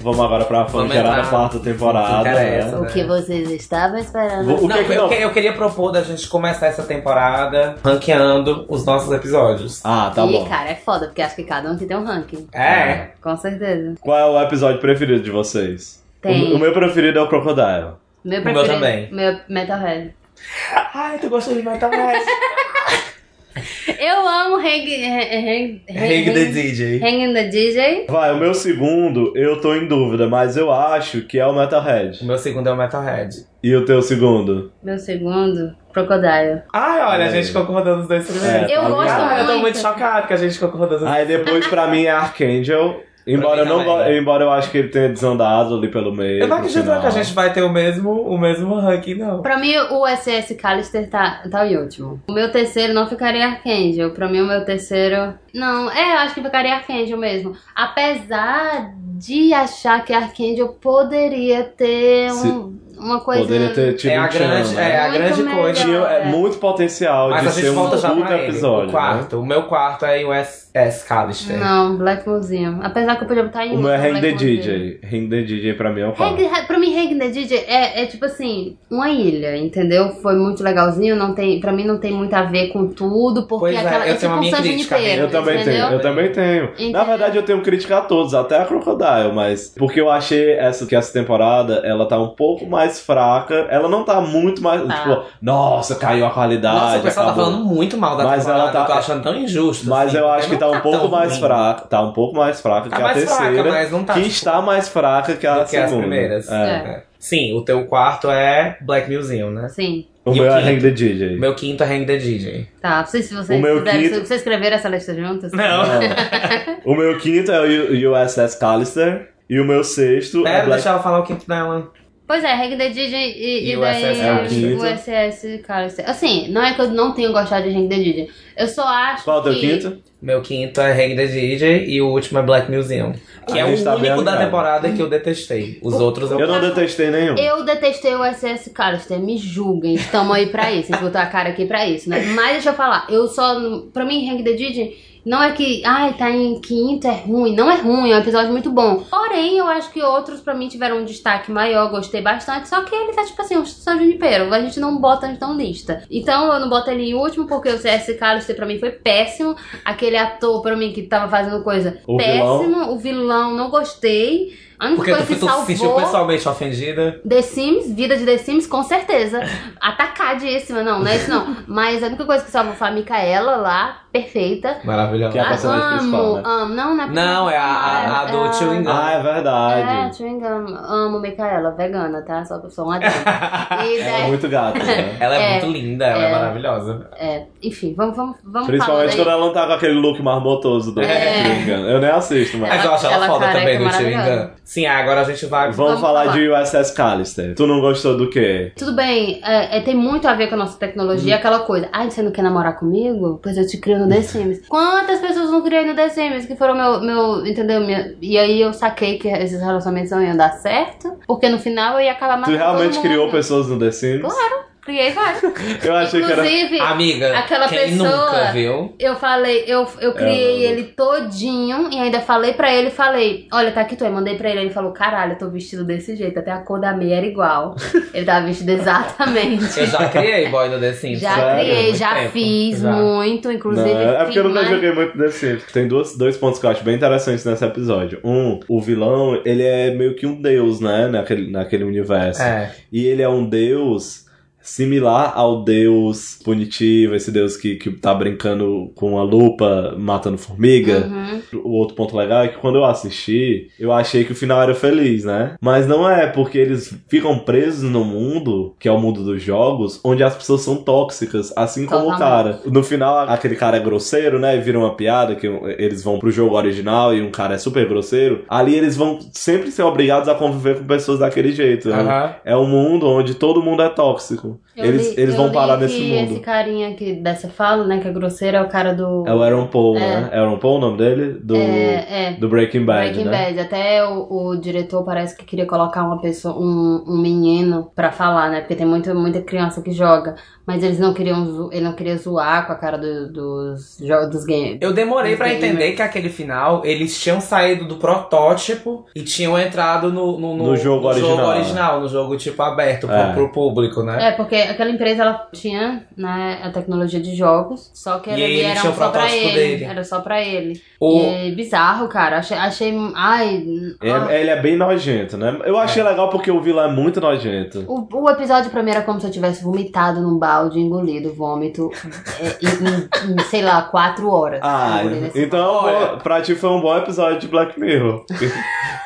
Speaker 3: Vamos agora pra fanqueirada
Speaker 2: entrar.
Speaker 3: quarta temporada.
Speaker 2: Não
Speaker 3: Né?
Speaker 2: interessa.
Speaker 1: O que vocês estavam
Speaker 3: Vou-
Speaker 1: esperando.
Speaker 3: O que
Speaker 2: não,
Speaker 3: é que
Speaker 2: eu,
Speaker 3: não?
Speaker 2: que- eu queria propor da gente começar essa temporada ranqueando os nossos episódios.
Speaker 3: Ah, tá
Speaker 1: e,
Speaker 3: bom.
Speaker 1: cara, é foda, porque acho que cada um aqui tem um ranking.
Speaker 2: É.
Speaker 1: Com certeza.
Speaker 3: Qual é o episódio preferido de vocês?
Speaker 1: Tem.
Speaker 3: O, o meu preferido é o Crocodile.
Speaker 1: Meu
Speaker 2: O meu
Speaker 1: preferido.
Speaker 2: também.
Speaker 1: Meu Metalhead.
Speaker 2: Ai, tu gostou de Metalhead?
Speaker 1: Eu amo Hang, hang, hang,
Speaker 2: Hang the DJ.
Speaker 1: Hang in the DJ.
Speaker 3: Vai, o meu segundo, eu tô em dúvida, mas eu acho que é o
Speaker 2: O
Speaker 3: Metalhead.
Speaker 2: meu segundo é o Metalhead.
Speaker 3: E o teu segundo?
Speaker 1: Meu segundo, Crocodile.
Speaker 2: Ai, olha, a gente
Speaker 3: É.
Speaker 2: concordou nos dois primeiros.
Speaker 3: É, Eu tá gosto ligado?
Speaker 2: Ai, Eu tô
Speaker 1: muito.
Speaker 2: muito chocado que a gente concordou nos
Speaker 3: Aí depois, pra mim, é Archangel. Embora eu
Speaker 2: Pra mim
Speaker 3: não go-
Speaker 2: também. né?
Speaker 3: embora eu acho que ele tenha desandado ali pelo meio.
Speaker 2: Eu não
Speaker 3: no
Speaker 2: acredito
Speaker 3: final.
Speaker 2: que a gente vai ter o mesmo, o mesmo ranking, não.
Speaker 1: Pra mim, o SS Callister tá, tá em último. O meu terceiro não ficaria Archangel. Pra mim, o meu terceiro. Não, é, eu acho que ficaria Archangel mesmo. Apesar de achar que Archangel poderia ter um- uma coisa.
Speaker 3: Poderia ter tido
Speaker 2: É a
Speaker 3: um tchan,
Speaker 2: grande,
Speaker 3: né?
Speaker 2: é a
Speaker 1: Muito
Speaker 2: grande
Speaker 1: melhor.
Speaker 2: coisa.
Speaker 3: Tinha é,
Speaker 1: É.
Speaker 3: muito potencial
Speaker 2: Mas
Speaker 3: de
Speaker 2: a gente
Speaker 3: ser um
Speaker 2: volta já
Speaker 3: puta
Speaker 2: pra ele.
Speaker 3: episódio.
Speaker 2: o
Speaker 3: né?
Speaker 2: quarto. O meu quarto é o S. Callister.
Speaker 1: Não, Black Museum. Apesar que eu podia botar em
Speaker 3: O meu é
Speaker 1: último,
Speaker 3: Hang the
Speaker 1: Black Museum.
Speaker 3: DJ. Hang the DJ pra mim é o quarto.
Speaker 1: Hang, pra mim, Hang the DJ é, é tipo assim, uma ilha, entendeu? Foi muito legalzinho, não tem, pra mim não tem muito a ver com tudo, porque
Speaker 2: Pois é,
Speaker 1: aquela,
Speaker 2: eu
Speaker 1: é
Speaker 2: tenho
Speaker 1: tipo
Speaker 2: uma
Speaker 1: um
Speaker 2: minha
Speaker 1: San
Speaker 2: crítica,
Speaker 1: Junipero,
Speaker 3: Eu também
Speaker 1: entendeu?
Speaker 3: tenho, eu também tenho. Na
Speaker 1: Entendeu?
Speaker 3: verdade, eu tenho crítica a todos, até a Crocodile, mas. Porque eu achei essa, que essa temporada ela tá um pouco mais fraca. Ela não tá muito mais.
Speaker 1: Tá.
Speaker 3: Tipo, nossa, caiu a qualidade.
Speaker 2: Nossa, o pessoal
Speaker 3: acabou.
Speaker 2: tá falando muito mal da
Speaker 3: Mas
Speaker 2: temporada.
Speaker 3: ela tá-
Speaker 2: Eu tô achando tão injusto.
Speaker 3: Mas
Speaker 2: assim,
Speaker 3: eu
Speaker 2: porque
Speaker 3: acho que
Speaker 2: não
Speaker 3: tá um pouco
Speaker 2: tão
Speaker 3: mais
Speaker 2: ruim.
Speaker 3: fraca. Tá um pouco mais fraca
Speaker 2: Tá
Speaker 3: que a
Speaker 2: mais
Speaker 3: terceira.
Speaker 2: fraca, mas não tá.
Speaker 3: que
Speaker 2: tipo,
Speaker 3: está mais fraca que a
Speaker 2: do que as
Speaker 3: segunda.
Speaker 2: primeiras.
Speaker 3: É.
Speaker 1: É.
Speaker 2: Sim, o teu quarto é Black Museum, né?
Speaker 1: Sim.
Speaker 3: O
Speaker 2: E o
Speaker 3: meu é
Speaker 2: quinto?
Speaker 3: Hang the DJ.
Speaker 2: O meu quinto é Hang the DJ.
Speaker 1: Tá, não sei se vocês,
Speaker 3: O meu
Speaker 1: fizeram-
Speaker 3: quinto-
Speaker 1: vocês escreveram essa lista juntas.
Speaker 3: É Não. o meu quinto é o U- USS Callister. E o meu sexto é
Speaker 2: Pera,
Speaker 3: Black
Speaker 2: deixa ela falar o quinto dela.
Speaker 1: Pois é, Hang the Digit e, e,
Speaker 2: E o
Speaker 1: daí
Speaker 2: SS,
Speaker 3: é o quinto.
Speaker 1: o SS, cara. Assim, não é que eu não tenho gostado de Hang the Digit. Eu só acho.
Speaker 3: Qual é o teu
Speaker 1: que-
Speaker 3: quinto?
Speaker 2: Meu quinto é Hang the DJ e o último é Black Museum. Que
Speaker 3: A
Speaker 2: é o
Speaker 3: gente tá bem
Speaker 2: único da
Speaker 3: alinhado.
Speaker 2: temporada que eu detestei. Os outros eu.
Speaker 3: Eu não detestei nenhum.
Speaker 1: Eu detestei o SS Callister, me julguem, estamos aí pra isso, a gente botou a cara aqui pra isso, né? Mas deixa eu falar, eu só. não- Pra mim, Hang the Didi não é que. Ai, tá em quinto, é ruim. Não é ruim, é um episódio muito bom. Porém, eu acho que outros pra mim tiveram um destaque maior, gostei bastante. Só que ele tá tipo assim, um São Junipero, a gente não bota então lista. Então eu não boto ele em último porque o CS Callister pra mim foi péssimo. Aquele ator pra mim que tava fazendo coisa
Speaker 3: O vilão.
Speaker 1: péssima, o vilão, não gostei. A única
Speaker 2: Porque
Speaker 1: coisa
Speaker 2: tu,
Speaker 1: que
Speaker 2: tu se sentiu
Speaker 1: salvou...
Speaker 2: pessoalmente ofendida.
Speaker 1: The Sims, vida de The Sims, com certeza. Atacadíssima, não, não é isso não. Mas a única coisa que salva foi a Micaela lá, perfeita.
Speaker 3: Que é a
Speaker 2: Maravilhosa.
Speaker 3: personagem principal,
Speaker 1: amo,
Speaker 3: né?
Speaker 1: amo. Não, não é
Speaker 2: Não, é a, a, a do
Speaker 1: Ah, É a-
Speaker 2: Chewing Gum.
Speaker 3: Ah, é
Speaker 1: É,
Speaker 3: verdade.
Speaker 1: deixa eu enganar. Amo Micaela, vegana, tá? Só, só um adendo. E
Speaker 3: Ela é
Speaker 1: daí-
Speaker 3: muito gata, né?
Speaker 2: Ela é,
Speaker 1: É.
Speaker 2: muito linda, ela é,
Speaker 1: É.
Speaker 2: maravilhosa.
Speaker 1: é, enfim, vamos, vamos, vamos
Speaker 3: Principalmente
Speaker 1: falando
Speaker 3: quando
Speaker 1: aí.
Speaker 3: ela não tá com aquele look marmotoso do
Speaker 2: É.
Speaker 3: Kringan. Eu nem assisto, mas.
Speaker 2: Mas eu acho ela,
Speaker 1: ela
Speaker 2: foda
Speaker 1: careca
Speaker 2: também
Speaker 1: é
Speaker 2: do Chewing
Speaker 1: maravilhosa.
Speaker 2: Gum. Sim, agora a gente vai.
Speaker 3: Vamos
Speaker 1: Vamos
Speaker 3: falar
Speaker 1: falar.
Speaker 3: de USS Callister. Tu não gostou do quê?
Speaker 1: Tudo bem, é, é, tem muito a ver com a nossa tecnologia,
Speaker 3: Hum.
Speaker 1: aquela coisa. Ai, você não quer namorar comigo? Pois eu te crio no The Sims. Quantas pessoas não criei no The Sims que foram meu, meu entendeu? Minha- e aí eu saquei que esses relacionamentos não iam dar certo, porque no final eu ia acabar
Speaker 3: Tu
Speaker 1: matando todo
Speaker 3: realmente
Speaker 1: mundo.
Speaker 3: criou pessoas no The Sims?
Speaker 1: Claro, criei várias.
Speaker 3: Eu achei que era.
Speaker 1: Inclusive,
Speaker 2: Amiga,
Speaker 1: aquela
Speaker 2: quem
Speaker 1: pessoa-
Speaker 2: nunca, viu?
Speaker 1: eu falei, eu, eu criei
Speaker 3: É,
Speaker 1: ele todinho e ainda falei pra ele, falei, olha, tá aqui tu, aí mandei pra ele, ele falou, caralho, eu tô vestido desse jeito, até a cor da meia era igual. ele tava vestido exatamente.
Speaker 2: Eu já criei boy do The Sims.
Speaker 1: Já
Speaker 3: Sério?
Speaker 1: criei, já
Speaker 2: Muito tempo.
Speaker 1: fiz
Speaker 2: Já.
Speaker 1: muito, inclusive.
Speaker 3: Não, é porque eu nunca
Speaker 1: filmar-
Speaker 3: joguei muito The Sims. Tem duas, dois pontos que eu acho bem interessantes nesse episódio. Um, o vilão, ele é meio que um deus, né? Naquele, naquele universo.
Speaker 2: É.
Speaker 3: E ele é um deus similar ao deus punitivo, esse deus que, que tá brincando com a lupa, matando formiga.
Speaker 1: Uhum.
Speaker 3: O outro ponto legal é que quando eu assisti, eu achei que o final era feliz, né? Mas não é, porque eles ficam presos no mundo, que é o mundo dos jogos, onde as pessoas são tóxicas, assim como o cara.
Speaker 1: Totalmente.
Speaker 3: No final, aquele cara é grosseiro, né? E vira uma piada que eles vão pro jogo original e um cara é super grosseiro. Ali eles vão sempre ser obrigados a conviver com pessoas daquele jeito. né?
Speaker 2: Aham.
Speaker 3: É um mundo onde todo mundo é tóxico.
Speaker 1: Eu
Speaker 3: eles
Speaker 1: li-
Speaker 3: eles
Speaker 1: eu
Speaker 3: vão
Speaker 1: li
Speaker 3: parar
Speaker 1: que
Speaker 3: nesse mundo.
Speaker 1: Esse tipo carinha que dessa fala, né, que é grosseiro, é o cara do.
Speaker 3: É o Aaron Paul,
Speaker 1: É.
Speaker 3: né? Aaron Paul o nome dele? Do,
Speaker 1: É, é.
Speaker 3: do Breaking Bad,
Speaker 1: Breaking
Speaker 3: né?
Speaker 1: Bad. Até o, o diretor parece que queria colocar uma pessoa, um, um menino pra falar, né? Porque tem muito, muita criança que joga. Mas eles não queriam, zo- ele não queria zoar com a cara do- dos jogos dos games.
Speaker 2: Eu demorei pra entender que aquele final eles tinham saído do protótipo e tinham entrado no, no,
Speaker 3: No jogo original. né?
Speaker 2: original, no jogo tipo aberto pro-
Speaker 3: É.
Speaker 2: pro público, né?
Speaker 1: É, porque aquela empresa ela tinha né, a tecnologia de jogos, só que
Speaker 2: E
Speaker 1: ele,
Speaker 2: aí ele
Speaker 1: era um
Speaker 2: tinha o
Speaker 1: só pra
Speaker 2: protótipo
Speaker 1: ele.
Speaker 2: dele.
Speaker 1: Era só pra ele.
Speaker 2: O-
Speaker 1: É bizarro, cara. Achei. achei ai.
Speaker 3: É-
Speaker 1: ah.
Speaker 3: Ele é bem nojento, né? Eu achei legal porque o vilão é muito nojento.
Speaker 1: O, o episódio pra mim era como se eu tivesse vomitado num balde, engolido o vômito é, em, em- em, sei lá, quatro horas.
Speaker 3: Ah,
Speaker 1: Engoli nesse-
Speaker 3: então
Speaker 2: Olha.
Speaker 3: pra ti foi um bom episódio de Black Mirror. Que,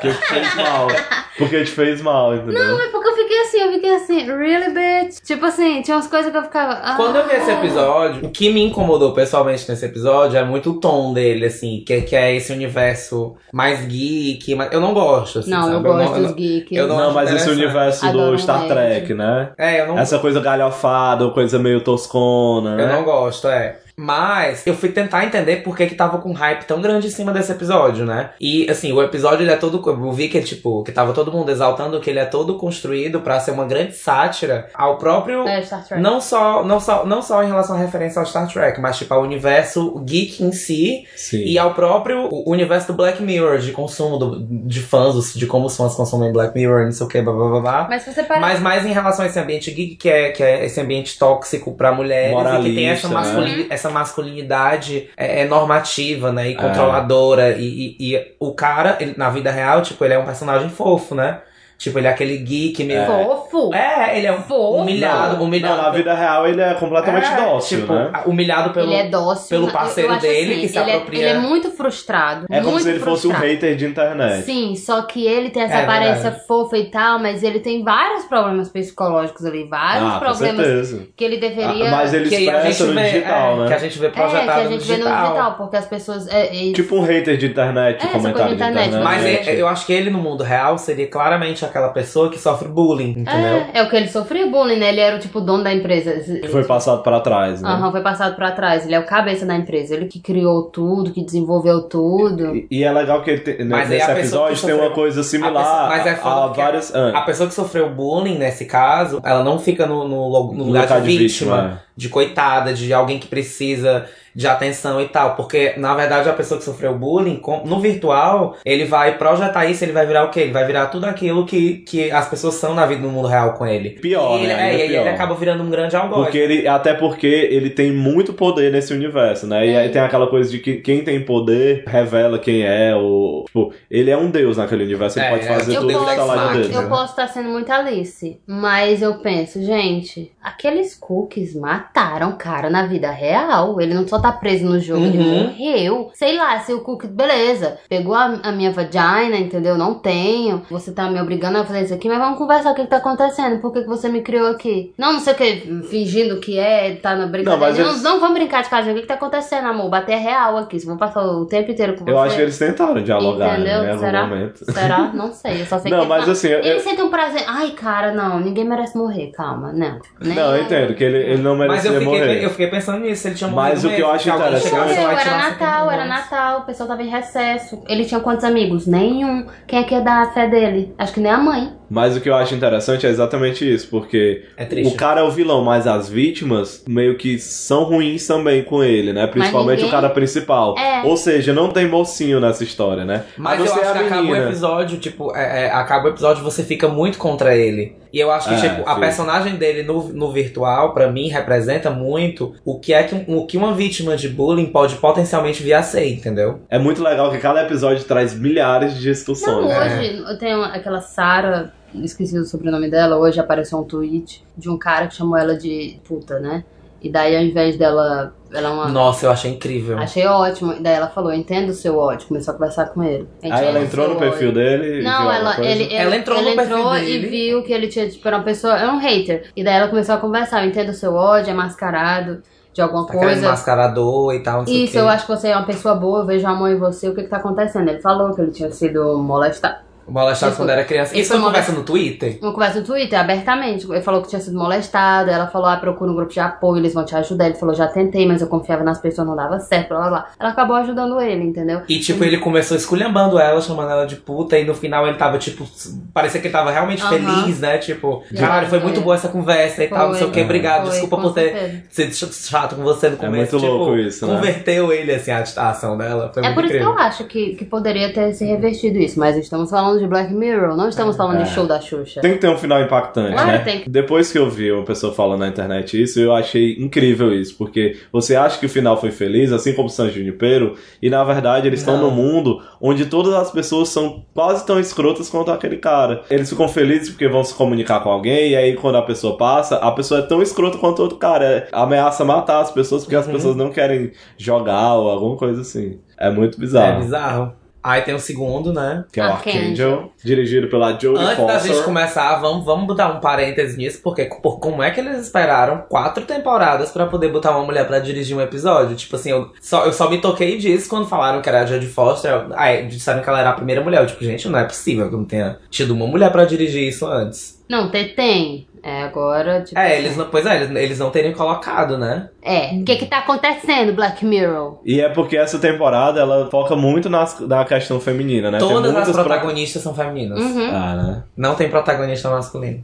Speaker 3: que te fez mal. Porque te fez mal, entendeu?
Speaker 1: Mas porque eu fiquei assim, eu fiquei assim, really bitch? Tipo assim, tinha umas coisas que eu ficava. ah.
Speaker 2: Quando eu vi esse episódio, o que me incomodou pessoalmente nesse episódio é muito o tom dele, assim, que, que é esse universo mais geek, mas eu não gosto, assim,
Speaker 1: Não,
Speaker 2: sabe?
Speaker 1: eu gosto
Speaker 2: eu
Speaker 1: dos geeks.
Speaker 2: eu
Speaker 3: Não,
Speaker 2: acho
Speaker 3: mas esse
Speaker 2: interessante.
Speaker 3: universo do
Speaker 1: Adoro
Speaker 3: Star
Speaker 1: um
Speaker 3: Trek, né?
Speaker 2: É, eu não
Speaker 3: Essa coisa galhofada, coisa meio toscona,
Speaker 2: Eu
Speaker 3: né?
Speaker 2: não gosto, é. Mas eu fui tentar entender por que que tava com um hype tão grande em cima desse episódio, né? E assim, o episódio ele é todo. Eu vi que, tipo, que tava todo mundo exaltando que ele é todo construído pra ser uma grande sátira ao próprio.
Speaker 1: É, Star Trek.
Speaker 2: Não só, não, só, não só em relação à referência ao Star Trek, mas tipo ao universo geek em si
Speaker 3: Sim.
Speaker 2: e ao próprio o- universo do Black Mirror, de consumo do- de fãs, de como os fãs consomem Black Mirror, não sei o que, blá blá blá blá.
Speaker 1: Mas se você parar.
Speaker 2: Mas mais em relação a esse ambiente geek, que é, que é esse ambiente tóxico pra mulheres e que tem
Speaker 3: Moralista,
Speaker 2: essa,
Speaker 3: né?
Speaker 1: Uhum.
Speaker 2: masculin- essa masculinidade é, é normativa,
Speaker 3: É.
Speaker 2: né? E controladora. E, e- e o cara, ele- na vida real, tipo, ele é um personagem fofo, né? Tipo, ele é aquele geek meio. É,
Speaker 1: Fofo!
Speaker 2: ele é um
Speaker 1: Fofo!
Speaker 2: humilhado,
Speaker 3: Não,
Speaker 2: humilhado.
Speaker 3: não, na vida real ele é completamente
Speaker 2: É,
Speaker 3: dócil,
Speaker 2: tipo,
Speaker 3: né?
Speaker 2: humilhado pelo.
Speaker 1: ele é dócil.
Speaker 2: pelo
Speaker 1: Eu- eu
Speaker 2: parceiro
Speaker 1: acho
Speaker 2: dele que se
Speaker 1: ele é-
Speaker 2: apropria.
Speaker 1: ele é muito frustrado.
Speaker 3: É como
Speaker 1: muito
Speaker 3: se ele fosse um
Speaker 1: frustrado.
Speaker 3: hater de internet.
Speaker 1: Sim, só que ele tem essa
Speaker 2: É,
Speaker 1: aparência
Speaker 2: verdade.
Speaker 1: fofa e tal, mas ele tem vários problemas psicológicos ali, vários
Speaker 3: ah, com
Speaker 1: problemas
Speaker 3: certeza.
Speaker 1: que ele deveria.
Speaker 3: Ah, mas ele
Speaker 2: que aí a
Speaker 3: expressa
Speaker 2: gente
Speaker 3: no
Speaker 2: vê.
Speaker 3: digital,
Speaker 2: é,
Speaker 3: né?
Speaker 2: Que a gente vê
Speaker 1: é, que
Speaker 2: projetado
Speaker 1: a gente vê no digital, porque as pessoas. É, é-
Speaker 3: Tipo um hater de internet,
Speaker 1: É, essa
Speaker 3: comentário
Speaker 1: coisa de
Speaker 3: de
Speaker 1: internet,
Speaker 3: internet. Tipo,
Speaker 2: Mas
Speaker 1: Exatamente.
Speaker 2: é- eu acho que ele no mundo real seria claramente exatamente aquela pessoa que sofre bullying, entendeu?
Speaker 1: É, é o que ele sofreu bullying, né? Ele era o tipo dono da empresa.
Speaker 3: Que foi passado pra trás, né?
Speaker 1: Aham, foi passado pra trás. Ele é o cabeça da empresa. Ele que criou tudo, que desenvolveu tudo.
Speaker 3: E, e é legal que ele te-
Speaker 2: Mas aí
Speaker 3: nesse
Speaker 2: a pessoa
Speaker 3: episódio
Speaker 2: que
Speaker 3: tem uma
Speaker 2: sofreu-
Speaker 3: coisa similar
Speaker 2: a pessoa- mas é foda
Speaker 3: a
Speaker 2: porque
Speaker 3: várias. ah,
Speaker 2: A pessoa que sofreu bullying nesse caso, ela não fica no, no lo- no lugar, de, vítima,
Speaker 3: é.
Speaker 2: de coitada, de alguém que precisa de atenção e tal. Porque, na verdade, a pessoa que sofreu bullying, com- no virtual, ele vai projetar isso, ele vai virar o quê? Ele vai virar tudo aquilo que, que as pessoas são na vida no mundo real com ele.
Speaker 3: Pior,
Speaker 2: e ele,
Speaker 3: né?
Speaker 2: é,
Speaker 3: Ainda
Speaker 2: e aí
Speaker 3: pior.
Speaker 2: ele acaba virando um grande algoz.
Speaker 3: Porque ele, até porque ele tem muito poder nesse universo, né?
Speaker 2: É.
Speaker 3: E aí tem aquela coisa de que quem tem poder revela quem é, ou. Tipo, ele é um deus naquele universo, ele
Speaker 2: É,
Speaker 3: pode
Speaker 2: é,
Speaker 3: fazer
Speaker 2: eu
Speaker 3: tudo
Speaker 2: posso-
Speaker 3: que tá lá
Speaker 2: eu
Speaker 3: dentro.
Speaker 1: Eu posso estar sendo muito Alice, mas eu penso, gente, aqueles cookies mataram o cara na vida real. Ele não só tá preso no jogo, ele
Speaker 2: Uhum.
Speaker 1: morreu. Sei lá, se o cookie, beleza, pegou a, a minha vagina, entendeu? Não tenho. Você tá me obrigando a fazer isso aqui, mas vamos conversar o que, que tá acontecendo. Por que, que você me criou aqui? Não, não sei o que, fingindo que é, tá na brincadeira. Não,
Speaker 3: mas eles-
Speaker 1: não vamos brincar de casinha. O que, que tá acontecendo, amor? Bater real aqui. Se eu vou passar o tempo inteiro com você.
Speaker 3: Eu acho que eles tentaram dialogar
Speaker 1: Entendeu?
Speaker 3: né, em algum
Speaker 1: Será?
Speaker 3: momento.
Speaker 1: Será? Não sei. Eu só sei que é
Speaker 3: Não,
Speaker 1: eles
Speaker 3: mas assim, eu-
Speaker 1: ele sente um prazer. Ai, cara, não, ninguém merece morrer, calma, não. né? Nem
Speaker 3: Não, eu entendo, que ele, ele não
Speaker 2: Mas eu
Speaker 3: merecia
Speaker 2: fiquei,
Speaker 3: morrer.
Speaker 2: eu fiquei pensando nisso, ele tinha morrido
Speaker 3: Mas o que
Speaker 2: mesmo,
Speaker 3: eu acho
Speaker 2: que alguém
Speaker 3: interessante-
Speaker 2: chegasse lá e
Speaker 1: Aconteceu, era
Speaker 2: tirasse
Speaker 1: Natal,
Speaker 2: aquele
Speaker 1: era
Speaker 2: negócio.
Speaker 1: Natal, o pessoal tava em recesso. Ele tinha quantos amigos? Nenhum. Quem é que ia dar a fé dele? Acho que nem a mãe.
Speaker 3: Mas o que eu acho interessante é exatamente isso, porque
Speaker 2: É triste.
Speaker 3: o cara é o vilão, mas as vítimas meio que são ruins também com ele, né? Principalmente
Speaker 1: ninguém-
Speaker 3: o cara principal.
Speaker 1: É.
Speaker 3: Ou seja, não tem mocinho nessa história, né?
Speaker 2: Mas
Speaker 3: a não
Speaker 2: eu
Speaker 3: ser
Speaker 2: acho
Speaker 3: a
Speaker 2: que acaba o
Speaker 3: menina.
Speaker 2: episódio, tipo, é, é, acaba o episódio e você fica muito contra ele. E eu acho que,
Speaker 3: É,
Speaker 2: tipo, a
Speaker 3: sim.
Speaker 2: personagem dele no, no virtual, pra mim, representa muito o que é que, um- o que uma vítima de bullying pode potencialmente vir a ser, entendeu?
Speaker 3: É muito legal que cada episódio traz milhares de discussões.
Speaker 1: Não,
Speaker 3: né?
Speaker 1: hoje eu tenho aquela Sara, esqueci o sobrenome dela, hoje apareceu um tweet de um cara que chamou ela de puta, né? E daí ao invés dela. Ela é uma.
Speaker 2: Nossa, eu achei incrível.
Speaker 1: Achei ótimo. E daí ela falou, entendo o seu ódio. Começou a conversar com ele.
Speaker 3: Aí ela
Speaker 1: Entendo o
Speaker 3: entrou
Speaker 1: seu
Speaker 3: no
Speaker 1: ódio.
Speaker 3: perfil dele e viu
Speaker 1: é Não,
Speaker 3: alguma
Speaker 1: ela,
Speaker 3: coisa.
Speaker 1: ele,
Speaker 2: Ela entrou
Speaker 1: ele
Speaker 2: no perfil
Speaker 1: entrou e
Speaker 2: dele.
Speaker 1: viu que ele tinha, tipo, era uma pessoa, era um hater. E daí ela começou a conversar. Eu entendo o seu ódio, é mascarado de alguma
Speaker 2: Aquele
Speaker 1: coisa.
Speaker 2: mascarador e tal, Tá não sei o
Speaker 1: Isso,
Speaker 2: quê.
Speaker 1: eu acho que você é uma pessoa boa, eu vejo amor em você, o que que tá acontecendo? Ele falou que ele tinha sido molestado.
Speaker 2: Molestado
Speaker 1: Isso-
Speaker 2: quando era criança.
Speaker 1: isso
Speaker 2: Isso, é uma
Speaker 1: molesta-
Speaker 2: conversa no Twitter?
Speaker 1: Uma conversa no Twitter, abertamente. Ele falou que tinha sido molestado, ela falou, ah, procura um grupo de apoio, eles vão te ajudar. Ele falou, já tentei, mas eu confiava nas pessoas, não dava certo, blá blá blá. Ela acabou ajudando ele, entendeu?
Speaker 2: E, tipo, ele começou esculhambando ela, chamando ela de puta, e no final ele tava, tipo, parecia que ele tava realmente
Speaker 1: Aham.
Speaker 2: feliz, né? Tipo,
Speaker 1: De-
Speaker 2: caralho, foi muito
Speaker 1: É.
Speaker 2: boa essa conversa e tal, não sei o que,
Speaker 1: Foi,
Speaker 2: obrigado,
Speaker 1: foi,
Speaker 2: desculpa
Speaker 1: com
Speaker 2: por ter
Speaker 1: certeza.
Speaker 2: ser ch- chato com você no começo.
Speaker 3: É muito
Speaker 2: tipo,
Speaker 3: louco isso, né?
Speaker 2: Converteu ele, assim, a a ação dela. Foi
Speaker 1: É
Speaker 2: muito
Speaker 1: por isso que
Speaker 2: incrível.
Speaker 1: eu acho que, que poderia ter se revertido isso, mas estamos falando de Black Mirror, não estamos falando
Speaker 3: É.
Speaker 1: de show da Xuxa.
Speaker 3: Tem que ter um final impactante,
Speaker 1: Claro,
Speaker 3: né?
Speaker 1: tem que-
Speaker 3: Depois que eu vi uma pessoa falando na internet isso, eu achei incrível isso, porque você acha que o final foi feliz, assim como o San Junipero, e na verdade eles estão
Speaker 2: Não.
Speaker 3: num mundo onde todas as pessoas são quase tão escrotas quanto aquele cara. Eles ficam felizes porque vão se comunicar com alguém, e aí quando a pessoa passa, a pessoa é tão escrota quanto outro cara. É, ameaça matar as pessoas porque as
Speaker 2: Uhum.
Speaker 3: pessoas não querem jogar ou alguma coisa assim. É muito
Speaker 2: É
Speaker 3: bizarro.
Speaker 2: bizarro. Aí tem o segundo, né?
Speaker 3: Que é o
Speaker 1: Archangel.
Speaker 3: Archangel, dirigido pela Jodie
Speaker 2: Antes da gente
Speaker 3: Foster.
Speaker 2: começar, vamos, vamos botar um parênteses nisso, porque por, como é que eles esperaram quatro temporadas pra poder botar uma mulher pra dirigir um episódio? Tipo assim, eu só, eu só me toquei disso quando falaram que era a Jodie Foster. Aí disseram que ela era a primeira mulher. Eu, tipo, gente, não é possível que eu não tenha tido uma mulher pra dirigir isso antes.
Speaker 1: Não, tem, tem. É, agora, tipo.
Speaker 2: É,
Speaker 1: assim.
Speaker 2: eles não. Pois é, eles, eles não terem colocado, né?
Speaker 1: É, o que que tá acontecendo, Black Mirror?
Speaker 3: E é porque essa temporada ela foca muito nas, na questão feminina, né? Tem
Speaker 2: Todas as
Speaker 3: muitas pro-
Speaker 2: protagonistas são femininas.
Speaker 1: Uhum.
Speaker 3: Ah, né?
Speaker 2: Não tem protagonista masculino.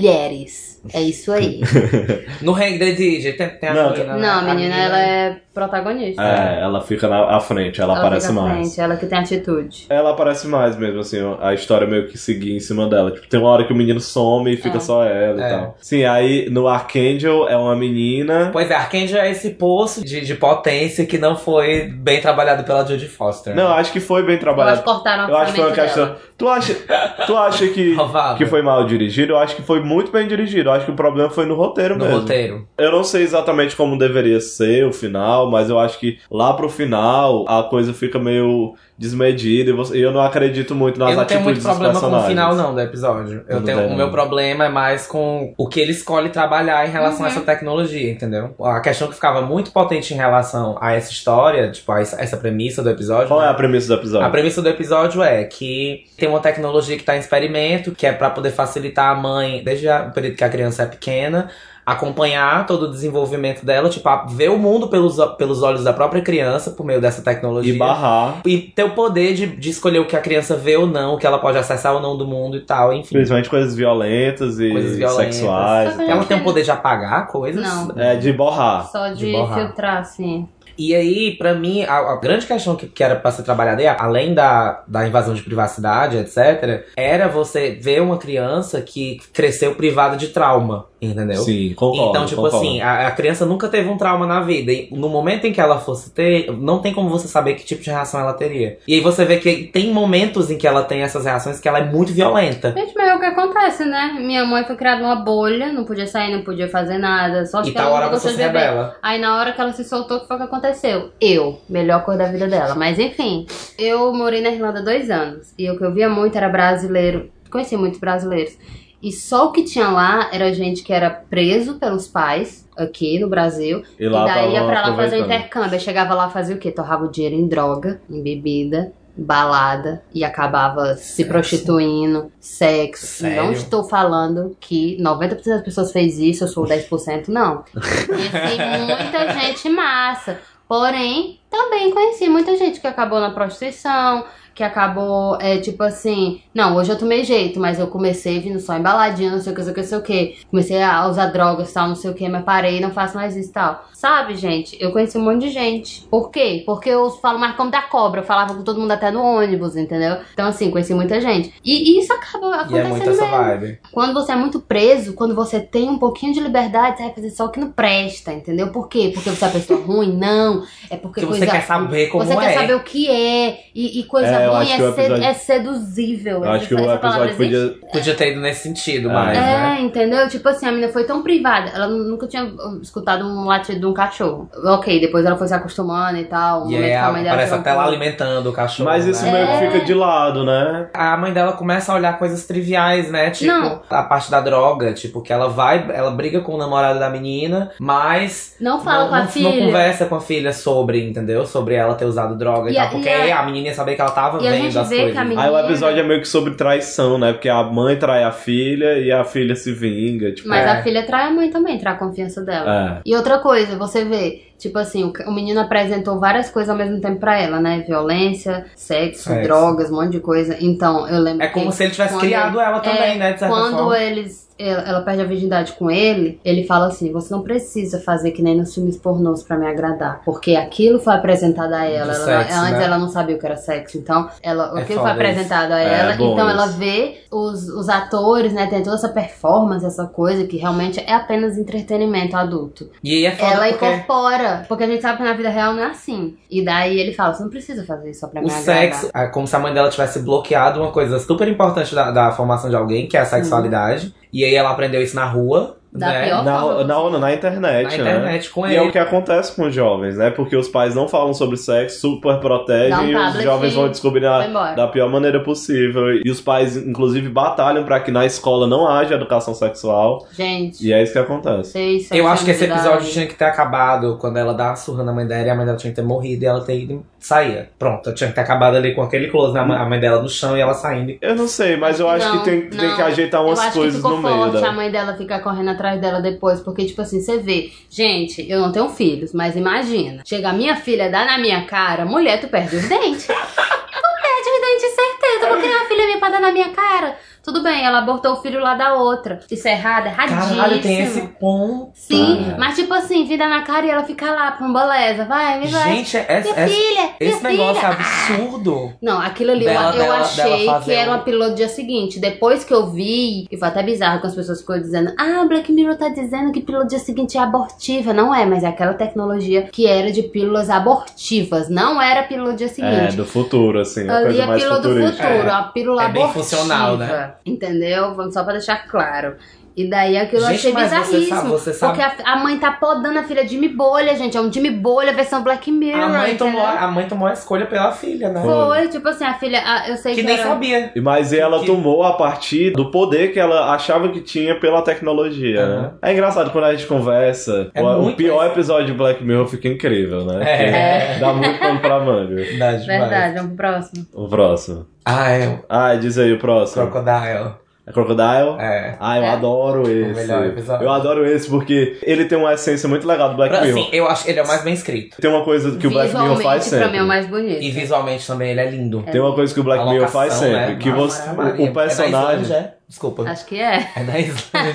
Speaker 1: Mulheres. É isso aí.
Speaker 2: No Hang the DJ tem, tem a
Speaker 3: Não,
Speaker 2: menina.
Speaker 1: não, a
Speaker 2: né?
Speaker 1: menina, ela é protagonista.
Speaker 3: É, ela fica na à frente, ela,
Speaker 1: Ela
Speaker 3: aparece
Speaker 1: fica à
Speaker 3: mais.
Speaker 1: frente, ela que tem atitude.
Speaker 3: Ela aparece mais mesmo, assim, a história meio que seguir em cima dela. Tipo, tem uma hora que o menino some e fica
Speaker 1: É.
Speaker 3: só ela
Speaker 2: É.
Speaker 3: e tal. Sim, aí no Archangel é uma menina.
Speaker 2: Pois é, Archangel é esse poço de, de potência que não foi bem trabalhado pela Jodie Foster.
Speaker 3: Não, acho que foi bem
Speaker 1: Eu acho
Speaker 3: trabalhado.
Speaker 1: que cortaram a
Speaker 3: Eu acho que foi uma
Speaker 1: orçamento
Speaker 3: questão.
Speaker 1: dela.
Speaker 3: Tu acha, tu acha que,
Speaker 2: Provável.
Speaker 3: que foi mal dirigido? Eu acho acho que foi muito bem dirigido. Eu acho que o problema foi no roteiro
Speaker 2: No
Speaker 3: mesmo.
Speaker 2: roteiro.
Speaker 3: Eu não sei exatamente como deveria ser o final, mas eu acho que lá pro final a coisa fica meio desmedida e, você- e eu não acredito muito nas
Speaker 2: eu não tenho
Speaker 3: atitudes
Speaker 2: muito
Speaker 3: dos
Speaker 2: problema com o
Speaker 3: personagens.
Speaker 2: final, não, do episódio. Eu
Speaker 3: Não
Speaker 2: tenho,
Speaker 3: tem,
Speaker 2: o
Speaker 3: não.
Speaker 2: meu problema é mais com o que ele escolhe trabalhar em relação a essa tecnologia, entendeu? A questão que ficava muito potente em relação a essa história, tipo, a essa, essa premissa do episódio.
Speaker 3: Qual
Speaker 2: né?
Speaker 3: é a premissa do episódio?
Speaker 2: A premissa do episódio é que tem uma tecnologia que tá em experimento, que é pra poder facilitar a mãe, desde a- o período que a criança é pequena, acompanhar todo o desenvolvimento dela, tipo, a- ver o mundo pelos, o- pelos olhos da própria criança, por meio dessa tecnologia.
Speaker 3: E barrar,
Speaker 2: E ter o poder de, de escolher o que a criança vê ou não, o que ela pode acessar ou não do mundo e tal, enfim.
Speaker 3: principalmente coisas violentas e
Speaker 2: Coisas violentas.
Speaker 3: sexuais.
Speaker 1: Só
Speaker 2: Ela tem o poder de apagar coisas?
Speaker 1: Não.
Speaker 3: É, de borrar.
Speaker 1: Só de,
Speaker 2: De borrar.
Speaker 1: filtrar, assim.
Speaker 2: E aí, pra mim, a, a grande questão que, que era pra ser trabalhada, aí, além da, da invasão de privacidade, etc., era você ver uma criança que cresceu privada de trauma, entendeu?
Speaker 3: Sim, concordo.
Speaker 2: então, tipo
Speaker 3: concordo.
Speaker 2: assim, a, a criança nunca teve um trauma na vida. E no momento em que ela fosse ter, não tem como você saber que tipo de reação ela teria. E aí você vê que tem momentos em que ela tem essas reações que ela é muito violenta.
Speaker 1: Gente, mas é o que acontece, né? Minha mãe foi criada numa bolha, não podia sair, não podia fazer nada. Só
Speaker 2: E
Speaker 1: que
Speaker 2: tal
Speaker 1: ela
Speaker 2: hora
Speaker 1: não tipo,
Speaker 2: você
Speaker 1: gostou
Speaker 2: se
Speaker 1: de beber.
Speaker 2: rebela.
Speaker 1: Aí na hora que ela se soltou, o que foi que aconteceu? Eu, melhor cor da vida dela. Mas enfim, eu morei na Irlanda dois anos. E o que eu via muito era brasileiro. Conheci muitos brasileiros. E só o que tinha lá era gente que era preso pelos pais aqui no Brasil.
Speaker 3: E lá
Speaker 1: e daí ia
Speaker 3: tava
Speaker 1: pra lá fazer
Speaker 3: aproveitando.
Speaker 1: intercâmbio. Aí chegava lá fazia o quê? Torrava o dinheiro em droga, em bebida, balada e acabava se
Speaker 2: Sexo.
Speaker 1: prostituindo, sexo.
Speaker 2: Sério?
Speaker 1: Não estou falando que 90% das pessoas fez isso, eu sou o 10%, não. Conheci muita gente massa. Porém, também conheci muita gente que acabou na prostituição, que acabou, é, tipo assim, não, hoje eu tomei jeito, mas eu comecei vindo só embaladinha, não sei o que, não sei o que, não sei o que. Comecei a usar drogas, tal, não sei o que, mas parei, não faço mais isso, tal. Sabe, gente, eu conheci um monte de gente. Por quê? Porque eu falo mais como da cobra, eu falava com todo mundo até no ônibus, entendeu? Então, assim, conheci muita gente. E, e isso acaba
Speaker 2: E é
Speaker 1: acontecendo
Speaker 2: muito essa
Speaker 1: mesmo.
Speaker 2: vibe.
Speaker 1: Quando você é muito preso, quando você tem um pouquinho de liberdade, você vai fazer só o que não presta, entendeu? Por quê? Porque você é uma pessoa ruim? Não. É porque
Speaker 2: Porque
Speaker 1: coisa
Speaker 2: Tipo, você quer saber como
Speaker 1: Você
Speaker 2: é.
Speaker 1: quer saber o que é. E, e coisa
Speaker 3: É, eu
Speaker 1: ruim
Speaker 3: acho
Speaker 1: é,
Speaker 3: que o
Speaker 1: sed-
Speaker 3: episódio-
Speaker 1: é seduzível.
Speaker 3: Eu acho que o episódio podia.
Speaker 2: Podia ter ido nesse sentido
Speaker 3: É.
Speaker 2: mais, né?
Speaker 1: É, entendeu? Tipo assim, a menina foi tão privada. Ela nu- nunca tinha uh, escutado um latido de um cachorro. Ok, depois ela foi se acostumando e tal. o
Speaker 2: E
Speaker 1: momento
Speaker 2: aí
Speaker 1: que a mãe
Speaker 2: ela
Speaker 1: dela
Speaker 2: parece
Speaker 1: tirou
Speaker 2: até
Speaker 1: um
Speaker 2: lá
Speaker 1: pulo.
Speaker 2: alimentando o cachorro.
Speaker 3: Mas isso
Speaker 2: né?
Speaker 3: meio
Speaker 1: É.
Speaker 3: que fica de lado, né?
Speaker 2: A mãe dela começa a olhar coisas triviais, né? Tipo,
Speaker 1: Não.
Speaker 2: a parte da droga, tipo, que ela vai, ela briga com o namorado da menina, mas
Speaker 1: Não fala
Speaker 2: não,
Speaker 1: com a
Speaker 2: não-
Speaker 1: filha.
Speaker 2: não conversa com a filha sobre, entendeu? Sobre ela ter usado droga e,
Speaker 1: E a-
Speaker 2: tal. Porque
Speaker 1: e a-
Speaker 2: aí a menina ia saber que ela tava
Speaker 1: e a
Speaker 2: vendo
Speaker 1: gente
Speaker 2: as
Speaker 1: vê
Speaker 2: coisas.
Speaker 1: que a menina-
Speaker 3: Aí o episódio é meio que sobre traição, né? Porque a mãe trai a filha e a filha se vinga. Tipo,
Speaker 1: Mas
Speaker 2: É.
Speaker 1: a filha trai a mãe também, trai a confiança dela.
Speaker 3: é.
Speaker 1: E outra coisa, você vê, tipo assim, o ca- o menino apresentou várias coisas ao mesmo tempo pra ela, né? Violência, sexo,
Speaker 2: Sexo.
Speaker 1: drogas, um monte de coisa. Então, eu lembro
Speaker 2: É como
Speaker 1: que
Speaker 2: se ele tivesse
Speaker 1: quando é
Speaker 2: criado ela também, né? De certa
Speaker 1: quando
Speaker 2: forma.
Speaker 1: eles ela ela perde a virgindade com ele, ele fala assim: "Você não precisa fazer que nem nos filmes pornôs pra me agradar, porque aquilo foi apresentado a ela,
Speaker 2: Do
Speaker 1: ela não-
Speaker 2: sexo,
Speaker 1: antes
Speaker 2: né?
Speaker 1: ela não sabia o que era sexo, então ela
Speaker 2: É
Speaker 1: aquilo foi
Speaker 2: foda isso.
Speaker 1: apresentado a
Speaker 3: É,
Speaker 1: ela,
Speaker 3: bom
Speaker 1: então ela
Speaker 3: isso.
Speaker 1: vê os, os atores, né, tem toda essa performance, essa coisa que realmente é apenas entretenimento adulto.
Speaker 2: E aí é foda
Speaker 1: Ela
Speaker 2: porque
Speaker 1: incorpora, porque a gente sabe que na vida real não é assim. E daí ele fala, você não precisa fazer isso só pra me
Speaker 2: o
Speaker 1: agradar.
Speaker 2: sexo, é como se a mãe dela tivesse bloqueado uma coisa super importante da, da formação de alguém, que é a sexualidade. E aí ela aprendeu isso na rua,
Speaker 1: Da
Speaker 2: né?
Speaker 1: pior forma
Speaker 3: Na,
Speaker 1: possível.
Speaker 3: na, na, internet,
Speaker 2: Na
Speaker 3: né?
Speaker 2: internet com
Speaker 3: E
Speaker 2: ele.
Speaker 3: é o que acontece com os jovens, né? Porque os pais não falam sobre sexo, super protegem
Speaker 1: Dá um É
Speaker 3: e os
Speaker 1: tablet
Speaker 3: jovens
Speaker 1: e
Speaker 3: vão descobrir
Speaker 1: Vai
Speaker 3: na,
Speaker 1: embora.
Speaker 3: da pior maneira possível. E os pais, inclusive, batalham pra que na escola não haja educação sexual.
Speaker 1: Gente,
Speaker 3: E é isso que acontece.
Speaker 1: vocês são
Speaker 2: Eu acho que esse
Speaker 1: sexualidade.
Speaker 2: episódio tinha que ter acabado quando ela dá a surra na mãe dela e a mãe dela tinha que ter morrido e ela ter ido sair. Pronto, tinha que ter acabado ali com aquele close na mãe, a mãe dela no chão e ela saindo.
Speaker 3: Eu não sei, mas eu acho
Speaker 1: Não,
Speaker 3: que tem, tem
Speaker 1: não.
Speaker 3: que ajeitar
Speaker 1: Eu
Speaker 3: umas
Speaker 1: acho que
Speaker 3: coisas
Speaker 1: ficou
Speaker 3: no meio.
Speaker 1: forte
Speaker 3: Da...
Speaker 1: a mãe dela ficar correndo atrás dela depois, porque, tipo assim, você vê, gente, eu não tenho filhos, mas imagina, chega a minha filha, dá na minha cara, mulher, tu perde os dentes. tu perde os dentes, certeza, vou criar uma filha minha pra dar na minha cara. Tudo bem, ela abortou o filho lá da outra. Isso é errado, erradíssimo.
Speaker 2: Caralho, tem esse ponto.
Speaker 1: Sim,
Speaker 3: Ah.
Speaker 1: mas tipo assim, vida na cara e ela fica lá, pamboleza, vai, me vai.
Speaker 2: Gente, é-
Speaker 1: minha
Speaker 2: é-
Speaker 1: filha, minha
Speaker 2: esse negócio é
Speaker 1: filha.
Speaker 2: absurdo.
Speaker 1: Não, aquilo ali eu- eu
Speaker 2: Dela- dela-
Speaker 1: achei
Speaker 2: dela
Speaker 1: que
Speaker 2: fazer
Speaker 1: era
Speaker 2: um-
Speaker 1: uma piloto do dia seguinte. Depois que eu vi, e foi até bizarro que as pessoas ficam dizendo: Ah, Black Mirror tá dizendo que pílula do dia seguinte é abortiva. Não é, mas é aquela tecnologia que era de pílulas abortivas. Não era pílula do dia
Speaker 3: É,
Speaker 1: seguinte.
Speaker 3: do futuro, assim. Uma
Speaker 1: ali
Speaker 3: coisa
Speaker 1: é
Speaker 3: mais
Speaker 1: pílula do
Speaker 3: futurista.
Speaker 1: futuro,
Speaker 2: É.
Speaker 1: a pílula
Speaker 2: É bem
Speaker 1: abortiva.
Speaker 2: funcional, né? fora.
Speaker 1: Entendeu? Vamos só pra deixar claro. E daí aquilo eu
Speaker 2: Gente,
Speaker 1: achei
Speaker 2: mas você
Speaker 1: bizarríssimo.
Speaker 2: sabe- você sabe-
Speaker 1: Porque a, a mãe tá podando a filha Jimmy Bolha, gente. É um Jimmy Bolha versão Black Mirror.
Speaker 2: A mãe, tomou,
Speaker 1: entendeu?
Speaker 2: a mãe tomou a escolha pela filha, né?
Speaker 1: Foi, tipo assim, a filha. a- eu sei
Speaker 2: Que
Speaker 1: que,
Speaker 2: nem
Speaker 1: era-
Speaker 2: sabia.
Speaker 3: E- Mas ela
Speaker 2: Que-
Speaker 3: tomou a partir do poder que ela achava que tinha pela tecnologia, né? É engraçado quando a gente conversa.
Speaker 2: É
Speaker 3: o- o,
Speaker 2: muito
Speaker 3: pior
Speaker 2: isso.
Speaker 3: episódio de Black Mirror fica incrível, né?
Speaker 2: É.
Speaker 3: Porque Dá muito pano pra manga.
Speaker 2: Verdade,
Speaker 1: Verdade, vamos pro próximo.
Speaker 3: O próximo.
Speaker 2: Ah, é. o
Speaker 3: Ah, diz aí o próximo.
Speaker 2: Crocodile.
Speaker 3: É Crocodile?
Speaker 2: É.
Speaker 3: Ah, eu
Speaker 1: É.
Speaker 3: adoro esse.
Speaker 2: melhor episódio.
Speaker 3: Eu adoro esse porque ele tem uma essência muito legal do Black
Speaker 2: Pra,
Speaker 3: Mirror.
Speaker 2: assim, eu acho que ele é o mais bem escrito.
Speaker 3: Tem uma coisa que o Black Mirror
Speaker 1: Visualmente,
Speaker 3: faz
Speaker 1: pra mim,
Speaker 3: sempre.
Speaker 1: é o mais bonito.
Speaker 2: E visualmente também ele é lindo.
Speaker 3: Tem uma coisa que o Black
Speaker 2: A
Speaker 3: Mirror
Speaker 2: locação,
Speaker 3: faz sempre,
Speaker 2: né?
Speaker 3: que
Speaker 2: Nossa,
Speaker 3: você,
Speaker 2: Maria.
Speaker 3: o, o personagem,
Speaker 2: É da Islândia? Desculpa.
Speaker 1: Acho que é.
Speaker 2: É da Islândia.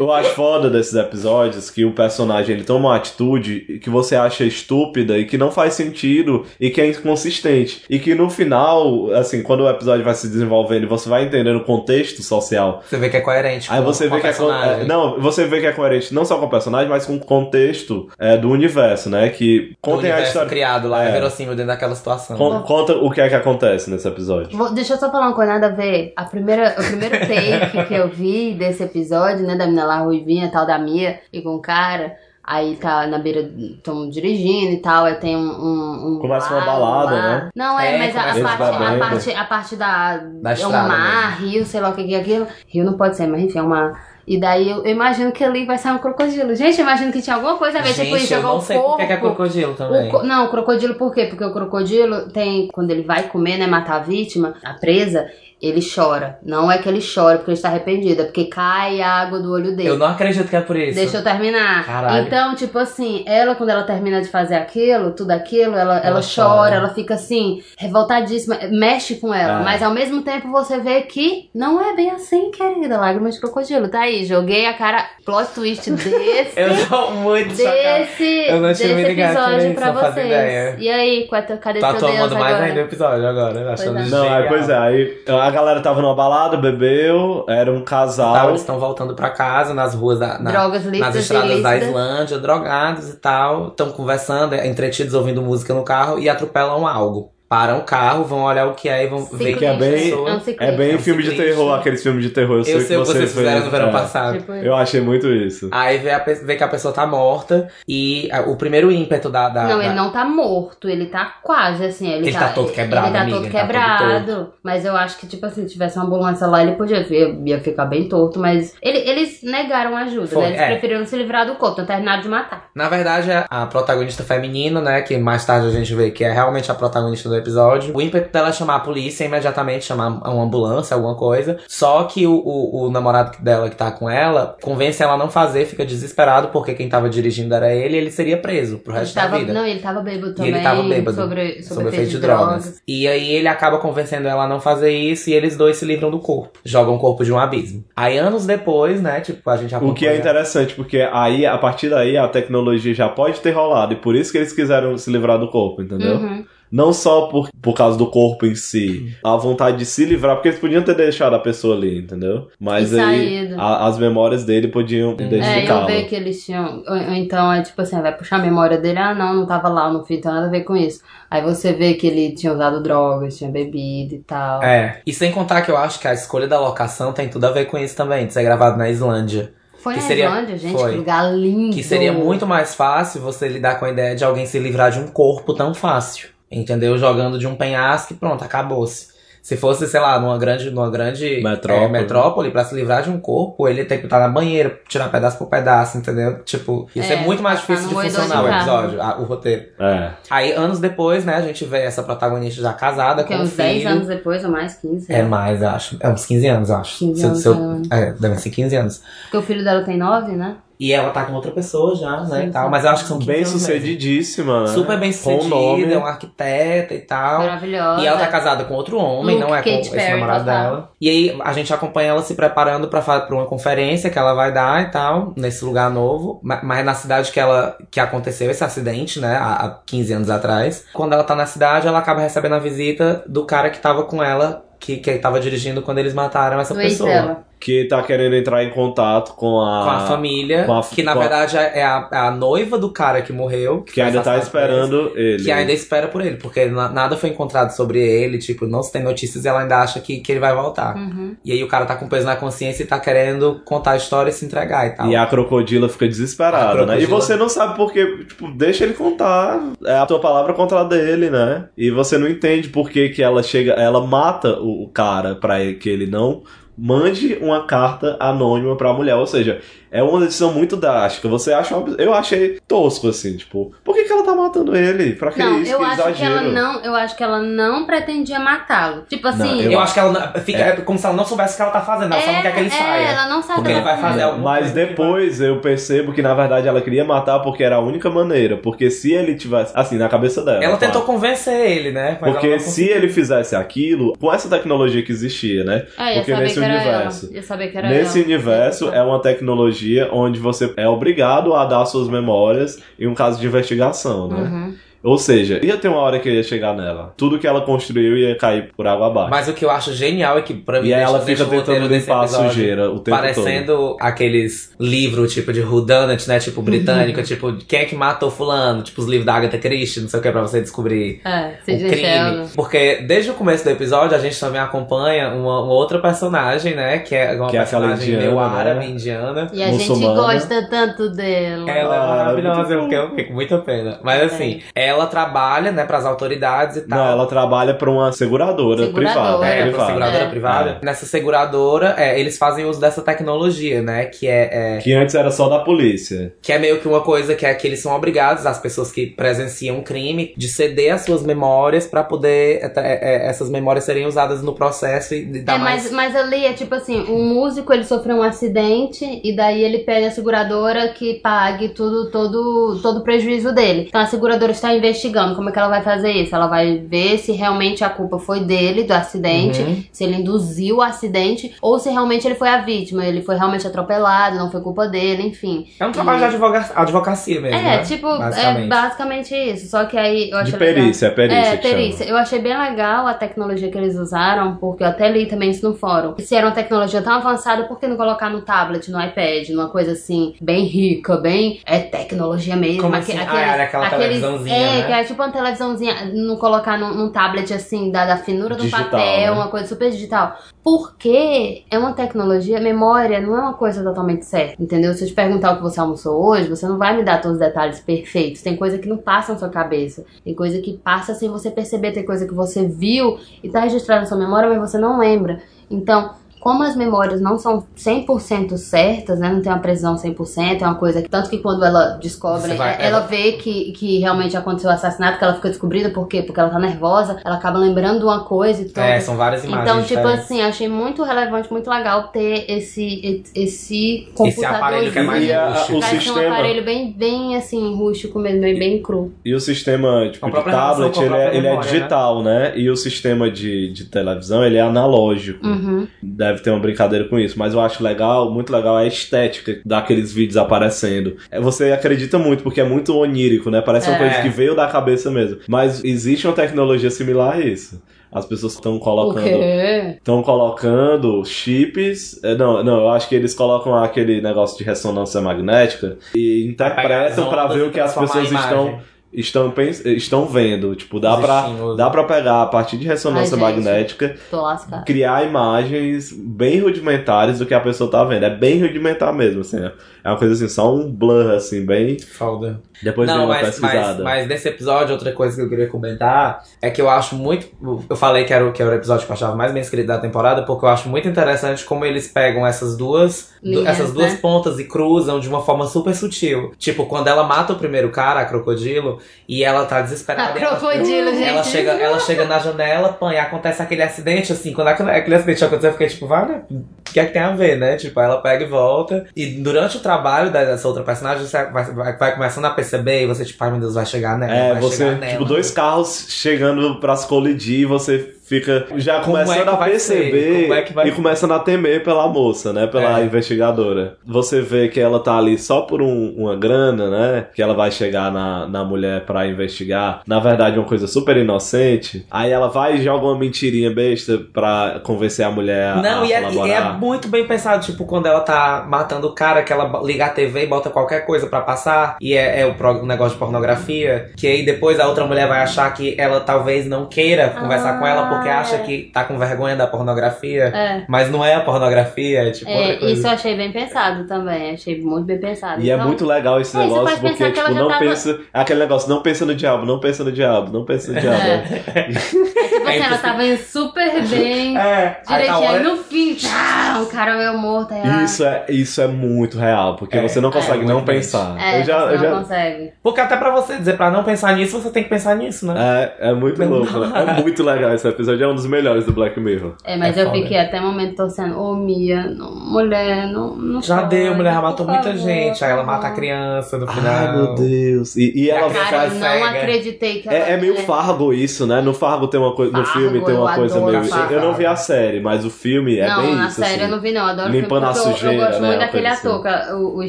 Speaker 3: Eu acho foda desses episódios que o personagem ele toma uma atitude que você acha estúpida e que não faz sentido e que é inconsistente. E que no final, assim, quando o episódio vai se desenvolvendo e você vai entendendo o contexto social,
Speaker 2: Você vê que é coerente.
Speaker 3: aí
Speaker 2: com-
Speaker 3: você
Speaker 2: com
Speaker 3: vê
Speaker 2: a
Speaker 3: que é. co-
Speaker 2: personagem.
Speaker 3: é, Não, você vê que é coerente não só com o personagem, mas com o contexto é, do universo, né? Que
Speaker 2: Do
Speaker 3: contem a
Speaker 2: universo
Speaker 3: história.
Speaker 2: criado lá,
Speaker 3: É.
Speaker 2: é verossímil dentro daquela situação.
Speaker 3: con- conta o que é que acontece nesse episódio.
Speaker 1: Vou- deixa eu só falar uma coisa nada a ver. A primeira, o primeiro take que eu vi desse episódio, né, da mina lá ruivinha, tal, da Mia, e com o cara. Aí tá na beira, estão dirigindo e tal, aí tem um. um, um
Speaker 3: Começa uma
Speaker 1: lago
Speaker 3: balada,
Speaker 1: lá.
Speaker 3: né?
Speaker 1: Não, é,
Speaker 2: É,
Speaker 1: mas a, a
Speaker 2: começa
Speaker 3: uma
Speaker 1: parte, a,
Speaker 3: balada.
Speaker 1: parte, a parte da. é
Speaker 2: estrada
Speaker 1: um mar, rio, sei lá o que que é aquilo. Rio não pode ser, mas enfim, é uma. E daí eu, eu imagino que ali vai sair um crocodilo. Gente, eu imagino que tinha alguma coisa a ver, tipo
Speaker 2: Gente,
Speaker 1: isso,
Speaker 2: eu
Speaker 1: jogar
Speaker 2: não
Speaker 1: o
Speaker 2: sei por que que é
Speaker 1: corpo.
Speaker 2: crocodilo
Speaker 1: O
Speaker 2: também.
Speaker 1: co- não, o crocodilo por quê? Porque o crocodilo tem, quando ele vai comer, né, matar a vítima, a presa, ele chora. Não é que ele chora porque ele está arrependido, é porque cai a água do olho dele.
Speaker 2: Eu não acredito que é por isso.
Speaker 1: Deixa eu terminar.
Speaker 2: Caralho.
Speaker 1: Então, tipo assim, ela, quando ela termina de fazer aquilo, tudo aquilo, ela, ela,
Speaker 2: Ela
Speaker 1: chora,
Speaker 2: chora.
Speaker 1: ela fica assim, revoltadíssima, mexe com ela.
Speaker 2: Ah.
Speaker 3: É.
Speaker 1: Mas ao mesmo tempo você vê que não é bem assim, querida. Lágrimas de crocodilo. Tá aí, joguei a cara, plot twist desse.
Speaker 2: Eu tô muito chocada.
Speaker 1: desse,
Speaker 2: Eu não tinha
Speaker 1: desse
Speaker 2: me ligado que era
Speaker 1: episódio
Speaker 2: isso,
Speaker 1: pra
Speaker 2: não fazia
Speaker 1: vocês.
Speaker 2: ideia.
Speaker 1: E aí, qual é- cadê
Speaker 2: Tá
Speaker 1: seu Deus
Speaker 2: tomando mais
Speaker 1: agora?
Speaker 2: ainda o episódio agora, né? achando
Speaker 1: é.
Speaker 2: genial.
Speaker 3: Não, aí, pois é, aí a galera tava numa balada, bebeu, era um
Speaker 2: Tá,
Speaker 3: casal.
Speaker 2: eles estão voltando pra casa, nas ruas da. na-
Speaker 1: Drogas
Speaker 2: nas
Speaker 1: lícitas e
Speaker 2: estradas da
Speaker 1: ilícitas.
Speaker 2: Islândia, drogados e tal. Estão conversando, é, entretidos ouvindo música no carro e atropelam algo. Param o carro, vão olhar o que é e vão ver que
Speaker 3: é bem-
Speaker 1: É um ciclista.
Speaker 3: É bem
Speaker 2: É um
Speaker 3: filme de
Speaker 2: ciclista.
Speaker 3: terror, aqueles filmes de terror. Eu,
Speaker 2: Eu sei o que vocês fizeram
Speaker 3: fez-
Speaker 2: no verão
Speaker 3: é.
Speaker 2: passado.
Speaker 1: Tipo,
Speaker 3: Eu achei muito isso.
Speaker 2: Aí vê, a pe- vê que a pessoa tá morta e ah, o primeiro ímpeto da. da-
Speaker 1: não,
Speaker 2: da-
Speaker 1: ele não tá morto, ele tá quase assim. Ele,
Speaker 2: Ele tá todo quebrado,
Speaker 1: Ele tá
Speaker 2: amiga,
Speaker 1: todo
Speaker 2: ele tá todo
Speaker 1: quebrado. mas eu acho que, tipo assim, se tivesse uma ambulância lá, ele podia ver, ia ficar bem torto, mas. ele- eles negaram ajuda,
Speaker 2: Foi,
Speaker 1: né? Eles
Speaker 2: é.
Speaker 1: preferiram se livrar do corpo, então terminaram de matar.
Speaker 2: Na verdade, é a- a protagonista feminina, né? Que mais tarde a gente vê que é realmente a protagonista do episódio. O ímpeto dela é chamar a polícia imediatamente, chamar uma ambulância, alguma coisa. Só que o, o- o namorado dela que tá com ela convence ela a não fazer, fica desesperado, porque quem tava dirigindo era ele e ele seria preso pro
Speaker 1: Ele
Speaker 2: resto da
Speaker 1: tava,
Speaker 2: vida.
Speaker 1: não, ele tava bêbado
Speaker 2: E
Speaker 1: também.
Speaker 2: ele tava bêbado.
Speaker 1: Sobre, sobre,
Speaker 2: Sobre efeito de drogas. E aí ele acaba convencendo ela a não fazer isso e eles dois se livram do corpo. Jogam o corpo de um abismo. Aí anos depois, né? Tipo, a gente
Speaker 3: O que é
Speaker 2: acompanha-
Speaker 3: interessante, porque aí, a partir daí, a tecnologia já pode ter rolado. E por isso que eles quiseram se livrar do corpo, entendeu?
Speaker 1: Uhum.
Speaker 3: Não só por, por causa do corpo em si,
Speaker 2: Uhum.
Speaker 3: a vontade de se livrar, porque eles podiam ter deixado a pessoa ali, entendeu? Mas
Speaker 1: E
Speaker 3: aí
Speaker 1: saído.
Speaker 3: a- as memórias dele podiam
Speaker 1: É, eu
Speaker 3: identificá-lo.
Speaker 1: vejo que eles tinham. ou- ou Então é tipo assim, vai puxar a memória dele, ah não, não tava lá, não fiz, tem nada a ver com isso. Aí você vê que ele tinha usado drogas, tinha bebido e tal.
Speaker 2: É. E sem contar que eu acho que a escolha da locação tem tudo a ver com isso também, de ser gravado na Islândia.
Speaker 1: Foi
Speaker 2: Que
Speaker 1: na
Speaker 2: seria-
Speaker 1: Islândia, gente,
Speaker 2: foi.
Speaker 1: que lugar lindo.
Speaker 2: Que seria muito mais fácil você lidar com a ideia de alguém se livrar de um corpo tão fácil. Entendeu? Jogando de um penhasco e pronto, acabou-se. Se fosse, sei lá, numa grande, numa grande
Speaker 3: Metrópole.
Speaker 2: eh, metrópole, pra se livrar de um corpo, ele ia ter que estar na banheira, tirar pedaço por pedaço, entendeu? Tipo, ia ser
Speaker 1: É,
Speaker 2: muito mais
Speaker 1: passar
Speaker 2: difícil de
Speaker 1: no moedor de
Speaker 2: funcionar o
Speaker 1: carne.
Speaker 2: episódio, a- o roteiro.
Speaker 3: É.
Speaker 2: Aí, anos depois, né, a gente vê essa protagonista já casada
Speaker 1: Porque
Speaker 2: com um
Speaker 1: é uns 10
Speaker 2: filho.
Speaker 1: anos depois, ou mais, né? 15.
Speaker 2: É mais, eu acho. É uns 15 anos, eu acho.
Speaker 1: 15
Speaker 2: Se-
Speaker 1: anos,
Speaker 2: se eu-
Speaker 1: né?
Speaker 2: é, devem ser 15 anos.
Speaker 1: Porque o filho dela tem 9, né?
Speaker 2: E ela tá com outra pessoa já, né,
Speaker 1: Sim,
Speaker 2: e tal.
Speaker 1: sim.
Speaker 2: Mas eu acho que são 15
Speaker 3: Bem
Speaker 2: anos mesmo.
Speaker 3: sucedidíssima. né?
Speaker 2: Super bem
Speaker 3: Com nome.
Speaker 2: sucedida, é um arquiteta e tal.
Speaker 1: Maravilhosa.
Speaker 2: E ela tá casada com outro homem,
Speaker 1: Luke
Speaker 2: não é com
Speaker 1: Kate
Speaker 2: esse
Speaker 1: Perry,
Speaker 2: namorado
Speaker 1: total.
Speaker 2: dela. E aí a gente acompanha ela se preparando pra, fa- pra uma conferência que ela vai dar e tal, nesse lugar novo. Ma- Mas na cidade que ela que aconteceu esse acidente, né, há, há 15 anos atrás. Quando ela tá na cidade, ela acaba recebendo a visita do cara que tava com ela, que, que tava dirigindo quando eles mataram essa
Speaker 1: do ex
Speaker 2: pessoa.
Speaker 1: dela.
Speaker 3: que tá querendo entrar em contato com a.
Speaker 2: com a família,
Speaker 3: Ah, com a-
Speaker 2: que na
Speaker 3: com a-
Speaker 2: verdade é a, a noiva do cara que morreu.
Speaker 3: Que
Speaker 2: foi
Speaker 3: ainda tá
Speaker 2: assassinado por ele.
Speaker 3: esperando ele.
Speaker 2: Que ainda espera por ele, porque na- nada foi encontrado sobre ele, tipo, não se tem notícias e ela ainda acha que, que ele vai voltar.
Speaker 1: Uhum.
Speaker 2: E aí o cara tá com peso na consciência e tá querendo contar a história e se entregar e tal.
Speaker 3: E a crocodila fica desesperada,
Speaker 2: A crocodila-
Speaker 3: né? E você não sabe por quê. Tipo, deixa ele contar. É a tua palavra contra a dele, né? E você não entende por que, que ela chega. Ela mata o o cara pra ele- que ele não mande uma carta anônima pra mulher. Ou seja, é uma decisão muito drástica. Você acha. um abs- Eu achei tosco, assim, tipo, por que, que ela tá matando ele? Pra que
Speaker 1: não,
Speaker 3: isso?
Speaker 1: eu
Speaker 2: é
Speaker 3: que
Speaker 1: acho
Speaker 3: exagero.
Speaker 1: que ela não, eu acho que ela não pretendia matá-lo. Tipo assim,
Speaker 3: Não,
Speaker 2: Eu, acho que ela não- fica é como se ela não soubesse o que ela tá fazendo, ela só não quer que ele
Speaker 1: é,
Speaker 2: saia.
Speaker 1: ela não sabe é
Speaker 2: Porque ele vai fazer alguma
Speaker 3: É, Mas
Speaker 2: coisa né? que
Speaker 3: depois eu percebo que na verdade ela queria matar porque era a única maneira. Porque se ele tivesse. Assim, na cabeça dela.
Speaker 2: vai- Ela
Speaker 3: claro.
Speaker 2: tentou convencer ele, né? Mas ela
Speaker 3: Porque
Speaker 2: não
Speaker 3: se ele fizesse aquilo, com essa tecnologia que existia, né?
Speaker 1: É, ia
Speaker 3: Porque
Speaker 1: saber
Speaker 3: nesse
Speaker 1: que era
Speaker 3: universo-
Speaker 1: ela. Ia saber que era
Speaker 3: Nesse
Speaker 1: ela.
Speaker 3: universo é uma tecnologia onde você é obrigado a dar suas memórias em um caso de investigação, né?
Speaker 1: Uhum.
Speaker 3: Ou seja, ia ter uma hora que ia chegar nela. Tudo que ela construiu ia cair por água abaixo.
Speaker 2: Mas o que eu acho genial é que pra mim
Speaker 3: e aí
Speaker 2: deixa-
Speaker 3: ela
Speaker 2: deixa
Speaker 3: fica
Speaker 2: o roteiro
Speaker 3: tentando
Speaker 2: desse
Speaker 3: limpar a
Speaker 2: episódio
Speaker 3: sujeira o tempo todo.
Speaker 2: Parecendo aqueles livros, tipo, de Rudanit, né? Tipo,
Speaker 3: Uhum.
Speaker 2: britânico, tipo, quem é que matou fulano? Tipo, os livros da Agatha Christie, não sei o que, pra você descobrir
Speaker 1: É, se
Speaker 2: o crime.
Speaker 1: desvendando.
Speaker 2: Porque desde o começo do episódio, a gente também acompanha uma, uma outra personagem, né? Que é uma
Speaker 3: Que é aquela
Speaker 2: personagem
Speaker 3: indiana,
Speaker 2: meio
Speaker 3: né?
Speaker 2: árabe, indiana.
Speaker 1: E a gente
Speaker 3: Muçulmana.
Speaker 1: gosta tanto dela.
Speaker 2: Ela é
Speaker 3: Ah,
Speaker 2: maravilhosa, eu
Speaker 3: muito
Speaker 2: fiquei- eu fiquei com muita pena. Mas assim, ela trabalha, né, pras autoridades e tal.
Speaker 3: Não, ela trabalha pra uma seguradora,
Speaker 1: Seguradora.
Speaker 3: privada.
Speaker 2: É, pra
Speaker 3: privada.
Speaker 2: seguradora
Speaker 1: É.
Speaker 2: privada. Nessa seguradora, é, eles fazem uso dessa tecnologia, né? Que é, é-
Speaker 3: Que antes era só da polícia.
Speaker 2: que é meio que uma coisa que é que eles são obrigados, as pessoas que presenciam um crime, de ceder as suas memórias pra poder é, é, é, essas memórias serem usadas no processo e dar
Speaker 1: É,
Speaker 2: mais.
Speaker 1: mas, mas ali é tipo assim, um músico ele sofreu um acidente e daí ele pede a seguradora que pague tudo, todo, todo o prejuízo dele. Então a seguradora está investigando como é que ela vai fazer isso. Ela vai ver se realmente a culpa foi dele, do acidente,
Speaker 2: Uhum.
Speaker 1: se ele induziu o acidente ou se realmente ele foi a vítima, ele foi realmente atropelado, não foi culpa dele, enfim.
Speaker 2: É um trabalho de advoga- advocacia mesmo.
Speaker 1: É,
Speaker 2: né?
Speaker 1: tipo, é
Speaker 2: Basicamente.
Speaker 1: basicamente isso. Só que aí eu achei
Speaker 3: de
Speaker 1: legal.
Speaker 3: perícia, é perícia.
Speaker 1: É,
Speaker 3: que chama.
Speaker 1: perícia. Eu achei bem legal a tecnologia que eles usaram, porque eu até li também isso no fórum. Se era uma tecnologia tão avançada, por que não colocar no tablet, no iPad, numa coisa assim, bem rica, bem. É tecnologia mesmo.
Speaker 2: Como
Speaker 1: aque-
Speaker 2: assim? Ah, era aquela televisãozinha,
Speaker 1: É,
Speaker 2: né?
Speaker 1: que é tipo uma televisãozinha, não colocar num, num tablet assim, da, da finura do
Speaker 3: Digital,
Speaker 1: papel,
Speaker 3: né?
Speaker 1: uma coisa super digital. Porque é uma tecnologia, memória não é uma coisa totalmente certa, entendeu? Se eu te perguntar o que você almoçou hoje, você não vai me dar todos os detalhes perfeitos. Tem coisa que não passa na sua cabeça, tem coisa que passa sem você perceber, tem coisa que você viu e tá registrada na sua memória, mas você não lembra. Então, como as memórias não são 100% certas, né? Não tem uma precisão 100%, é uma coisa que tanto que quando ela descobre,
Speaker 2: Você vai-
Speaker 1: ela,
Speaker 2: ela-
Speaker 1: vê que, que realmente aconteceu o assassinato, que ela fica descobrindo por quê? Porque ela tá nervosa, ela acaba lembrando uma coisa e tudo.
Speaker 2: É, são várias imagens.
Speaker 1: Então, tipo
Speaker 2: diferentes.
Speaker 1: assim, achei muito relevante, muito legal ter esse, esse
Speaker 2: Esse aparelho que é mais
Speaker 3: E a-
Speaker 2: luxo.
Speaker 3: o
Speaker 1: Parece um
Speaker 3: sistema-
Speaker 1: aparelho bem, bem assim, rústico mesmo, bem, bem cru.
Speaker 3: E o sistema tipo,
Speaker 2: Com a
Speaker 3: de
Speaker 2: própria relação
Speaker 3: tablet,
Speaker 2: com a
Speaker 3: ele, é,
Speaker 2: própria
Speaker 3: ele é
Speaker 2: memória,
Speaker 3: digital, né? E o sistema de, de televisão, ele é analógico.
Speaker 1: Uhum.
Speaker 3: Deve ter uma brincadeira com isso. Mas eu acho legal, muito legal, a estética daqueles vídeos aparecendo. É, Você acredita muito, porque é muito onírico, né? Parece
Speaker 1: É.
Speaker 3: uma coisa que veio da cabeça mesmo. Mas existe uma tecnologia similar a isso. As pessoas estão
Speaker 1: O
Speaker 3: colocando
Speaker 1: quê?
Speaker 3: Estão colocando chips. é, Não, não, eu acho que eles colocam aquele negócio de ressonância magnética e interpretam é pra ver o que as pessoas estão, estão, pens- estão vendo. Tipo, dá pra, dá pra pegar a partir de ressonância
Speaker 1: Ai, gente.
Speaker 3: magnética,
Speaker 1: Tô lascada.
Speaker 3: criar imagens bem rudimentares do que a pessoa tá vendo. É bem rudimentar mesmo, assim. É uma coisa assim, só um blur, assim, bem.
Speaker 2: Foda.
Speaker 3: Depois deu
Speaker 2: Não,
Speaker 3: uma
Speaker 2: mas, mas,
Speaker 3: pesquisada.
Speaker 2: mas nesse episódio, outra coisa que eu queria comentar é que eu acho muito. Eu falei que era, o- que era o episódio que eu achava mais bem escrito da temporada, porque eu acho muito interessante como eles pegam essas duas. du-
Speaker 1: Linhas,
Speaker 2: essas duas
Speaker 1: né?
Speaker 2: pontas e cruzam de uma forma super sutil. Tipo, quando ela mata o primeiro cara, a crocodilo, e ela tá desesperada.
Speaker 1: A
Speaker 2: e ela-
Speaker 1: crocodilo, gente.
Speaker 2: ela chega, ela chega na janela, pã, e acontece aquele acidente, assim, quando aquele, aquele acidente aconteceu, eu fiquei tipo, vale, o que é que tem a ver, né? Tipo, aí ela pega e volta. E durante o trabalho da- dessa outra personagem, você vai, vai- vai começando a perceber, e você, tipo, ai meu Deus, vai chegar nela.
Speaker 3: É,
Speaker 2: vai
Speaker 3: você,
Speaker 2: chegar
Speaker 3: tipo,
Speaker 2: nela.
Speaker 3: dois carros chegando pra se colidir e você fica já
Speaker 2: Como
Speaker 3: começando
Speaker 2: é que
Speaker 3: a
Speaker 2: vai ser?
Speaker 3: perceber
Speaker 2: Como é que vai
Speaker 3: e começando a temer pela moça, né? Pela
Speaker 2: É.
Speaker 3: investigadora. Você vê que ela tá ali só por um- uma grana, né? Que ela vai chegar na, na mulher pra investigar. Na verdade, é uma coisa super inocente. Aí ela vai e joga uma mentirinha besta pra convencer a mulher a-
Speaker 2: Não,
Speaker 3: a
Speaker 2: e é, e é
Speaker 3: colaborar.
Speaker 2: muito bem pensado, tipo, quando ela tá matando o cara, que ela bo- liga a TV e bota qualquer coisa pra passar, e é, é o pro- um negócio de pornografia, que aí depois a outra mulher vai achar que ela talvez não queira conversar
Speaker 1: Ah,
Speaker 2: com ela porque acha
Speaker 1: é.
Speaker 2: que tá com vergonha da pornografia,
Speaker 1: É.
Speaker 2: mas não é a pornografia, é tipo outra
Speaker 1: É,
Speaker 2: coisa.
Speaker 1: isso eu achei bem pensado também. Achei muito bem pensado.
Speaker 3: E é
Speaker 1: Então,
Speaker 3: muito legal esse
Speaker 1: É, você
Speaker 3: negócio,
Speaker 1: pode pensar
Speaker 3: porque,
Speaker 1: que ela
Speaker 3: tipo,
Speaker 1: já
Speaker 3: não
Speaker 1: tava-
Speaker 3: pensa. é Aquele negócio, não pensa no diabo, não pensa no diabo, não pensa no diabo.
Speaker 1: É. é tipo
Speaker 2: É
Speaker 1: assim, ela
Speaker 2: impossível.
Speaker 1: tava indo super bem.
Speaker 2: É, aí tá
Speaker 1: Direitinho, aí
Speaker 2: olha-
Speaker 1: no fim, tchau, o cara meio morto. Aí ela-
Speaker 3: Isso é, isso é muito real, porque
Speaker 2: É,
Speaker 3: você não
Speaker 2: é,
Speaker 3: consegue
Speaker 2: muito
Speaker 3: não
Speaker 2: bem.
Speaker 3: pensar.
Speaker 1: É,
Speaker 3: eu já,
Speaker 1: você não
Speaker 3: eu já,
Speaker 1: consegue.
Speaker 2: Porque até pra você dizer pra não pensar nisso, você tem que pensar nisso, né?
Speaker 3: é, é muito
Speaker 2: Não.
Speaker 3: louco, né? é muito legal esse episódio, é um dos melhores do Black Mirror.
Speaker 1: É, mas
Speaker 2: É
Speaker 1: eu
Speaker 2: foda.
Speaker 1: fiquei até o momento torcendo. Ô, Mia, não- mulher, não, não
Speaker 2: Já
Speaker 1: chora,
Speaker 2: deu, a mulher já
Speaker 1: Ah, por
Speaker 2: matou muita
Speaker 1: favor,
Speaker 2: gente, aí ela
Speaker 1: tá
Speaker 2: mata a
Speaker 1: bom.
Speaker 2: criança no final.
Speaker 3: Ai, meu Deus. E, e ela
Speaker 2: a
Speaker 3: vai-
Speaker 1: Cara, eu não
Speaker 2: cega.
Speaker 1: acreditei que ela...
Speaker 3: É, é meio Fargo isso, né? No Fargo tem uma coisa. No
Speaker 1: Fargo,
Speaker 3: filme tem uma
Speaker 1: eu
Speaker 3: coisa
Speaker 1: adoro
Speaker 3: meio.
Speaker 1: Fargo.
Speaker 3: Eu não vi a série, mas o filme é
Speaker 1: não,
Speaker 3: bem
Speaker 1: na
Speaker 3: isso.
Speaker 1: série eu
Speaker 3: assim.
Speaker 1: não vi não, adoro filme,
Speaker 3: Limpando a
Speaker 1: porque eu-
Speaker 3: sujeira,
Speaker 1: Eu gosto
Speaker 3: né,
Speaker 1: muito
Speaker 3: uma
Speaker 1: daquele
Speaker 3: coisa
Speaker 1: ator, que é o, o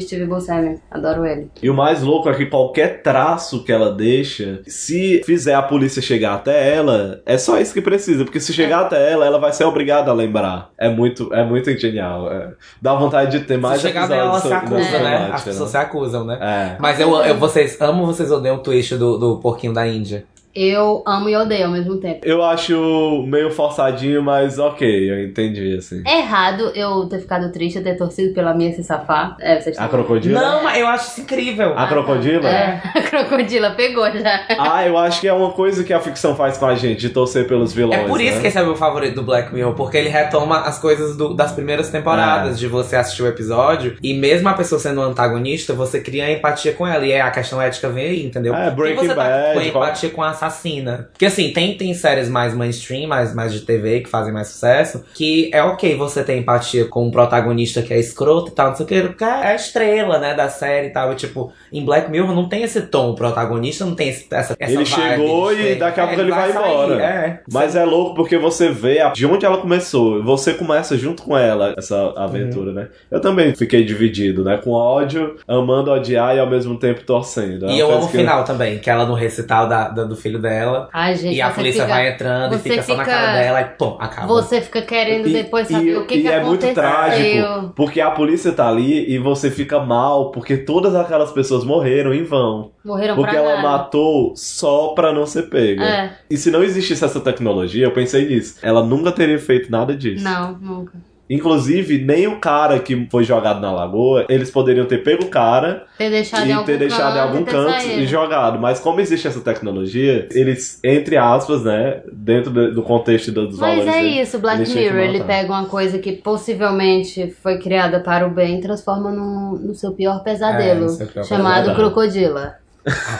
Speaker 1: Steve Buscemi, adoro ele.
Speaker 3: E o mais louco é que qualquer traço que ela deixa, se fizer a polícia chegar até ela, é só isso que precisa, porque se chegar até ela, ela vai ser obrigada a lembrar. É muito, é muito genial. é. dá vontade de ter mais
Speaker 2: Se chegar nela, ela
Speaker 3: episódios
Speaker 2: se
Speaker 3: sobre-
Speaker 2: acusa,
Speaker 3: dessa
Speaker 2: né?
Speaker 3: temática,
Speaker 2: As pessoas
Speaker 3: né?
Speaker 2: se acusam, né?
Speaker 3: É.
Speaker 2: Mas eu, eu vocês amo vocês odeiam o twist do, do porquinho da Índia.
Speaker 1: Eu amo e odeio ao mesmo tempo.
Speaker 3: Eu acho meio forçadinho, mas ok, eu entendi, assim.
Speaker 1: É errado eu ter ficado triste, eu ter torcido pela minha se safar. É, vocês
Speaker 3: A
Speaker 1: estão...
Speaker 3: crocodila?
Speaker 2: Não, mas eu acho isso incrível.
Speaker 3: A crocodila?
Speaker 1: É, a crocodila pegou já.
Speaker 3: Ah, eu acho que é uma coisa que a ficção faz com a gente, de torcer pelos vilões.
Speaker 2: É por isso
Speaker 3: né?
Speaker 2: que esse é o meu favorito do Black Mirror, porque ele retoma as coisas do- das primeiras
Speaker 3: É.
Speaker 2: temporadas, de você assistir o episódio, e mesmo a pessoa sendo um antagonista, você cria empatia com ela, e é, a questão ética vem aí, entendeu?
Speaker 3: É, Breaking
Speaker 2: e você tá com
Speaker 3: Bad, qual-
Speaker 2: empatia com a assassina. Porque assim, tem, tem séries mais mainstream, mais, mais de TV, que fazem mais sucesso, que é ok você ter empatia com um protagonista que é escroto e tal, não sei o que, porque é a estrela, né, da série e tal, e, tipo, em Black Mirror não tem esse tom, o protagonista não tem esse, essa, essa
Speaker 3: Ele
Speaker 2: vibe
Speaker 3: chegou
Speaker 2: de
Speaker 3: e
Speaker 2: ser-
Speaker 3: daqui a
Speaker 2: é,
Speaker 3: pouco ele vai
Speaker 2: sair,
Speaker 3: embora.
Speaker 2: é.
Speaker 3: Mas é louco porque você vê a- de onde ela começou. Você começa junto com ela essa aventura,
Speaker 1: Uhum.
Speaker 3: né? Eu também fiquei dividido, né? Com ódio, amando odiar e ao mesmo tempo torcendo. É uma
Speaker 2: E eu
Speaker 3: coisa
Speaker 2: amo o
Speaker 3: que-
Speaker 2: final também, que ela no recital da, da- do filho dela.
Speaker 1: Ai, gente,
Speaker 2: E a
Speaker 1: você
Speaker 2: polícia
Speaker 1: fica-
Speaker 2: vai Ah, entrando e
Speaker 1: você
Speaker 2: fica só na
Speaker 1: fica-
Speaker 2: cara dela e pum, acaba.
Speaker 1: Você fica querendo
Speaker 3: E-
Speaker 1: depois
Speaker 3: e-
Speaker 1: saber o que,
Speaker 3: e
Speaker 1: que
Speaker 3: é muito
Speaker 1: aconteceu.
Speaker 3: trágico. Porque a polícia tá ali e você fica mal porque todas aquelas pessoas morreram em vão.
Speaker 1: Morreram
Speaker 3: Porque
Speaker 1: pra
Speaker 3: ela
Speaker 1: nada.
Speaker 3: matou só pra não ser pega.
Speaker 1: É,
Speaker 3: E se não existisse essa tecnologia, eu pensei nisso. Ela nunca teria feito nada disso.
Speaker 1: não, nunca.
Speaker 3: Inclusive, nem o cara que foi jogado na lagoa, eles poderiam ter pego o cara
Speaker 1: Ter deixado em
Speaker 3: e
Speaker 1: algum
Speaker 3: ter deixado em
Speaker 1: canto,
Speaker 3: algum
Speaker 1: ter
Speaker 3: canto
Speaker 1: saído.
Speaker 3: e jogado. Mas como existe essa tecnologia, eles, entre aspas, né, dentro do do contexto do- dos
Speaker 1: Mas
Speaker 3: valores
Speaker 1: é
Speaker 3: dele,
Speaker 1: isso, Black
Speaker 3: eles tinham que
Speaker 1: Mirror, ele
Speaker 3: matar.
Speaker 1: pega uma coisa que possivelmente foi criada para o bem e transforma num- no, seu pior pesadelo,
Speaker 2: É, no seu pior
Speaker 1: chamado
Speaker 3: pesadelo.
Speaker 1: crocodila.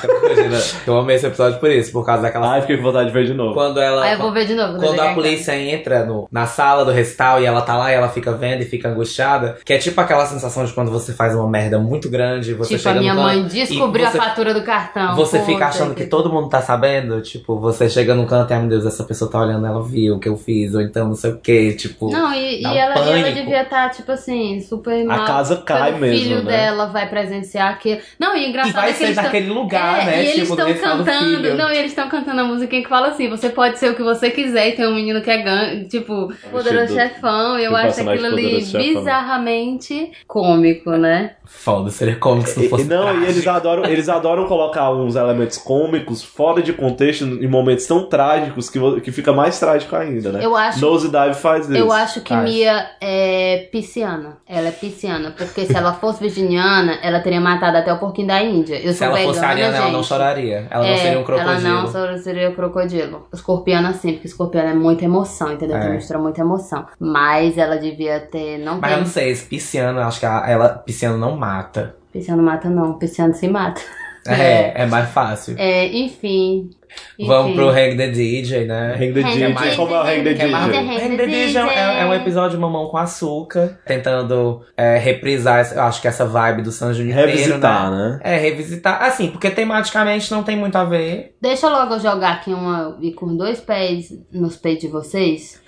Speaker 2: Imagina, eu amei esse episódio por isso, por causa daquela.
Speaker 3: Ai, fiquei com vontade de ver de novo.
Speaker 2: Quando ela.
Speaker 1: Aí eu vou ver de novo. né,
Speaker 2: Quando
Speaker 1: eu
Speaker 2: a
Speaker 1: chegar em casa.
Speaker 2: polícia entra no- na sala do recital e ela tá lá e ela fica vendo e fica angustiada, que é tipo aquela sensação de quando você faz uma merda muito grande e você
Speaker 1: Tipo,
Speaker 2: chega
Speaker 1: a minha
Speaker 2: num canto
Speaker 1: mãe descobriu
Speaker 2: e você-
Speaker 1: a fatura do cartão.
Speaker 2: Você fica
Speaker 1: Puta
Speaker 2: achando que todo mundo tá sabendo, tipo, você chega num canto e, ai meu Deus, essa pessoa tá olhando, ela viu o que eu fiz, ou então não sei o que, tipo.
Speaker 1: Não, e, e
Speaker 2: dá um
Speaker 1: ela, e ela
Speaker 2: pânico.
Speaker 1: devia estar, tipo assim, super mal.
Speaker 3: A casa cai
Speaker 1: pelo
Speaker 3: mesmo,
Speaker 1: filho
Speaker 3: né?
Speaker 1: dela vai presenciar que. Não, e engraçado
Speaker 2: E vai
Speaker 1: é que
Speaker 2: ser
Speaker 1: eles tão-
Speaker 2: daquele lugar,
Speaker 1: É,
Speaker 2: né?
Speaker 1: E eles
Speaker 2: tipo,
Speaker 1: estão
Speaker 2: do recital do
Speaker 1: cantando.
Speaker 2: filho.
Speaker 1: Não, e eles estão cantando a musiquinha que fala assim: você pode ser o que você quiser. E tem um menino que é gan- tipo, poderoso
Speaker 3: do-
Speaker 1: chefão. Eu
Speaker 3: do
Speaker 1: acho
Speaker 3: personagem
Speaker 1: aquilo ali
Speaker 3: Poderoso Chefão. né?
Speaker 1: bizarramente cômico, né?
Speaker 2: Foda, seria cômico se
Speaker 3: E-
Speaker 2: não
Speaker 3: e
Speaker 2: fosse.
Speaker 3: não, e
Speaker 2: trágico.
Speaker 3: eles adoram, eles adoram colocar uns elementos cômicos fora de contexto em momentos tão trágicos que, vo- que fica mais trágico ainda, né?
Speaker 1: Eu acho.
Speaker 3: Nose Dive faz isso.
Speaker 1: Eu acho que
Speaker 2: Acho.
Speaker 1: Mia é pisciana. Ela é pisciana. Porque se ela fosse virginiana, ela teria matado até o porquinho da Índia. Eu
Speaker 2: Se
Speaker 1: sou
Speaker 2: ela
Speaker 1: vegana,
Speaker 2: fosse ariana, ela não
Speaker 1: gente.
Speaker 2: choraria. Ela não
Speaker 1: É,
Speaker 2: seria um crocodilo.
Speaker 1: Ela não só seria o crocodilo. Escorpiana sim, porque escorpiana é muita emoção, entendeu?
Speaker 2: É.
Speaker 1: Que mistura muita emoção. Mas ela devia ter. Não
Speaker 2: Mas eu
Speaker 1: tem.
Speaker 2: não sei, esse pisciano, eu acho que a- ela, pisciano não mata.
Speaker 1: Pisciano mata, não. Pisciano se mata.
Speaker 2: É, é, mais fácil.
Speaker 1: É, enfim.
Speaker 2: Vamos
Speaker 1: enfim.
Speaker 2: pro Hang the DJ, né?
Speaker 3: Hang the
Speaker 1: Hang
Speaker 3: DJ,
Speaker 1: the
Speaker 3: como é o Hang the
Speaker 1: DJ.
Speaker 3: DJ?
Speaker 1: Hang the
Speaker 2: Hang the DJ é, é um episódio de Mamão com Açúcar, tentando é, reprisar, essa- eu acho que essa vibe do San Junipero,
Speaker 3: Revisitar,
Speaker 2: né?
Speaker 3: né?
Speaker 2: É, revisitar. Assim, porque tematicamente não tem muito a ver.
Speaker 1: Deixa logo eu jogar aqui uma e com dois pés nos peitos de vocês.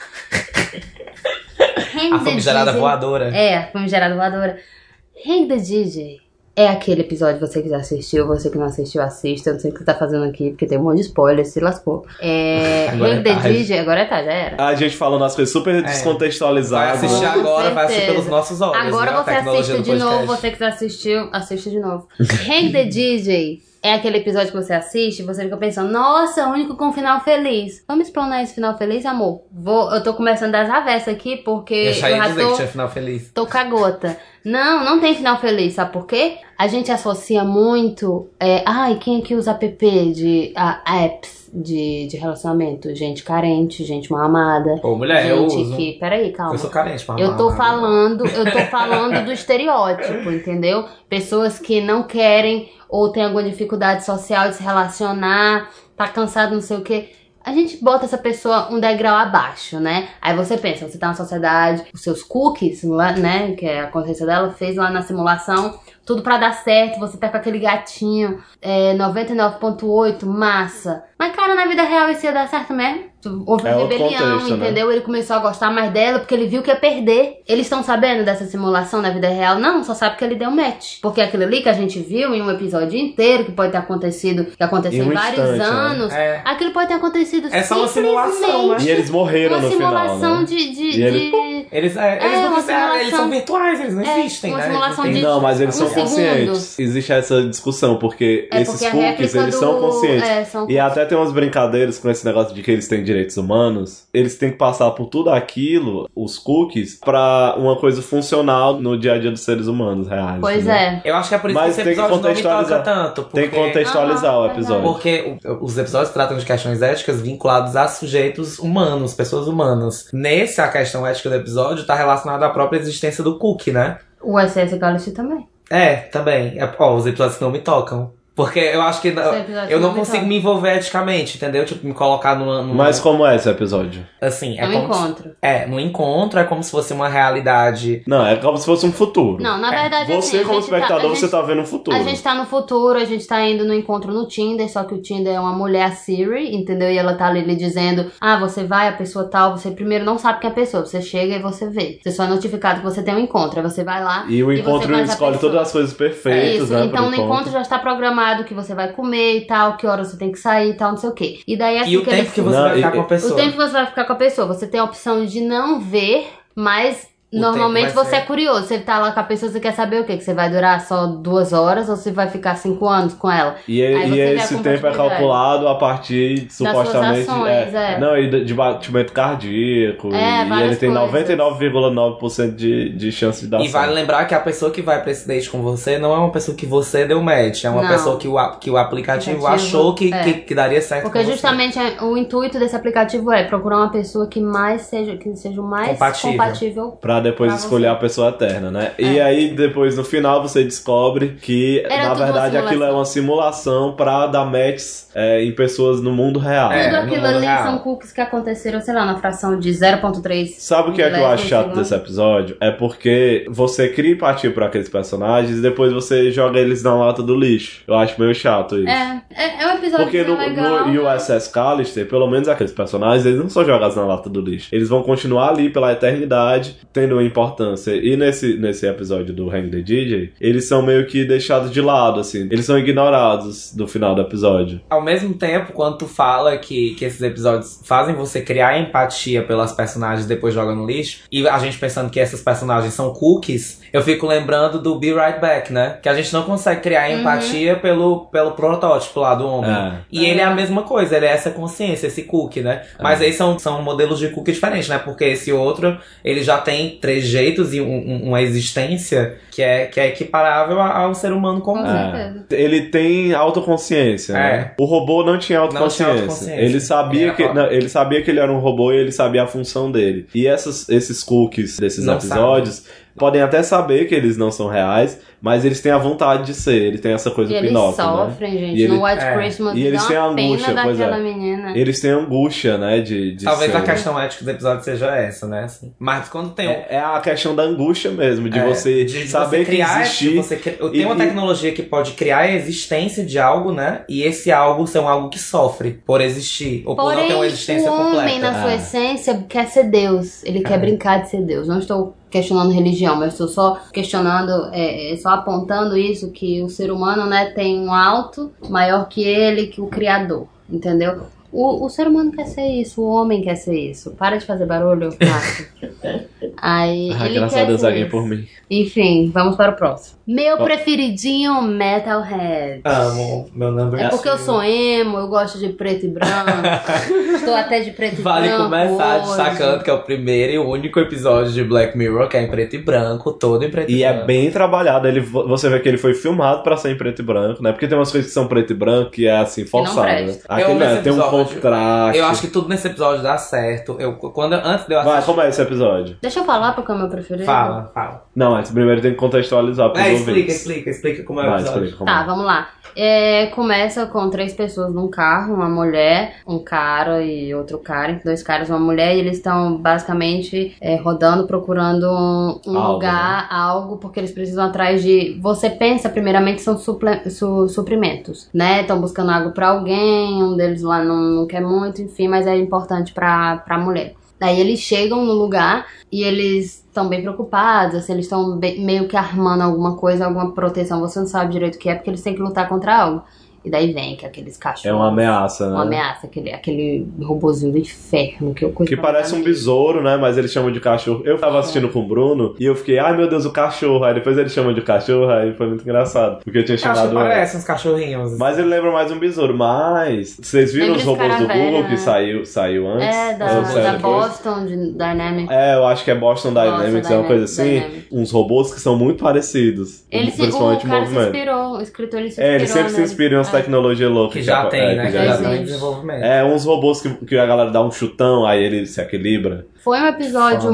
Speaker 1: Hang
Speaker 2: A
Speaker 1: the
Speaker 2: famigerada
Speaker 1: DJ.
Speaker 2: voadora.
Speaker 1: É, a famigerada voadora. Hang the DJ. É aquele episódio que você que já assistiu, você que não assistiu, assista. Eu não sei o que você tá fazendo aqui, porque tem um monte de spoiler, se lascou. É.
Speaker 2: Agora
Speaker 1: Hang
Speaker 2: é
Speaker 1: the
Speaker 2: tarde.
Speaker 1: DJ, agora é tarde, já era.
Speaker 3: A gente falando as coisas super
Speaker 2: É. Vai
Speaker 3: descontextualizadas.
Speaker 2: assistir
Speaker 1: Com
Speaker 2: agora, vai assistir
Speaker 1: certeza.
Speaker 2: pelos nossos olhos.
Speaker 1: Agora
Speaker 2: né? A
Speaker 1: você
Speaker 2: tecnologia
Speaker 1: assiste
Speaker 2: do
Speaker 1: de novo,
Speaker 2: podcast.
Speaker 1: você que já assistiu, assiste de novo. Hang the DJ é aquele episódio que você assiste e você fica pensando, nossa, único com final feliz. Vamos explanar esse final feliz, amor? Vou, eu tô começando das avessas aqui, porque
Speaker 2: Eu já ia
Speaker 1: já
Speaker 2: dizer que
Speaker 1: tô-
Speaker 2: tinha final feliz.
Speaker 1: Tô com a gota. Não, não tem final feliz, sabe por quê? A gente associa muito. É, ai, quem é que usa app de ah, apps de, de relacionamento? Gente carente, gente mal amada.
Speaker 2: Pô, mulher, eu
Speaker 1: gente
Speaker 2: uso.
Speaker 1: que. Peraí, calma.
Speaker 2: Eu sou carente, pra
Speaker 1: Eu tô
Speaker 2: amar, né?
Speaker 1: falando, eu tô falando do estereótipo, entendeu? Pessoas que não querem ou têm alguma dificuldade social de se relacionar, tá cansado, não sei o quê. A gente bota essa pessoa um degrau abaixo, né? Aí você pensa, você tá na sociedade, os seus cookies, lá, né? Que é a consciência dela fez lá na simulação, tudo pra dar certo, você tá com aquele gatinho, é, 99.8, massa. Mas, cara, na vida real isso ia dar certo mesmo? Houve
Speaker 3: É
Speaker 1: uma
Speaker 3: outro
Speaker 1: rebelião,
Speaker 3: contexto, né?
Speaker 1: entendeu? entendeu? Ele começou a gostar mais dela porque ele viu que ia perder. Eles estão sabendo dessa simulação na vida real? Não, só sabe que ele deu match. Porque aquilo ali que a gente viu em um episódio inteiro, que pode ter acontecido, que aconteceu
Speaker 3: Em
Speaker 1: em,
Speaker 3: um
Speaker 1: vários
Speaker 3: instante, né?
Speaker 1: anos,
Speaker 2: É.
Speaker 1: aquilo pode ter acontecido
Speaker 2: É só uma
Speaker 1: simplesmente
Speaker 2: simulação, né?
Speaker 3: E eles morreram
Speaker 1: uma
Speaker 3: no final,
Speaker 1: simulação
Speaker 3: né?
Speaker 1: de... de,
Speaker 3: E ele-
Speaker 1: de-
Speaker 2: Eles, é, eles
Speaker 1: É,
Speaker 2: não
Speaker 1: uma
Speaker 2: fizeram, eles
Speaker 1: simulação.
Speaker 2: são virtuais, eles não
Speaker 1: É,
Speaker 2: existem,
Speaker 1: uma
Speaker 2: né?
Speaker 1: simulação
Speaker 2: Eles
Speaker 1: de-
Speaker 2: não têm-
Speaker 3: Não, mas eles
Speaker 1: Um
Speaker 3: são
Speaker 1: segundo.
Speaker 3: conscientes. Existe essa discussão, porque
Speaker 1: É
Speaker 3: esses
Speaker 1: porque a
Speaker 3: cookies,
Speaker 1: réplica
Speaker 3: eles
Speaker 1: do...
Speaker 3: são conscientes.
Speaker 1: É, são...
Speaker 3: E até tem umas brincadeiras com esse negócio de que eles têm direitos humanos. Eles têm que passar por tudo aquilo, os cookies, pra uma coisa funcional no dia a dia dos seres humanos reais.
Speaker 1: Pois
Speaker 3: entendeu?
Speaker 1: é.
Speaker 2: Eu acho que é por isso
Speaker 3: Mas
Speaker 2: que esse
Speaker 3: tem que
Speaker 2: episódio não me toca
Speaker 3: contextualizar.
Speaker 2: tanto. Porque...
Speaker 3: Tem que contextualizar o
Speaker 1: Aham,
Speaker 3: episódio.
Speaker 2: Porque o- os episódios tratam de questões éticas vinculadas a sujeitos humanos, pessoas humanas. Nesse, a questão ética do episódio tá relacionada à própria existência do Cook, né?
Speaker 1: O SS Galaxy também.
Speaker 2: É, também. É, ó, os episódios que não me tocam. Porque eu acho que
Speaker 1: Esse
Speaker 2: não-
Speaker 1: episódio
Speaker 2: eu não
Speaker 1: foi muito
Speaker 2: consigo
Speaker 1: bom.
Speaker 2: me envolver eticamente, entendeu? Tipo, me colocar numa. numa-
Speaker 3: Mas como é esse episódio?
Speaker 2: assim, é
Speaker 1: É um
Speaker 2: como. se-
Speaker 1: encontro.
Speaker 2: é, no encontro é como se fosse uma realidade.
Speaker 3: Não, é como se fosse um futuro.
Speaker 1: Não, na verdade assim,
Speaker 3: você,
Speaker 1: a
Speaker 3: como
Speaker 1: gente tá- a
Speaker 3: espectador,
Speaker 1: gente
Speaker 3: você tá vendo um futuro.
Speaker 1: A gente tá no futuro, a gente tá indo no encontro no Tinder, só que o Tinder é uma mulher a Siri, entendeu? E ela tá ali lhe dizendo: ah, você vai, a pessoa tal, você primeiro não sabe quem é a pessoa, você chega e você vê. Você só é notificado que você tem um encontro, aí você vai lá.
Speaker 3: E o
Speaker 1: tá- e você
Speaker 3: encontro
Speaker 1: faz a
Speaker 3: escolhe
Speaker 1: pessoa.
Speaker 3: todas as coisas
Speaker 1: É
Speaker 3: perfeitas,
Speaker 1: isso,
Speaker 3: né? pro
Speaker 1: então no encontro já está programado que você vai comer e tal, que hora você tem que sair e tal, não sei o quê. E daí é assim
Speaker 2: E o
Speaker 1: que
Speaker 2: tempo
Speaker 1: eles-
Speaker 2: que você
Speaker 3: Não,
Speaker 2: vai ficar
Speaker 3: e-
Speaker 2: com a pessoa.
Speaker 1: o tempo que você vai ficar com a pessoa. Você tem a opção de não ver, mas
Speaker 2: O
Speaker 1: normalmente
Speaker 2: tempo vai
Speaker 1: você
Speaker 2: ser-
Speaker 1: é curioso. Você tá lá com a pessoa, você quer saber o quê? Que você vai durar só duas horas ou você vai ficar cinco anos com ela?
Speaker 3: E,
Speaker 1: Aí
Speaker 3: e
Speaker 1: você vê a
Speaker 3: esse tempo é
Speaker 1: compatibilidade.
Speaker 3: calculado a partir, supostamente.
Speaker 1: suas ações, é.
Speaker 3: Não, e de- de batimento
Speaker 1: É,
Speaker 3: cardíaco. e- e ele
Speaker 1: várias
Speaker 3: tem
Speaker 1: coisas.
Speaker 3: 99,9% de, de chance de dar
Speaker 2: E vale
Speaker 3: Tá certo.
Speaker 2: lembrar que a pessoa que vai pra esse date com você não é uma pessoa que você deu match, é uma
Speaker 1: Não.
Speaker 2: pessoa que o, a- que o aplicativo,
Speaker 1: Aplicativo,
Speaker 2: achou que,
Speaker 1: é.
Speaker 2: que, que daria certo
Speaker 1: Porque
Speaker 2: com
Speaker 1: justamente é- o intuito desse aplicativo é procurar uma pessoa que mais seja, que seja o mais compatível.
Speaker 2: Compatível.
Speaker 3: Pra depois
Speaker 1: Pra
Speaker 3: escolher
Speaker 1: você.
Speaker 3: a pessoa eterna, né? E
Speaker 1: É.
Speaker 3: aí, depois, no final, você descobre que,
Speaker 1: Era
Speaker 3: na
Speaker 1: tudo uma
Speaker 3: verdade, aquilo é
Speaker 1: simulação.
Speaker 3: uma simulação pra dar matches é, em pessoas no mundo real.
Speaker 2: É,
Speaker 1: Tudo
Speaker 2: no
Speaker 1: aquilo
Speaker 2: mundo
Speaker 1: ali
Speaker 2: real.
Speaker 1: são cookies que aconteceram, sei lá, na fração de 0.3.
Speaker 3: Sabe o que é que eu acho chato
Speaker 1: Milésimo de
Speaker 3: desse episódio? É porque você cria empatia pra aqueles personagens e depois você joga eles na lata do lixo. Eu acho meio chato isso.
Speaker 1: É, é, é um episódio
Speaker 3: Porque
Speaker 1: que é
Speaker 3: no,
Speaker 1: legal.
Speaker 3: no USS Callister, pelo menos aqueles personagens, eles não são jogados na lata do lixo. Eles vão continuar ali pela eternidade, tendo importância. E nesse, nesse episódio do Hang the DJ, eles são meio que deixados de lado, assim. Eles são ignorados do final do episódio.
Speaker 2: Ao mesmo tempo, quando tu fala que, que esses episódios fazem você criar empatia pelas personagens e depois joga no lixo, e a gente pensando que essas personagens são cookies, eu fico lembrando do Be Right Back, né? Que a gente não consegue criar
Speaker 1: Uhum.
Speaker 2: empatia pelo, pelo protótipo lá do homem.
Speaker 3: É.
Speaker 2: E ele é a mesma coisa, ele é essa consciência, esse cookie, né? Mas aí são, são modelos de cookie diferentes, né? Porque esse outro, ele já tem trejeitos e um- um- uma existência que é, que é equiparável a- ao ser humano
Speaker 1: Com
Speaker 3: é
Speaker 2: comum.
Speaker 3: Ah,
Speaker 1: certeza.
Speaker 3: Ele tem autoconsciência, né? O robô não tinha autoconsciência.
Speaker 2: É. Não tinha autoconsciência.
Speaker 3: Ele sabia
Speaker 2: Era
Speaker 3: que
Speaker 2: próprio.
Speaker 3: não, ele sabia que ele era um robô e ele sabia a função dele. E essas, esses cookies desses
Speaker 2: Não
Speaker 3: episódios podem até saber que eles não são reais, mas eles têm a vontade de ser, eles têm essa coisa
Speaker 1: E
Speaker 3: do
Speaker 1: eles
Speaker 3: Pinóquio, né?
Speaker 1: sofrem, gente.
Speaker 3: E
Speaker 1: no
Speaker 3: ele-
Speaker 1: White
Speaker 2: é.
Speaker 1: Christmas
Speaker 3: E eles
Speaker 1: dá
Speaker 3: têm
Speaker 1: uma
Speaker 3: angústia,
Speaker 1: pena
Speaker 3: pois é.
Speaker 1: daquela menina.
Speaker 3: Eles têm angústia, né, de, de
Speaker 2: Talvez
Speaker 3: ser.
Speaker 2: a questão ética do episódio seja essa, né? assim. Mas quando tem um-
Speaker 3: É, é a questão da angústia mesmo, de
Speaker 2: É,
Speaker 3: você
Speaker 2: de- de
Speaker 3: saber
Speaker 2: você criar,
Speaker 3: que existir.
Speaker 2: Você, cri-
Speaker 3: e-
Speaker 2: tem uma
Speaker 3: e-
Speaker 2: tecnologia que pode criar a existência de algo, né? E esse algo ser um algo que sofre por existir. Ou por não
Speaker 1: Porém,
Speaker 2: ter uma existência
Speaker 1: o
Speaker 2: completa.
Speaker 1: homem, na sua
Speaker 3: Ah. É.
Speaker 1: essência, quer ser Deus. Ele quer brincar de ser Deus. Não estou questionando religião, mas estou só questionando, é, é, só apontando isso, que o ser humano né, tem um alto maior que ele, que o Criador. Entendeu? O, o ser humano quer ser isso, o homem quer ser isso. Para de fazer barulho, Márcio. Aí,
Speaker 3: Ah,
Speaker 1: ele
Speaker 3: graças
Speaker 1: quer
Speaker 3: a Deus
Speaker 1: ser
Speaker 3: alguém
Speaker 1: isso.
Speaker 3: por mim.
Speaker 1: Enfim, vamos para o próximo. Meu
Speaker 3: Bom.
Speaker 1: preferidinho, Metalhead.
Speaker 2: Amo, meu number
Speaker 1: É porque eu
Speaker 2: two.
Speaker 1: sou emo, eu gosto de preto e branco. Estou até de preto e
Speaker 2: Vale
Speaker 1: branco.
Speaker 2: começar
Speaker 1: hoje.
Speaker 2: destacando que é o primeiro e o único episódio de Black Mirror que é em preto e branco, todo em preto e,
Speaker 3: E
Speaker 2: branco.
Speaker 3: é bem trabalhado. Ele, você vê que ele foi filmado pra ser em preto e branco, né? Porque tem umas coisas que são preto e branco que é assim,
Speaker 1: não
Speaker 3: forçada.
Speaker 1: presta.
Speaker 3: Aqui
Speaker 2: Eu amo
Speaker 3: né,
Speaker 2: esse
Speaker 3: tem um
Speaker 2: episódio.
Speaker 3: contraste.
Speaker 2: Eu acho que tá tudo nesse episódio dá certo. Eu, quando, antes de eu
Speaker 3: Vai,
Speaker 2: assistir.
Speaker 3: como é esse episódio?
Speaker 1: Deixa eu falar porque é o meu preferido.
Speaker 2: Fala, fala.
Speaker 3: Não, antes primeiro tem que contextualizar pros
Speaker 2: É, explica,
Speaker 3: ouvintes.
Speaker 2: explica, explica como é o
Speaker 3: Vai,
Speaker 2: episódio.
Speaker 3: explica como
Speaker 1: Tá,
Speaker 3: é.
Speaker 1: vamos lá. É, começa com três pessoas num carro, uma mulher, um cara e outro cara, dois caras, uma mulher, e eles estão basicamente é, rodando, procurando um, um
Speaker 3: Algo,
Speaker 1: lugar, algo, porque eles precisam atrás de. Você pensa, primeiramente, são suple- su- suprimentos, né? Estão buscando água pra alguém, um deles lá não, não quer muito, enfim, mas é importante pra, pra mulher. Daí eles chegam no lugar e eles estão bem preocupados, assim, eles estão bem- meio que armando alguma coisa, alguma proteção, você não sabe direito o que é, porque eles têm que lutar contra algo. E daí vem que aqueles cachorros.
Speaker 3: É uma ameaça, né?
Speaker 1: Uma ameaça, aquele, aquele robozinho do inferno que eu coisa
Speaker 3: Que parece um besouro, né? Mas eles chamam de cachorro. Eu tava assistindo com o Bruno e eu fiquei, ai meu Deus, o cachorro. Aí depois eles chamam de cachorro, aí foi muito engraçado. Porque eu tinha
Speaker 2: Eu acho que
Speaker 3: chamado. é-
Speaker 2: parece uns cachorrinhos.
Speaker 3: Mas ele lembra mais um besouro, mas. Vocês viram
Speaker 1: Lembra
Speaker 3: os robôs do
Speaker 1: escaravelha,
Speaker 3: Google
Speaker 1: né?
Speaker 3: que saiu, saiu antes?
Speaker 1: É, da,
Speaker 3: Ou saiu
Speaker 1: da
Speaker 3: depois?
Speaker 1: Boston de Dynamics.
Speaker 3: É, eu acho que é Boston
Speaker 1: Boston
Speaker 3: Dynamics, é uma coisa assim.
Speaker 1: Dynamics.
Speaker 3: Uns robôs que são muito parecidos.
Speaker 1: Ele se, o
Speaker 3: principalmente
Speaker 1: cara se
Speaker 3: movimento.
Speaker 1: inspirou, o escritor ele se inspirou.
Speaker 3: é, ele sempre se
Speaker 1: nele.
Speaker 3: inspira em umas
Speaker 1: É.
Speaker 3: tecnologias loucas.
Speaker 2: que já
Speaker 3: é-
Speaker 2: tem,
Speaker 3: é,
Speaker 2: né? Que
Speaker 1: já
Speaker 2: já tem
Speaker 1: existe.
Speaker 2: em desenvolvimento.
Speaker 3: É, uns robôs que, que a galera dá um chutão, aí ele se equilibra.
Speaker 1: Foi um episódio
Speaker 2: Foda.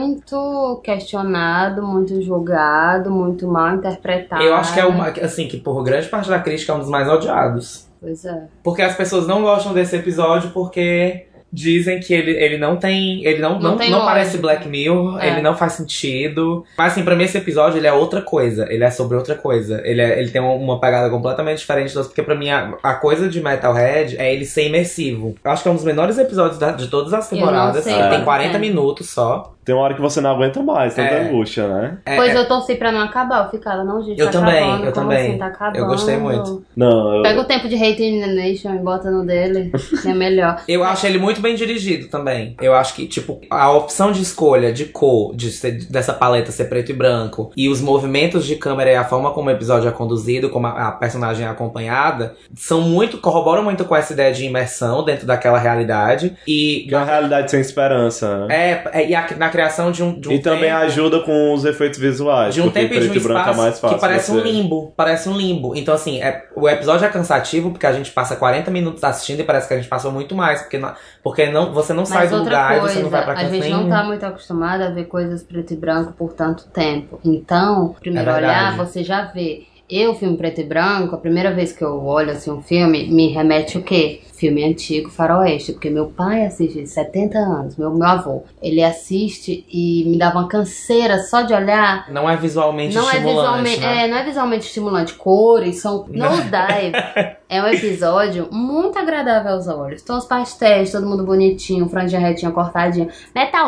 Speaker 1: muito questionado, muito julgado, muito mal interpretado.
Speaker 2: Eu acho que é uma, assim, que por grande parte da crítica é um dos mais odiados.
Speaker 1: Pois é.
Speaker 2: Porque as pessoas não gostam desse episódio porque dizem que ele, ele não tem. Ele não,
Speaker 1: Não
Speaker 2: não, não,
Speaker 1: tem lógica.
Speaker 2: parece Black Mirror,
Speaker 1: É.
Speaker 2: ele não faz sentido. Mas assim, pra mim esse episódio ele é outra coisa. Ele é sobre outra coisa. Ele, é- ele tem um- uma pegada completamente diferente das. Porque pra mim a, a coisa de Metalhead é ele ser imersivo. Eu acho que é um dos menores episódios da- de todas as
Speaker 1: Eu não
Speaker 2: temporadas.
Speaker 1: sei,
Speaker 2: Ele tem
Speaker 1: é.
Speaker 2: 40 minutos só.
Speaker 3: Tem uma hora que você não aguenta mais, tanta
Speaker 2: É.
Speaker 3: angústia, né?
Speaker 2: É-
Speaker 1: Pois
Speaker 2: é-
Speaker 1: eu torci pra não acabar, eu ficava, não, gente,
Speaker 2: Eu
Speaker 1: tá
Speaker 2: também,
Speaker 1: acabando,
Speaker 2: eu
Speaker 1: como
Speaker 2: também.
Speaker 1: assim, tá acabando.
Speaker 2: Eu gostei muito.
Speaker 3: Não, eu-
Speaker 1: Pega o tempo de Hate in the Nation e bota no dele, que é melhor.
Speaker 2: Eu acho ele muito bem dirigido também. Eu acho que, tipo, a opção de escolha de cor, de ser- dessa paleta ser preto e branco, e os movimentos de câmera e a forma como o episódio é conduzido, como a, a personagem é acompanhada, são muito. corroboram muito com essa ideia de imersão dentro daquela realidade. E.
Speaker 3: que é uma realidade sem esperança, né?
Speaker 2: É, é, e a- na criação de um. De um
Speaker 3: e também
Speaker 2: tempo-
Speaker 3: ajuda com os efeitos visuais.
Speaker 2: de um
Speaker 3: porque
Speaker 2: tempo e de um
Speaker 3: preto e branco é
Speaker 2: espaço
Speaker 3: mais fácil.
Speaker 2: que parece um
Speaker 3: você-
Speaker 2: limbo. Parece um limbo. Então, assim, é- o episódio é cansativo porque a gente passa 40 minutos assistindo e parece que a gente passou muito mais. Porque, não, porque não, você não sai
Speaker 1: Mas
Speaker 2: do
Speaker 1: outra
Speaker 2: lugar, e
Speaker 1: coisa,
Speaker 2: você não vai pra
Speaker 1: a
Speaker 2: canto
Speaker 1: gente
Speaker 2: nenhum.
Speaker 1: não tá muito acostumada a ver coisas preto e branco por tanto tempo. Então, primeiro
Speaker 2: É verdade.
Speaker 1: olhar, você já vê. Eu, filme preto e branco, a primeira vez que eu olho assim um filme, me remete o quê? Filme antigo, faroeste, porque meu pai assiste 70 anos, meu, meu avô. Ele assiste e me dava uma canseira só de olhar
Speaker 2: Não é visualmente
Speaker 1: não é
Speaker 2: estimulante,
Speaker 1: visualmente,
Speaker 2: né?
Speaker 1: é, não é visualmente estimulante. Cores são no dive. É um episódio muito agradável aos olhos. Tons pastéis, todo mundo bonitinho, franjinha retinha, cortadinha.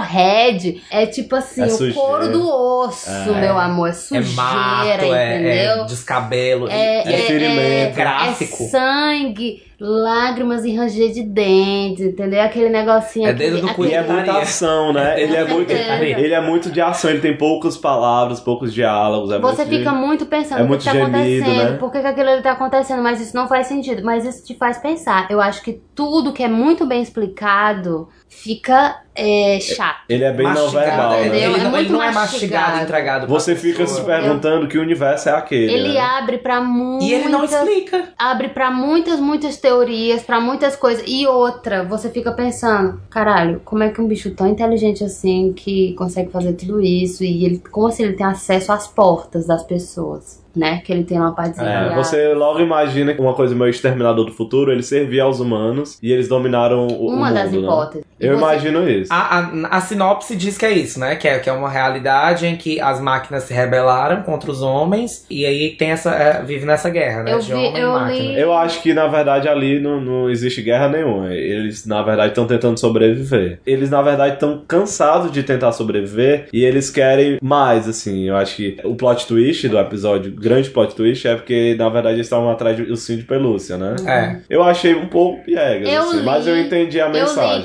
Speaker 1: Metalhead é tipo assim,
Speaker 3: É
Speaker 1: o
Speaker 3: sujeira.
Speaker 1: couro do osso,
Speaker 3: É.
Speaker 1: meu amor. É sujeira,
Speaker 2: mato, é, é
Speaker 1: entendeu?
Speaker 2: descabelo.
Speaker 1: É,
Speaker 2: e- e-
Speaker 1: é,
Speaker 3: ferimento.
Speaker 1: é,
Speaker 2: Gráfico.
Speaker 1: é sangue, lágrimas e ranger de dentes, entendeu? Aquele negocinho.
Speaker 2: É
Speaker 1: aquele-
Speaker 2: dedo do cu.
Speaker 3: E é
Speaker 1: aquele-
Speaker 3: muita
Speaker 2: Gritaria.
Speaker 3: ação, né? Ele é,
Speaker 1: Com
Speaker 3: muito,
Speaker 1: certeza.
Speaker 3: ele é muito de ação, ele tem poucas palavras, poucos diálogos. É
Speaker 1: Você
Speaker 3: muito
Speaker 1: fica
Speaker 3: de...
Speaker 1: muito pensando
Speaker 3: é
Speaker 1: o que
Speaker 3: muito
Speaker 1: está
Speaker 3: gemido,
Speaker 1: acontecendo,
Speaker 3: né?
Speaker 1: por que, que aquilo ali tá acontecendo, mas isso não faz sentido. Mas isso te faz pensar. Eu acho que tudo que é muito bem explicado fica é, chato.
Speaker 3: Ele é bem não
Speaker 2: mastigado,
Speaker 3: verbal,
Speaker 2: ele,
Speaker 3: né?
Speaker 1: Entendeu?
Speaker 2: ele
Speaker 1: É
Speaker 2: não, ele
Speaker 1: muito
Speaker 2: não é mastigado
Speaker 1: mastigado.
Speaker 2: e entregado pra
Speaker 3: Você fica se
Speaker 2: pessoa.
Speaker 3: perguntando que universo é aquele.
Speaker 1: Ele
Speaker 3: né?
Speaker 1: abre pra muita...
Speaker 2: E ele não explica.
Speaker 1: Abre pra muitas, muitas teorias, pra muitas coisas. E outra, você fica pensando, caralho, como é que um bicho tão inteligente assim que consegue fazer tudo isso e ele, como assim ele tem acesso às portas das pessoas, né? Que ele tem lá uma partezinha.
Speaker 3: É,
Speaker 1: lá.
Speaker 3: você logo imagina que uma coisa meio exterminador do futuro, ele servia aos humanos e eles dominaram o, o
Speaker 1: Uma
Speaker 3: mundo,
Speaker 1: das
Speaker 3: né?
Speaker 1: hipóteses. Você-
Speaker 3: Eu imagino isso.
Speaker 2: A, a- a sinopse diz que é isso, né? Que é, que é uma realidade em que as máquinas se rebelaram contra os homens e aí tem essa, é, vive nessa guerra, né?
Speaker 1: Eu
Speaker 2: de
Speaker 1: vi-
Speaker 2: homem e
Speaker 1: eu
Speaker 2: máquina.
Speaker 1: li-
Speaker 3: Eu acho que, na verdade, ali não, não existe guerra nenhuma. Eles, na verdade, estão tentando sobreviver. Eles, na verdade, estão cansados de tentar sobreviver e eles querem mais, assim. Eu acho que o plot twist do episódio, o grande plot twist, é porque, na verdade, eles estavam atrás do ursinho de pelúcia, né?
Speaker 2: É.
Speaker 3: Eu achei um pouco piegas,
Speaker 1: Eu
Speaker 3: assim,
Speaker 1: li-
Speaker 3: mas eu entendi a
Speaker 1: Eu
Speaker 3: mensagem.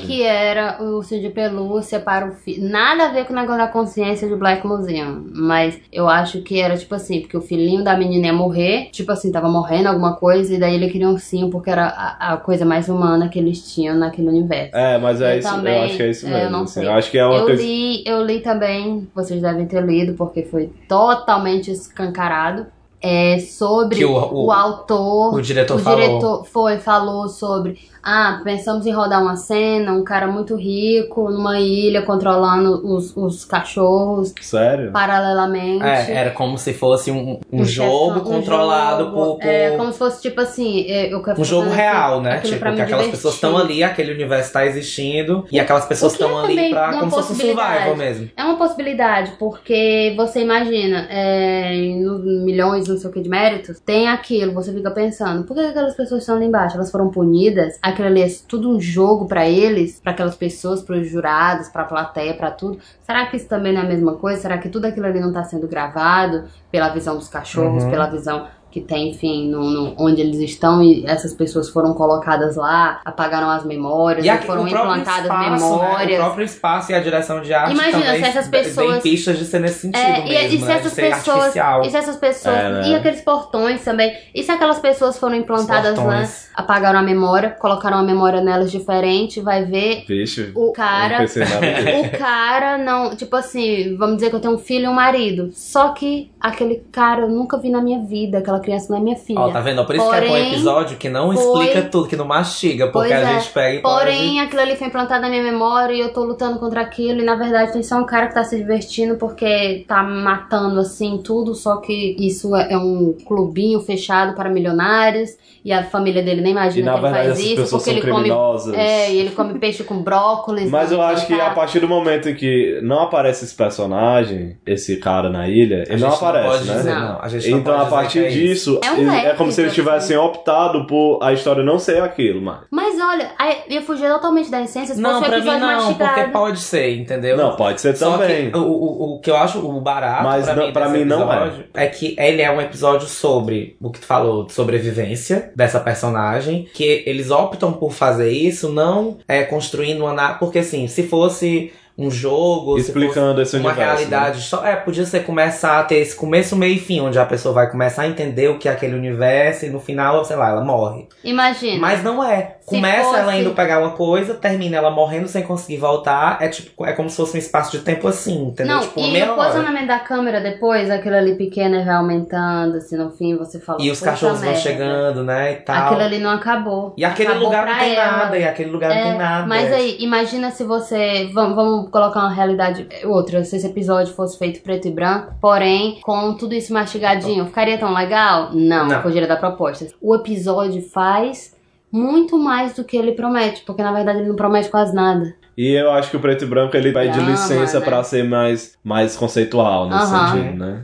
Speaker 1: li que era o ursinho de pelúcia para o filho. Nada a ver com o negócio da consciência de Black Museum. Mas eu acho que era tipo assim, porque o filhinho da menina ia morrer. Tipo assim, tava morrendo alguma coisa. E daí ele queria um ursinho, porque era a, a coisa mais humana que eles tinham naquele universo.
Speaker 3: É, mas é
Speaker 1: Eu
Speaker 3: isso,
Speaker 1: também,
Speaker 3: eu acho que é isso
Speaker 1: é,
Speaker 3: mesmo.
Speaker 1: eu não
Speaker 3: assim.
Speaker 1: sei.
Speaker 3: Eu acho que é uma
Speaker 1: eu
Speaker 3: coisa.
Speaker 1: li, eu li também, vocês devem ter lido, porque foi totalmente escancarado. É sobre
Speaker 2: Que o- o-
Speaker 1: autor.
Speaker 2: O diretor
Speaker 1: O
Speaker 2: falou.
Speaker 1: diretor foi, falou sobre. Ah, pensamos em rodar uma cena, um cara muito rico numa ilha controlando os, os cachorros
Speaker 3: Sério?
Speaker 1: paralelamente.
Speaker 2: É, era como se fosse um, um
Speaker 1: Um
Speaker 2: jogo
Speaker 1: chefe- um
Speaker 2: controlado
Speaker 1: jogo,
Speaker 2: por, por
Speaker 1: É, como se fosse tipo assim. é, Eu quero
Speaker 2: um jogo
Speaker 1: fazer
Speaker 2: real,
Speaker 1: aquilo-
Speaker 2: né?
Speaker 1: aquilo
Speaker 2: Tipo, que
Speaker 1: pra me
Speaker 2: aquelas
Speaker 1: divertir.
Speaker 2: pessoas estão ali, aquele universo tá existindo e aquelas pessoas
Speaker 1: o que é
Speaker 2: estão ali
Speaker 1: também
Speaker 2: pra.
Speaker 1: uma
Speaker 2: como se fosse um
Speaker 1: possibilidade.
Speaker 2: survival mesmo.
Speaker 1: É uma possibilidade, porque você imagina, é, no- milhões, não sei o que de méritos, tem aquilo, você fica pensando, por que aquelas pessoas estão ali embaixo? Elas foram punidas? Aquilo ali é tudo um jogo pra eles, pra aquelas pessoas, pros jurados, pra plateia, pra tudo. Será que isso também não é a mesma coisa? Será que tudo aquilo ali não tá sendo gravado pela visão dos cachorros,
Speaker 2: Uhum.
Speaker 1: pela visão que tem, enfim, no, no- onde eles estão e essas pessoas foram colocadas lá, apagaram as memórias,
Speaker 2: E
Speaker 1: e
Speaker 2: aqui-
Speaker 1: foram
Speaker 2: o próprio
Speaker 1: implantadas
Speaker 2: espaço, né? O
Speaker 1: memórias.
Speaker 2: próprio espaço e a direção de arte
Speaker 1: Imagina
Speaker 2: também
Speaker 1: se essas
Speaker 2: d- Tem
Speaker 1: pessoas-
Speaker 2: pistas de ser nesse sentido
Speaker 1: É, e-
Speaker 2: mesmo,
Speaker 1: e se
Speaker 2: né?
Speaker 1: essas
Speaker 2: de ser
Speaker 1: pessoas-
Speaker 2: artificial.
Speaker 1: E se essas pessoas.
Speaker 3: É, né?
Speaker 1: E aqueles portões também. E se aquelas pessoas foram implantadas lá,
Speaker 2: Portões.
Speaker 1: apagaram a memória, colocaram a memória nelas diferente, vai ver
Speaker 3: Vixe. um
Speaker 1: o
Speaker 3: eu
Speaker 1: cara.
Speaker 3: Não pensei em nada disso.
Speaker 1: O cara não. Tipo assim, vamos dizer que eu tenho um filho e um marido. Só que aquele cara eu nunca vi na minha vida. Aquela criança não é minha filha.
Speaker 2: Ó, tá vendo? Por isso que é
Speaker 1: Porém,
Speaker 2: um episódio que não
Speaker 1: foi-
Speaker 2: explica tudo, que não mastiga, porque
Speaker 1: Pois
Speaker 2: a
Speaker 1: é.
Speaker 2: gente pega e pode...
Speaker 1: Porém, aquilo ali foi implantado na minha memória e eu tô lutando contra aquilo. E na verdade tem só um cara que tá se divertindo porque tá matando assim tudo. Só que isso é é um clubinho fechado para milionários. E a família dele nem
Speaker 3: E
Speaker 1: imagina
Speaker 3: na
Speaker 1: que ele
Speaker 3: verdade
Speaker 1: faz
Speaker 3: essas
Speaker 1: isso
Speaker 3: pessoas
Speaker 1: porque
Speaker 3: são
Speaker 1: ele come.
Speaker 3: criminosas.
Speaker 1: É, e ele come peixe com brócolis.
Speaker 3: Mas eu
Speaker 1: né?
Speaker 3: acho que a partir do momento em que não aparece esse personagem, esse cara na ilha,
Speaker 2: A
Speaker 3: ele não
Speaker 2: gente
Speaker 3: aparece,
Speaker 2: pode
Speaker 3: né?
Speaker 2: dizer,
Speaker 1: Não.
Speaker 2: não. A gente não
Speaker 3: Então
Speaker 2: pode
Speaker 3: a
Speaker 2: dizer
Speaker 3: partir
Speaker 2: que é isso.
Speaker 3: disso,
Speaker 1: É um
Speaker 3: ele-
Speaker 1: leque,
Speaker 3: como se eles
Speaker 1: então,
Speaker 3: tivessem optado por a história não ser aquilo, mas.
Speaker 1: tá. Mas olha, aí ia fugir totalmente da essência se
Speaker 2: Não,
Speaker 1: fosse um
Speaker 2: pra mim
Speaker 1: episódio
Speaker 2: não, porque
Speaker 1: mastigado.
Speaker 2: pode ser, entendeu?
Speaker 3: Não, pode ser
Speaker 2: Só
Speaker 3: também.
Speaker 2: que o, o, o que eu acho o barato
Speaker 3: Mas
Speaker 2: pra
Speaker 3: não-
Speaker 2: mim,
Speaker 3: pra
Speaker 2: desse
Speaker 3: mim não é.
Speaker 2: episódio é que ele é um episódio sobre o que tu falou, de sobrevivência dessa personagem, que eles optam por fazer isso, não é construindo uma na- porque assim, se fosse um jogo, se fosse
Speaker 3: Explicando esse
Speaker 2: uma
Speaker 3: universo. né?
Speaker 2: realidade só. É, podia ser começar a ter esse começo, meio e fim, onde a pessoa vai começar a entender o que é aquele universo e no final, sei lá, ela morre.
Speaker 1: Imagina.
Speaker 2: Mas não é. Começa
Speaker 1: fosse-
Speaker 2: ela indo pegar uma coisa, termina ela morrendo sem conseguir voltar. É tipo, é como se fosse um espaço de tempo assim, entendeu?
Speaker 1: Não,
Speaker 2: tipo, uma
Speaker 1: e
Speaker 2: meia
Speaker 1: o
Speaker 2: hora.
Speaker 1: posicionamento da câmera depois, aquilo ali pequeno e vai aumentando, assim, no fim você fala.
Speaker 2: E os
Speaker 1: "Puta
Speaker 2: cachorros vão
Speaker 1: merda".
Speaker 2: chegando, né? E tal.
Speaker 1: Aquilo ali não acabou.
Speaker 2: E aquele
Speaker 1: Acabou
Speaker 2: lugar não
Speaker 1: pra
Speaker 2: tem
Speaker 1: ela.
Speaker 2: nada, né? e aquele lugar não
Speaker 1: É,
Speaker 2: tem nada.
Speaker 1: Mas aí, imagina se você. Vamos, vamos colocar uma realidade é, outra. Se esse episódio fosse feito preto e branco, porém, com tudo isso mastigadinho, ficaria tão legal? Não,
Speaker 2: Não.
Speaker 1: fugiria da proposta. O episódio faz muito mais do que ele promete, porque na verdade ele não promete quase nada.
Speaker 3: E eu acho que o preto e branco ele pede
Speaker 1: Drama,
Speaker 3: licença
Speaker 1: né?
Speaker 3: pra ser mais, mais conceitual nesse
Speaker 1: Aham.
Speaker 3: sentido, né?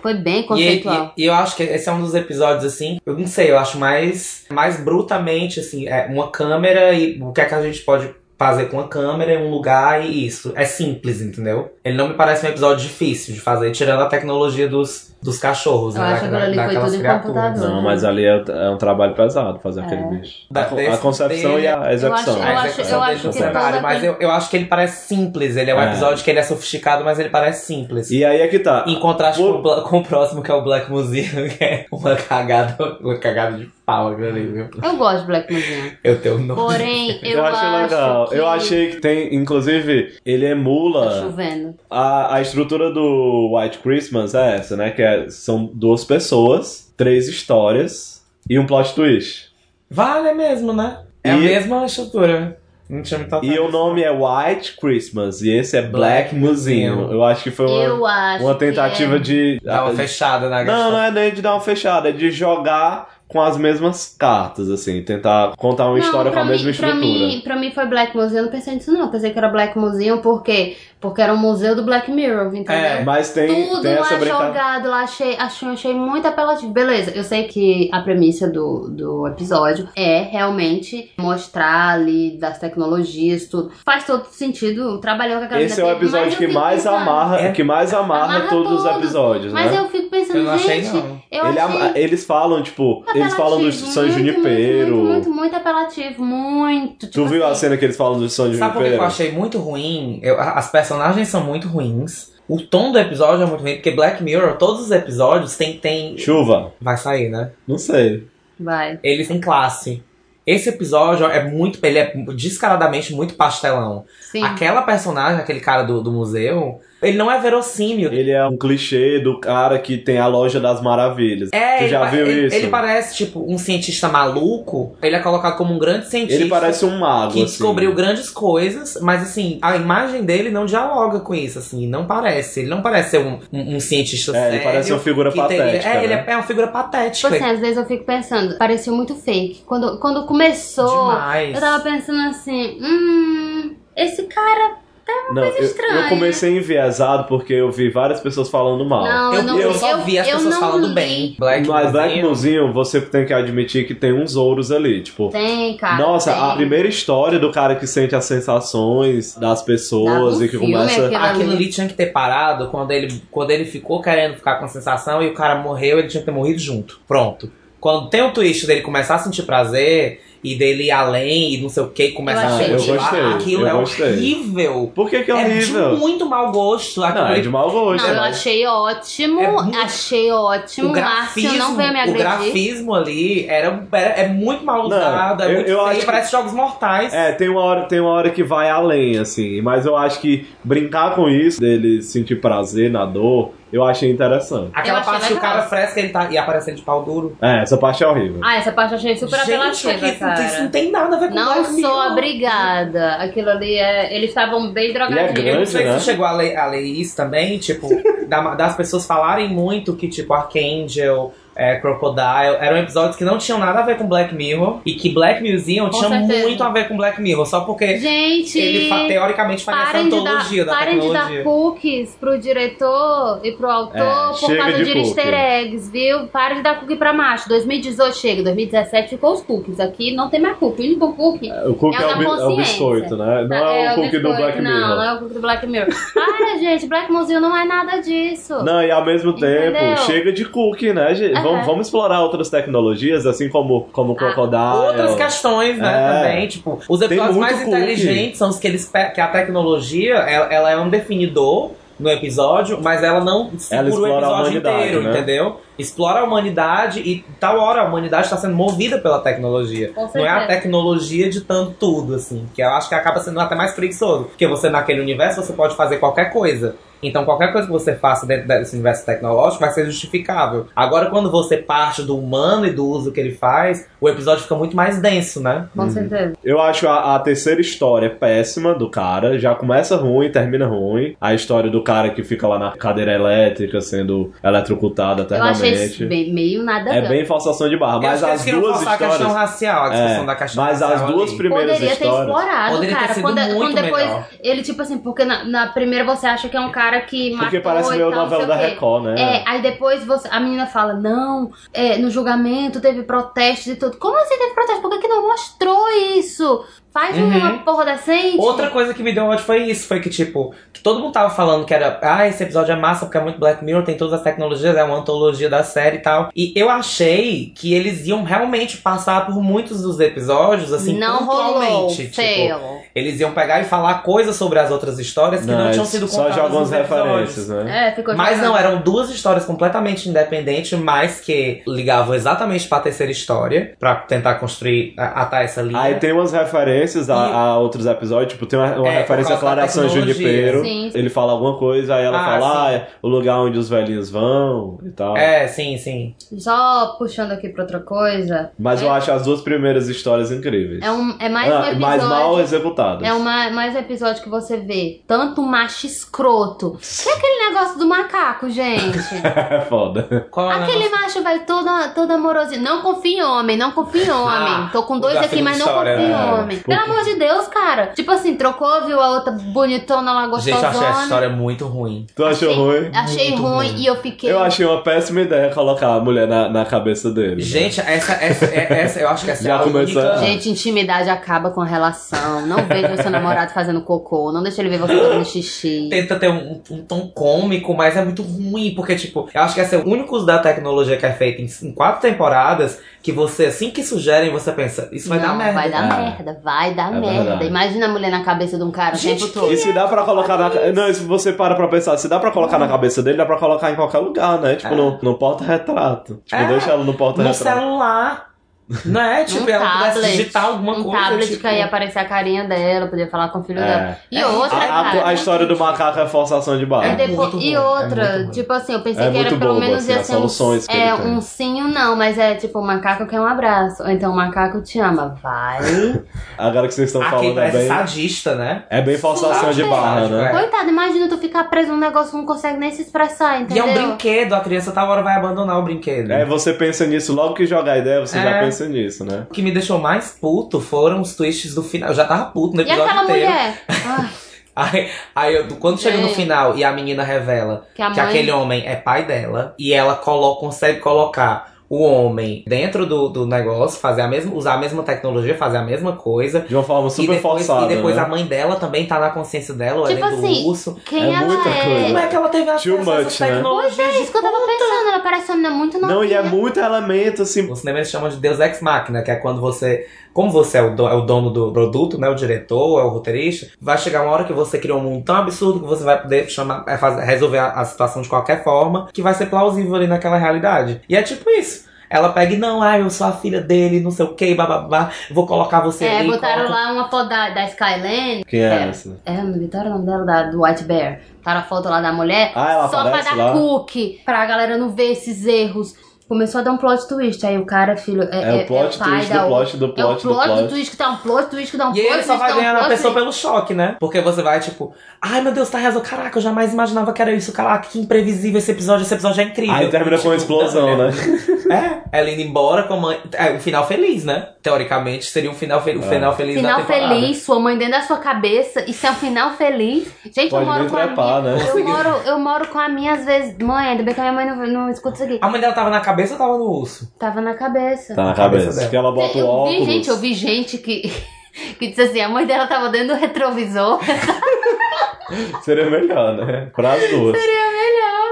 Speaker 1: Foi bem
Speaker 2: E- E,
Speaker 1: conceitual.
Speaker 2: e eu acho que esse é um dos episódios, assim, eu não sei, eu acho mais, mais brutamente, assim, é uma câmera e o que é que a gente pode fazer com a câmera, um lugar e isso. É simples, entendeu? Ele não me parece um episódio difícil de fazer, tirando a tecnologia dos dos cachorros,
Speaker 1: Eu
Speaker 2: né?
Speaker 1: acho que aquilo ali foi
Speaker 2: daquelas
Speaker 1: tudo em computador.
Speaker 3: Não, mas ali é, é um trabalho pesado fazer aquele bicho.
Speaker 2: Da-
Speaker 3: A, a concepção e a execução.
Speaker 1: É. Eu
Speaker 2: A
Speaker 1: acho-
Speaker 2: execução um
Speaker 1: eu
Speaker 2: dele
Speaker 1: acho
Speaker 2: no
Speaker 1: que
Speaker 2: cenário,
Speaker 1: toda
Speaker 2: mas
Speaker 1: vez-
Speaker 2: eu, eu acho que ele parece simples. Ele é um
Speaker 3: É.
Speaker 2: episódio que ele é sofisticado, mas ele parece simples.
Speaker 3: E aí é que tá.
Speaker 2: Em contraste
Speaker 3: Pô.
Speaker 2: com, o Bla- com o próximo, que é o Black Museum, que é uma cagada, uma cagada de pau aquilo ali, viu?
Speaker 1: Eu gosto de Black Museum.
Speaker 2: Eu tenho um nome.
Speaker 1: Porém, eu,
Speaker 3: Eu, achei
Speaker 1: acho
Speaker 3: legal.
Speaker 1: que
Speaker 3: Eu achei que tem, inclusive, ele
Speaker 1: Tá
Speaker 3: emula.
Speaker 1: chovendo.
Speaker 3: A, a estrutura do White Christmas é essa, né? Que é- são duas pessoas, três histórias e um plot twist.
Speaker 2: Vale é mesmo, né? É a
Speaker 3: E-
Speaker 2: mesma estrutura. Não tinha me tocado.
Speaker 3: E o nome é White Christmas e esse é Black,
Speaker 2: Black
Speaker 3: Museum.
Speaker 2: Museum.
Speaker 3: Eu acho que foi uma,
Speaker 1: eu acho.
Speaker 3: uma tentativa
Speaker 1: que é
Speaker 3: de.
Speaker 2: Dá uma fechada na
Speaker 3: Não,
Speaker 2: questão.
Speaker 3: não é nem de dar uma fechada, é de jogar com as mesmas cartas, assim, tentar contar
Speaker 1: Não,
Speaker 3: uma história com
Speaker 1: pra
Speaker 3: a mesma
Speaker 1: mim, pra
Speaker 3: estrutura.
Speaker 1: mim, pra mim foi Black Museum, eu não pensei nisso não. Eu pensei que era Black Museum, por quê? Porque era um museu do Black Mirror, entendeu?
Speaker 2: É,
Speaker 3: Mas tem,
Speaker 1: Tudo
Speaker 3: tem
Speaker 1: lá é
Speaker 3: essa brincadeira.
Speaker 1: jogado, lá achei, achei, achei muito apelativo. Beleza, eu sei que a premissa do, do episódio é realmente mostrar ali das tecnologias, tudo. Faz todo sentido, trabalhando com a galera.
Speaker 3: Esse é o episódio que mais amarra,
Speaker 2: É.
Speaker 3: que mais amarra,
Speaker 1: Amarra
Speaker 3: todos os
Speaker 1: tudo.
Speaker 3: episódios,
Speaker 1: Mas
Speaker 3: né?
Speaker 1: eu fico pensando,
Speaker 2: Eu não achei,
Speaker 1: gente,
Speaker 2: não.
Speaker 1: eu
Speaker 3: Ele é ama-
Speaker 1: achei...
Speaker 3: eles falam, tipo, eles falam do
Speaker 1: apelativo,
Speaker 3: San
Speaker 1: muito,
Speaker 3: Junipero.
Speaker 1: Muito, muito, muito apelativo, muito.
Speaker 3: Tu
Speaker 1: tipo
Speaker 3: viu a
Speaker 1: assim,
Speaker 3: cena que eles falam do San
Speaker 2: Sabe por que eu
Speaker 3: Junipero?
Speaker 2: achei muito ruim? Eu- a- as personagens são muito ruins. O tom do episódio é muito ruim, porque Black Mirror, todos os episódios tem. tem...
Speaker 3: Chuva?
Speaker 2: Vai sair, né?
Speaker 3: Não sei.
Speaker 1: Vai.
Speaker 2: Eles têm classe. Esse episódio é muito. Ele é descaradamente muito pastelão.
Speaker 1: Sim.
Speaker 2: Aquela personagem, aquele cara do, do museu, ele não é verossímil.
Speaker 3: Ele é um clichê do cara que tem a loja das maravilhas.
Speaker 2: É,
Speaker 3: tu
Speaker 2: ele,
Speaker 3: já
Speaker 2: pa-
Speaker 3: viu
Speaker 2: ele-
Speaker 3: isso?
Speaker 2: ele parece, tipo, um cientista maluco. Ele é colocado como um grande cientista.
Speaker 3: Ele parece um mago,
Speaker 2: que
Speaker 3: assim.
Speaker 2: descobriu grandes coisas, mas assim, a imagem dele não dialoga com isso, assim, não parece. Ele não parece ser um, um- um cientista
Speaker 3: É,
Speaker 2: sério.
Speaker 3: ele parece uma figura
Speaker 2: que tem-
Speaker 3: patética,
Speaker 2: é, ele
Speaker 3: né?
Speaker 2: é, é uma figura
Speaker 1: Tipo
Speaker 2: patética.
Speaker 1: assim, às vezes eu fico pensando, pareceu muito fake. Quando, quando começou,
Speaker 2: demais.
Speaker 1: eu tava pensando assim, hum, esse cara.
Speaker 3: Não, eu,
Speaker 1: estranha.
Speaker 3: eu comecei enviesado porque eu vi várias pessoas falando mal.
Speaker 1: Não, eu,
Speaker 2: eu,
Speaker 1: não
Speaker 2: eu só vi as
Speaker 1: eu
Speaker 2: pessoas
Speaker 1: não
Speaker 2: falando
Speaker 1: li.
Speaker 2: bem. Black
Speaker 3: Mas Black
Speaker 2: Museum.
Speaker 3: Museum, você tem que admitir que tem uns ouros ali, tipo...
Speaker 1: Tem, cara.
Speaker 3: Nossa,
Speaker 1: tem.
Speaker 3: a primeira história do cara que sente as sensações das pessoas
Speaker 1: Dava um
Speaker 3: e que
Speaker 1: filme
Speaker 3: começa...
Speaker 1: aquele-
Speaker 2: Aquilo ali Ah, tinha que ter parado quando ele, quando ele ficou querendo ficar com a sensação e o cara morreu, ele tinha que ter morrido junto. Pronto. Quando tem o twist dele começar a sentir prazer e dele ir além e não sei o que, começar
Speaker 1: Eu
Speaker 2: a
Speaker 1: achei
Speaker 2: sentir
Speaker 1: que-
Speaker 2: lá,
Speaker 3: Eu gostei,
Speaker 2: aquilo
Speaker 3: eu
Speaker 2: é
Speaker 3: gostei.
Speaker 2: horrível.
Speaker 3: Por que que é
Speaker 2: é de
Speaker 3: horrível?
Speaker 2: muito mau gosto. aquilo
Speaker 3: Não, é
Speaker 2: ali.
Speaker 3: de mau gosto.
Speaker 1: Não, eu
Speaker 3: mas-
Speaker 1: achei ótimo,
Speaker 2: É muito-
Speaker 1: achei ótimo.
Speaker 3: um
Speaker 2: o
Speaker 1: Márcio
Speaker 2: grafismo,
Speaker 1: não veio me
Speaker 2: o
Speaker 1: agredir.
Speaker 2: grafismo ali era, era- é muito mal
Speaker 3: Não,
Speaker 2: usado, é
Speaker 3: eu-
Speaker 2: muito
Speaker 3: eu
Speaker 2: feio,
Speaker 3: acho que-
Speaker 2: parece jogos mortais.
Speaker 3: É, tem uma, hora, tem uma hora que vai além, assim. Mas eu acho que brincar com isso, dele sentir prazer na dor, eu achei interessante.
Speaker 1: Eu
Speaker 2: Aquela
Speaker 1: achei
Speaker 2: parte que o
Speaker 1: legal.
Speaker 2: cara fresca ele tá, e aparece ele de pau duro.
Speaker 3: É, essa parte é horrível.
Speaker 1: Ah, essa parte eu achei super
Speaker 2: Gente,
Speaker 1: apelativa,
Speaker 2: aquilo- isso não
Speaker 1: cara.
Speaker 2: tem nada a ver com
Speaker 1: Não
Speaker 2: Black
Speaker 1: sou
Speaker 2: Mirror.
Speaker 1: obrigada. Aquilo ali é. Eles estavam bem drogadinhos.
Speaker 3: grande,
Speaker 2: É, Eu não sei
Speaker 3: né?
Speaker 2: se chegou a ler, a ler isso também, tipo, da- das pessoas falarem muito que, tipo, Archangel, é, Crocodile, eram episódios que não tinham nada a ver com Black Mirror e que Black Museum
Speaker 1: Com
Speaker 2: tinha
Speaker 1: certeza.
Speaker 2: muito a ver com Black Mirror, só porque
Speaker 1: Gente.
Speaker 2: né? ele fa- teoricamente faria essa
Speaker 1: Parem de, dar,
Speaker 2: antologia da
Speaker 1: parem de dar
Speaker 2: tecnologia.
Speaker 1: cookies pro diretor e pro autor
Speaker 3: É,
Speaker 1: por
Speaker 3: chega
Speaker 1: causa
Speaker 3: de
Speaker 1: de,
Speaker 3: cookie.
Speaker 1: easter eggs, viu? Parem de dar cookie pra macho. 2018 chega, 2017 ficou os cookies. Aqui não tem mais cookie. O único cookie.
Speaker 3: O cookie é,
Speaker 1: É
Speaker 3: o,
Speaker 1: da
Speaker 3: bi- é o
Speaker 1: consciência. Tá,
Speaker 3: biscoito, né? Não é, o cookie do
Speaker 1: biscoito.
Speaker 3: Black Mirror.
Speaker 1: Não, não é o cookie do Black Mirror. Para, gente, Black Museum não é nada disso.
Speaker 3: Não, e ao mesmo tempo,
Speaker 1: Entendeu?
Speaker 3: chega de cookie, né, gente?
Speaker 1: Aham. Ah,
Speaker 3: Vamos, vamos explorar outras tecnologias, assim como, como o Crocodile.
Speaker 2: Outras questões, né,
Speaker 3: Ah, É.
Speaker 2: também, tipo, os
Speaker 3: Tem
Speaker 2: episódios
Speaker 3: muito
Speaker 2: mais
Speaker 3: cookie.
Speaker 2: inteligentes são os que eles pe- que a tecnologia, ela, ela é um definidor no episódio, mas ela não segura o
Speaker 3: explora a
Speaker 2: episódio
Speaker 3: humanidade,
Speaker 2: inteiro,
Speaker 3: né?
Speaker 2: entendeu? Explora a humanidade e tal hora a humanidade está sendo movida pela tecnologia.
Speaker 1: Com
Speaker 2: Não é a
Speaker 1: certeza.
Speaker 2: tecnologia ditando tudo, assim, que eu acho que acaba sendo até mais preguiçoso, porque você naquele universo você pode fazer qualquer coisa. Então qualquer coisa que você faça dentro desse universo tecnológico vai ser justificável. Agora quando você parte do humano e do uso que ele faz, o episódio fica muito mais denso, né?
Speaker 1: Com
Speaker 3: Hum,
Speaker 1: certeza.
Speaker 3: Eu acho a, a terceira história péssima do cara. Já começa ruim, termina ruim. A história do cara que fica lá na cadeira elétrica, sendo eletrocutado
Speaker 1: Eu achei isso
Speaker 3: eternamente.
Speaker 1: bem, meio nada
Speaker 3: tá É
Speaker 1: a ver.
Speaker 3: bem falsação de barra.
Speaker 2: Eu
Speaker 3: Mas
Speaker 2: acho que
Speaker 3: as
Speaker 2: eles queriam
Speaker 3: duas
Speaker 2: forçar a questão
Speaker 3: histórias.
Speaker 2: racial, a discussão
Speaker 3: É,
Speaker 2: da questão
Speaker 3: mas
Speaker 2: racial
Speaker 3: as duas
Speaker 2: ali.
Speaker 3: primeiras
Speaker 1: Poderia ter
Speaker 3: histórias.
Speaker 1: explorado,
Speaker 2: Poderia ter
Speaker 1: cara.
Speaker 2: sido
Speaker 1: quando,
Speaker 2: muito
Speaker 1: quando depois
Speaker 2: melhor.
Speaker 1: ele, tipo assim, porque na, na primeira você acha que é um cara que matou
Speaker 3: Porque parece
Speaker 1: e tal,
Speaker 3: meio
Speaker 1: não
Speaker 3: novela
Speaker 1: sei
Speaker 3: da
Speaker 1: o quê.
Speaker 3: Record, né?
Speaker 1: É, aí depois você, a menina fala, não, é, no julgamento teve protestos e tudo. Como assim teve protesto? Por que, que não mostrou isso? Faz uma porra decente.
Speaker 2: Outra coisa que me deu um ódio foi isso, foi que, tipo, que todo mundo tava falando que era, ah, esse episódio é massa porque é muito Black Mirror, tem todas as tecnologias, é uma antologia da série e tal. E eu achei que eles iam realmente passar por muitos dos episódios, assim,
Speaker 1: não rolou.
Speaker 2: pontualmente. Tipo,
Speaker 1: Fail.
Speaker 2: eles iam pegar e falar coisas sobre as outras histórias que não, tinham sido
Speaker 3: só
Speaker 2: contadas.
Speaker 3: de algumas
Speaker 2: nos episódios.
Speaker 3: referências, né?
Speaker 1: É, ficou
Speaker 2: Mas
Speaker 1: jogando.
Speaker 2: não, eram duas histórias completamente independentes, mas que ligavam exatamente pra terceira história, pra tentar construir, a- atar essa linha.
Speaker 3: Aí tem umas referências a,
Speaker 2: E-
Speaker 3: a outros episódios, tipo, tem uma, uma
Speaker 2: É, por
Speaker 3: referência a
Speaker 2: causa da
Speaker 3: Clara San
Speaker 2: tecnologia.
Speaker 3: Junipero.
Speaker 1: Sim.
Speaker 3: Ele fala alguma coisa, aí ela
Speaker 2: Ah,
Speaker 3: fala, ah,
Speaker 2: sim.
Speaker 3: é o lugar onde os velhinhos vão e tal.
Speaker 2: É, sim, sim.
Speaker 1: Só puxando aqui pra outra coisa.
Speaker 3: Mas
Speaker 1: é,
Speaker 3: eu acho as duas primeiras histórias incríveis.
Speaker 1: é, um, é mais um
Speaker 3: Ah,
Speaker 1: episódio.
Speaker 3: mas mal executadas.
Speaker 1: É uma, mais um episódio que você vê tanto macho escroto. Que é aquele negócio do macaco, gente.
Speaker 3: É foda.
Speaker 2: Qual é o
Speaker 1: Aquele
Speaker 2: negócio?
Speaker 1: macho vai todo, todo amorosinho. Não confia em homem, não confia
Speaker 2: Ah,
Speaker 1: em homem. Tô com
Speaker 2: o
Speaker 1: dois
Speaker 2: da
Speaker 1: aqui, mas não
Speaker 2: história,
Speaker 1: confia
Speaker 3: né?
Speaker 1: em homem. Pelo amor de Deus, cara. Tipo assim, trocou, viu a outra bonitona lá
Speaker 2: Gente, eu
Speaker 1: gostosona.
Speaker 2: achei essa
Speaker 1: né?
Speaker 2: história muito ruim.
Speaker 3: Tu
Speaker 1: Assim,
Speaker 3: achou ruim?
Speaker 1: Achei
Speaker 2: Muito
Speaker 1: ruim
Speaker 2: ruim.
Speaker 1: e eu fiquei.
Speaker 3: Eu achei uma péssima ideia colocar a mulher na, na cabeça dele.
Speaker 2: Gente, essa, essa, é- essa- eu acho que essa
Speaker 3: Já
Speaker 2: é a
Speaker 3: começou
Speaker 2: única...
Speaker 3: a-
Speaker 1: Gente, intimidade acaba com a relação. Não veja o seu namorado fazendo cocô. Não deixa ele ver você fazendo xixi.
Speaker 2: Tenta ter um, um tom cômico, mas é muito ruim, porque, tipo, eu acho que esse é o único uso da tecnologia que é feito em, em quatro temporadas que você, assim que sugerem, você pensa, isso vai
Speaker 1: Não,
Speaker 2: dar merda.
Speaker 1: Vai dar
Speaker 3: É.
Speaker 1: merda, vai dar
Speaker 3: É
Speaker 1: merda.
Speaker 3: verdade.
Speaker 1: Imagina a mulher na cabeça de um cara
Speaker 2: Gente,
Speaker 1: o tempo todo.
Speaker 3: E se dá pra colocar na. Não, se você para pra pensar, se dá pra colocar
Speaker 2: Ah.
Speaker 3: na cabeça dele, dá pra colocar em qualquer lugar, né? Tipo,
Speaker 2: É.
Speaker 3: no, no porta-retrato. Tipo,
Speaker 2: É.
Speaker 3: deixa ela no
Speaker 2: No
Speaker 3: porta-retrato.
Speaker 2: celular, né? Tipo,
Speaker 1: um
Speaker 2: ela pudesse
Speaker 1: tablet,
Speaker 2: digitar alguma
Speaker 1: um
Speaker 2: coisa.
Speaker 1: tablet
Speaker 2: tipo...
Speaker 1: que aí aparecer a carinha dela, podia falar com o filho
Speaker 3: É.
Speaker 1: dela. E
Speaker 2: É.
Speaker 1: outra,
Speaker 3: A, a-
Speaker 1: cara.
Speaker 3: a história do macaco é forçação de barra.
Speaker 1: E,
Speaker 2: É.
Speaker 1: depois-
Speaker 2: muito
Speaker 1: e
Speaker 2: bom,
Speaker 1: outra,
Speaker 2: é muito bom.
Speaker 1: tipo assim, eu pensei
Speaker 3: É
Speaker 1: que era
Speaker 3: muito
Speaker 1: pelo
Speaker 3: bobo,
Speaker 1: menos
Speaker 3: assim,
Speaker 1: ia
Speaker 3: as
Speaker 1: ser um,
Speaker 3: soluções que ele
Speaker 1: é,
Speaker 3: tem.
Speaker 1: um sim ou não, mas é tipo, o macaco quer um abraço. Ou então o macaco te ama, vai.
Speaker 3: Agora que vocês estão
Speaker 2: Aquele
Speaker 3: falando é
Speaker 2: "Ah, parece
Speaker 3: bem.
Speaker 2: sadista, né?
Speaker 3: É bem forçação de
Speaker 1: Sim,
Speaker 3: barra,
Speaker 2: sim.
Speaker 3: né?
Speaker 2: É.
Speaker 1: Coitado, imagina tu ficar preso num negócio que não consegue nem se expressar, entendeu?
Speaker 2: E é um brinquedo, a criança tal hora vai abandonar o brinquedo.
Speaker 3: É, você pensa nisso logo que joga a ideia, você
Speaker 2: É.
Speaker 3: já pensa nisso, né?
Speaker 2: O que me deixou mais puto foram os twists do final. Eu já tava puto no
Speaker 1: E
Speaker 2: episódio
Speaker 1: aquela
Speaker 2: inteiro.
Speaker 1: mulher? Ah,
Speaker 2: Aí, aí eu- quando chega no
Speaker 1: Gente.
Speaker 2: final e a menina revela
Speaker 1: que É. a
Speaker 2: que
Speaker 1: mãe.
Speaker 2: aquele homem é pai dela e ela colo- consegue colocar o homem dentro do, do negócio, fazer a mesma, usar a mesma tecnologia, fazer a mesma coisa.
Speaker 3: De uma forma super
Speaker 2: e depois,
Speaker 3: forçada.
Speaker 2: e depois
Speaker 3: né?
Speaker 2: a mãe dela também tá na consciência dela,
Speaker 1: Tipo
Speaker 2: ela é
Speaker 1: assim,
Speaker 2: do urso.
Speaker 1: Quem
Speaker 3: É
Speaker 1: ela
Speaker 3: muita
Speaker 1: é?
Speaker 3: coisa.
Speaker 2: Como é que ela teve acesso
Speaker 3: Too
Speaker 2: a
Speaker 3: much,
Speaker 2: essas
Speaker 3: né?
Speaker 2: tecnologias?
Speaker 1: É isso que eu tava pensando, ela parece uma menina muito novinha.
Speaker 3: Não, e é muito elemento, assim.
Speaker 2: No cinema eles chamam de Deus Ex Machina, que é quando você, como você é o, do- é o dono do produto, né, o diretor, é o roteirista, vai chegar uma hora que você cria um mundo tão absurdo que você vai poder chamar, é, fazer- resolver a, a situação de qualquer forma, que vai ser plausível ali naquela realidade. E é tipo isso. Ela pega e não, ah, eu sou a filha dele, não sei o que, bababá, vou colocar você
Speaker 1: É,
Speaker 2: ali.
Speaker 1: botaram
Speaker 2: coloca-
Speaker 1: lá uma foto da, da Skyline.
Speaker 3: Quem é
Speaker 1: É.
Speaker 3: essa?
Speaker 1: É, não me deram o nome dela, da, do White Bear. Botaram a foto lá da mulher.
Speaker 3: Ah, ela
Speaker 1: só pra
Speaker 3: aparece
Speaker 1: dar
Speaker 3: lá?
Speaker 1: cookie, pra galera não ver esses erros. Começou a dar um plot twist. Aí o cara, filho, é,
Speaker 3: É o plot
Speaker 1: pai
Speaker 3: twist
Speaker 1: da
Speaker 3: do plot do
Speaker 1: É o
Speaker 3: plot do
Speaker 1: plot do
Speaker 3: plot.
Speaker 1: twist que dá um plot twist que dá um
Speaker 2: E
Speaker 1: plot
Speaker 2: ele
Speaker 1: twist.
Speaker 2: só vai
Speaker 1: dá um
Speaker 2: ganhando a
Speaker 1: plot
Speaker 2: pessoa
Speaker 1: twist.
Speaker 2: pelo choque, né? Porque você vai, tipo, ai meu Deus, tá resolvido. Caraca, eu jamais imaginava que era isso. Caraca, que imprevisível esse episódio. Esse episódio é incrível.
Speaker 3: Aí termina com
Speaker 2: Tipo,
Speaker 3: uma explosão, né?
Speaker 2: É, ela indo embora com a mãe. É um final feliz, né? Teoricamente seria um final, fe... um
Speaker 3: É.
Speaker 2: final feliz da
Speaker 1: Final
Speaker 2: temporada.
Speaker 1: feliz, sua mãe dentro da sua cabeça. Isso é um final feliz. Gente,
Speaker 3: Pode
Speaker 1: eu moro
Speaker 3: nem
Speaker 1: com a
Speaker 3: trepar,
Speaker 1: minha.
Speaker 3: né?
Speaker 1: Eu moro, eu moro com a minha às vezes. Mãe, ainda bem que a minha mãe não, não escuta isso aqui.
Speaker 2: A mãe dela tava na cabeça ou tava no urso?
Speaker 1: Tava na cabeça.
Speaker 3: Tá na
Speaker 2: Cabeça
Speaker 3: cabeça.
Speaker 2: dela.
Speaker 3: Que ela bota o
Speaker 1: eu vi
Speaker 3: óculos.
Speaker 1: gente, eu vi gente que, que disse assim, a mãe dela tava dentro do retrovisor.
Speaker 3: Seria melhor, né? Pras duas.
Speaker 1: É.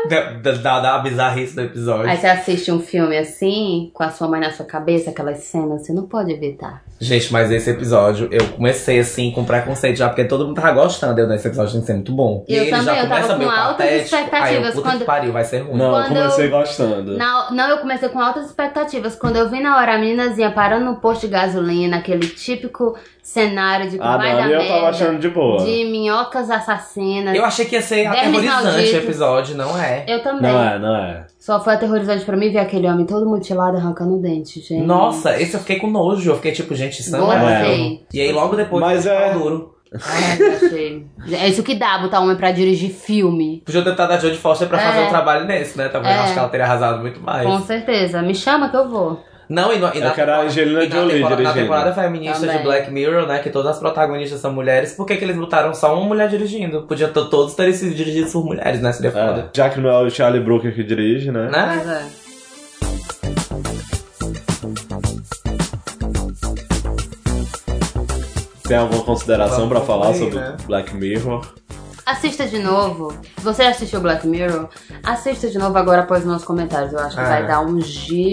Speaker 2: Da, da, da, da bizarrice do episódio.
Speaker 1: Aí você assiste um filme assim, com a sua mãe na sua cabeça, aquelas cenas, você não pode evitar.
Speaker 2: Gente, mas esse episódio eu comecei assim com preconceito já, porque todo mundo tava gostando. Eu, não, esse episódio tem que ser muito bom. e
Speaker 1: Eu
Speaker 2: ele
Speaker 1: também,
Speaker 2: já
Speaker 1: eu
Speaker 2: começa
Speaker 1: tava
Speaker 2: a meio
Speaker 1: com altas
Speaker 2: patético. Aí, eu,
Speaker 1: expectativas
Speaker 2: puta
Speaker 1: quando-
Speaker 2: que pariu, vai ser ruim.
Speaker 3: Não,
Speaker 1: Quando
Speaker 3: eu comecei
Speaker 1: eu-
Speaker 3: gostando.
Speaker 1: Não, não, eu comecei com altas expectativas. Quando eu vi na hora a meninazinha parando no posto de gasolina, aquele típico cenário de que
Speaker 3: Ah,
Speaker 1: vai
Speaker 3: não,
Speaker 1: dar
Speaker 3: ali eu
Speaker 1: merda,
Speaker 3: tava achando de boa.
Speaker 1: de minhocas assassinas.
Speaker 2: Eu achei que ia ser
Speaker 1: Vermes
Speaker 2: aterrorizante
Speaker 1: malditos.
Speaker 2: o episódio, não é?
Speaker 1: Eu também.
Speaker 3: Não é, não é.
Speaker 1: Só foi aterrorizante pra mim ver aquele homem todo mutilado arrancando o dente, gente.
Speaker 2: Nossa, esse eu fiquei com nojo. Eu fiquei tipo, gente, isso não é.
Speaker 1: Gostei.
Speaker 2: E aí logo depois,
Speaker 3: Mas é-
Speaker 2: pau duro.
Speaker 1: É, achei. É isso que dá botar homem pra dirigir filme.
Speaker 2: Podia tentar dar Jodie Foster pra
Speaker 1: É.
Speaker 2: fazer um trabalho nesse, né? Também
Speaker 1: É.
Speaker 2: acho que ela teria arrasado muito
Speaker 3: É
Speaker 2: mais.
Speaker 1: Com certeza. Me chama que eu vou.
Speaker 2: Não, e, no, e
Speaker 3: Eu
Speaker 2: na,
Speaker 3: quero a
Speaker 2: temporada-
Speaker 3: Angelina
Speaker 2: e na
Speaker 3: Jolie
Speaker 2: temporada, na
Speaker 3: dirigindo.
Speaker 2: temporada feminista
Speaker 1: Também.
Speaker 2: de Black Mirror, né? Que todas as protagonistas são mulheres. Por que, que eles botaram só uma mulher dirigindo? Podia ter, todos terem sido dirigidos por mulheres, né? Seria foda.
Speaker 3: É, Já que não é o Charlie Brooker que dirige, né?
Speaker 2: Né?
Speaker 1: Pois é.
Speaker 3: Tem alguma consideração
Speaker 2: Vamos
Speaker 3: pra falar
Speaker 2: concluir,
Speaker 3: sobre
Speaker 2: né?
Speaker 3: Black Mirror?
Speaker 1: Assista de novo. Se Você já assistiu Black Mirror? Assista de novo agora após os nossos comentários. Eu acho que
Speaker 2: É.
Speaker 1: vai dar um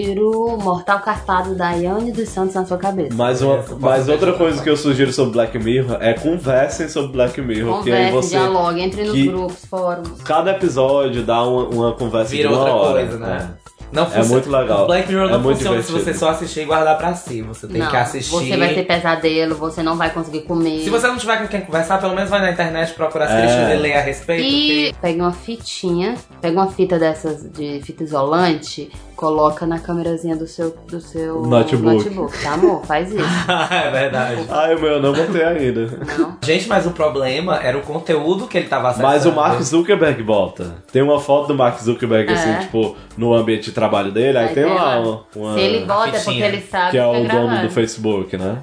Speaker 1: giro mortal carpado da Yane dos Santos na sua cabeça.
Speaker 3: Mas, uma,
Speaker 2: Essa
Speaker 3: mas
Speaker 2: parte
Speaker 3: outra
Speaker 2: deixa
Speaker 3: coisa
Speaker 2: eu
Speaker 3: que eu sugiro sobre Black Mirror é conversem sobre Black Mirror, que aí
Speaker 1: Converse,
Speaker 3: você.
Speaker 1: dialogue, entre nos
Speaker 3: que-
Speaker 1: grupos, fóruns.
Speaker 3: Cada episódio dá uma, uma conversa
Speaker 2: Vira
Speaker 3: de uma
Speaker 2: outra
Speaker 3: hora.
Speaker 2: coisa, né?
Speaker 3: É.
Speaker 2: Não
Speaker 3: É muito legal.
Speaker 2: Black Mirror
Speaker 3: É
Speaker 2: não
Speaker 3: muito
Speaker 2: funciona se
Speaker 3: divertido.
Speaker 2: você só assistir e guardar pra si. Você tem
Speaker 1: não,
Speaker 2: que assistir.
Speaker 1: Você vai ter pesadelo, você não vai conseguir comer.
Speaker 2: Se você não tiver com quem conversar, pelo menos vai na internet procurar
Speaker 3: É.
Speaker 2: se e ler a respeito.
Speaker 1: E pega uma fitinha, pega uma fita dessas de fita isolante, coloca na câmerazinha do seu, do seu
Speaker 3: Notebook.
Speaker 1: notebook, tá amor? Faz isso.
Speaker 2: porque- é verdade.
Speaker 3: Ai, meu, eu não botei ainda.
Speaker 1: Não?
Speaker 2: Gente, mas o problema era o conteúdo que ele tava acessando.
Speaker 3: Mas o Mark Zuckerberg bota. Tem uma foto do Mark Zuckerberg,
Speaker 1: É.
Speaker 3: assim, tipo, no ambiente de trabalho dele. Aí,
Speaker 1: Aí
Speaker 3: tem
Speaker 1: tem
Speaker 3: lá
Speaker 1: lá.
Speaker 3: uma.
Speaker 1: Se ele bota é porque
Speaker 2: fitinha,
Speaker 1: ele sabe
Speaker 3: que é
Speaker 1: tá
Speaker 3: o dono
Speaker 1: gravando.
Speaker 3: do Facebook, né?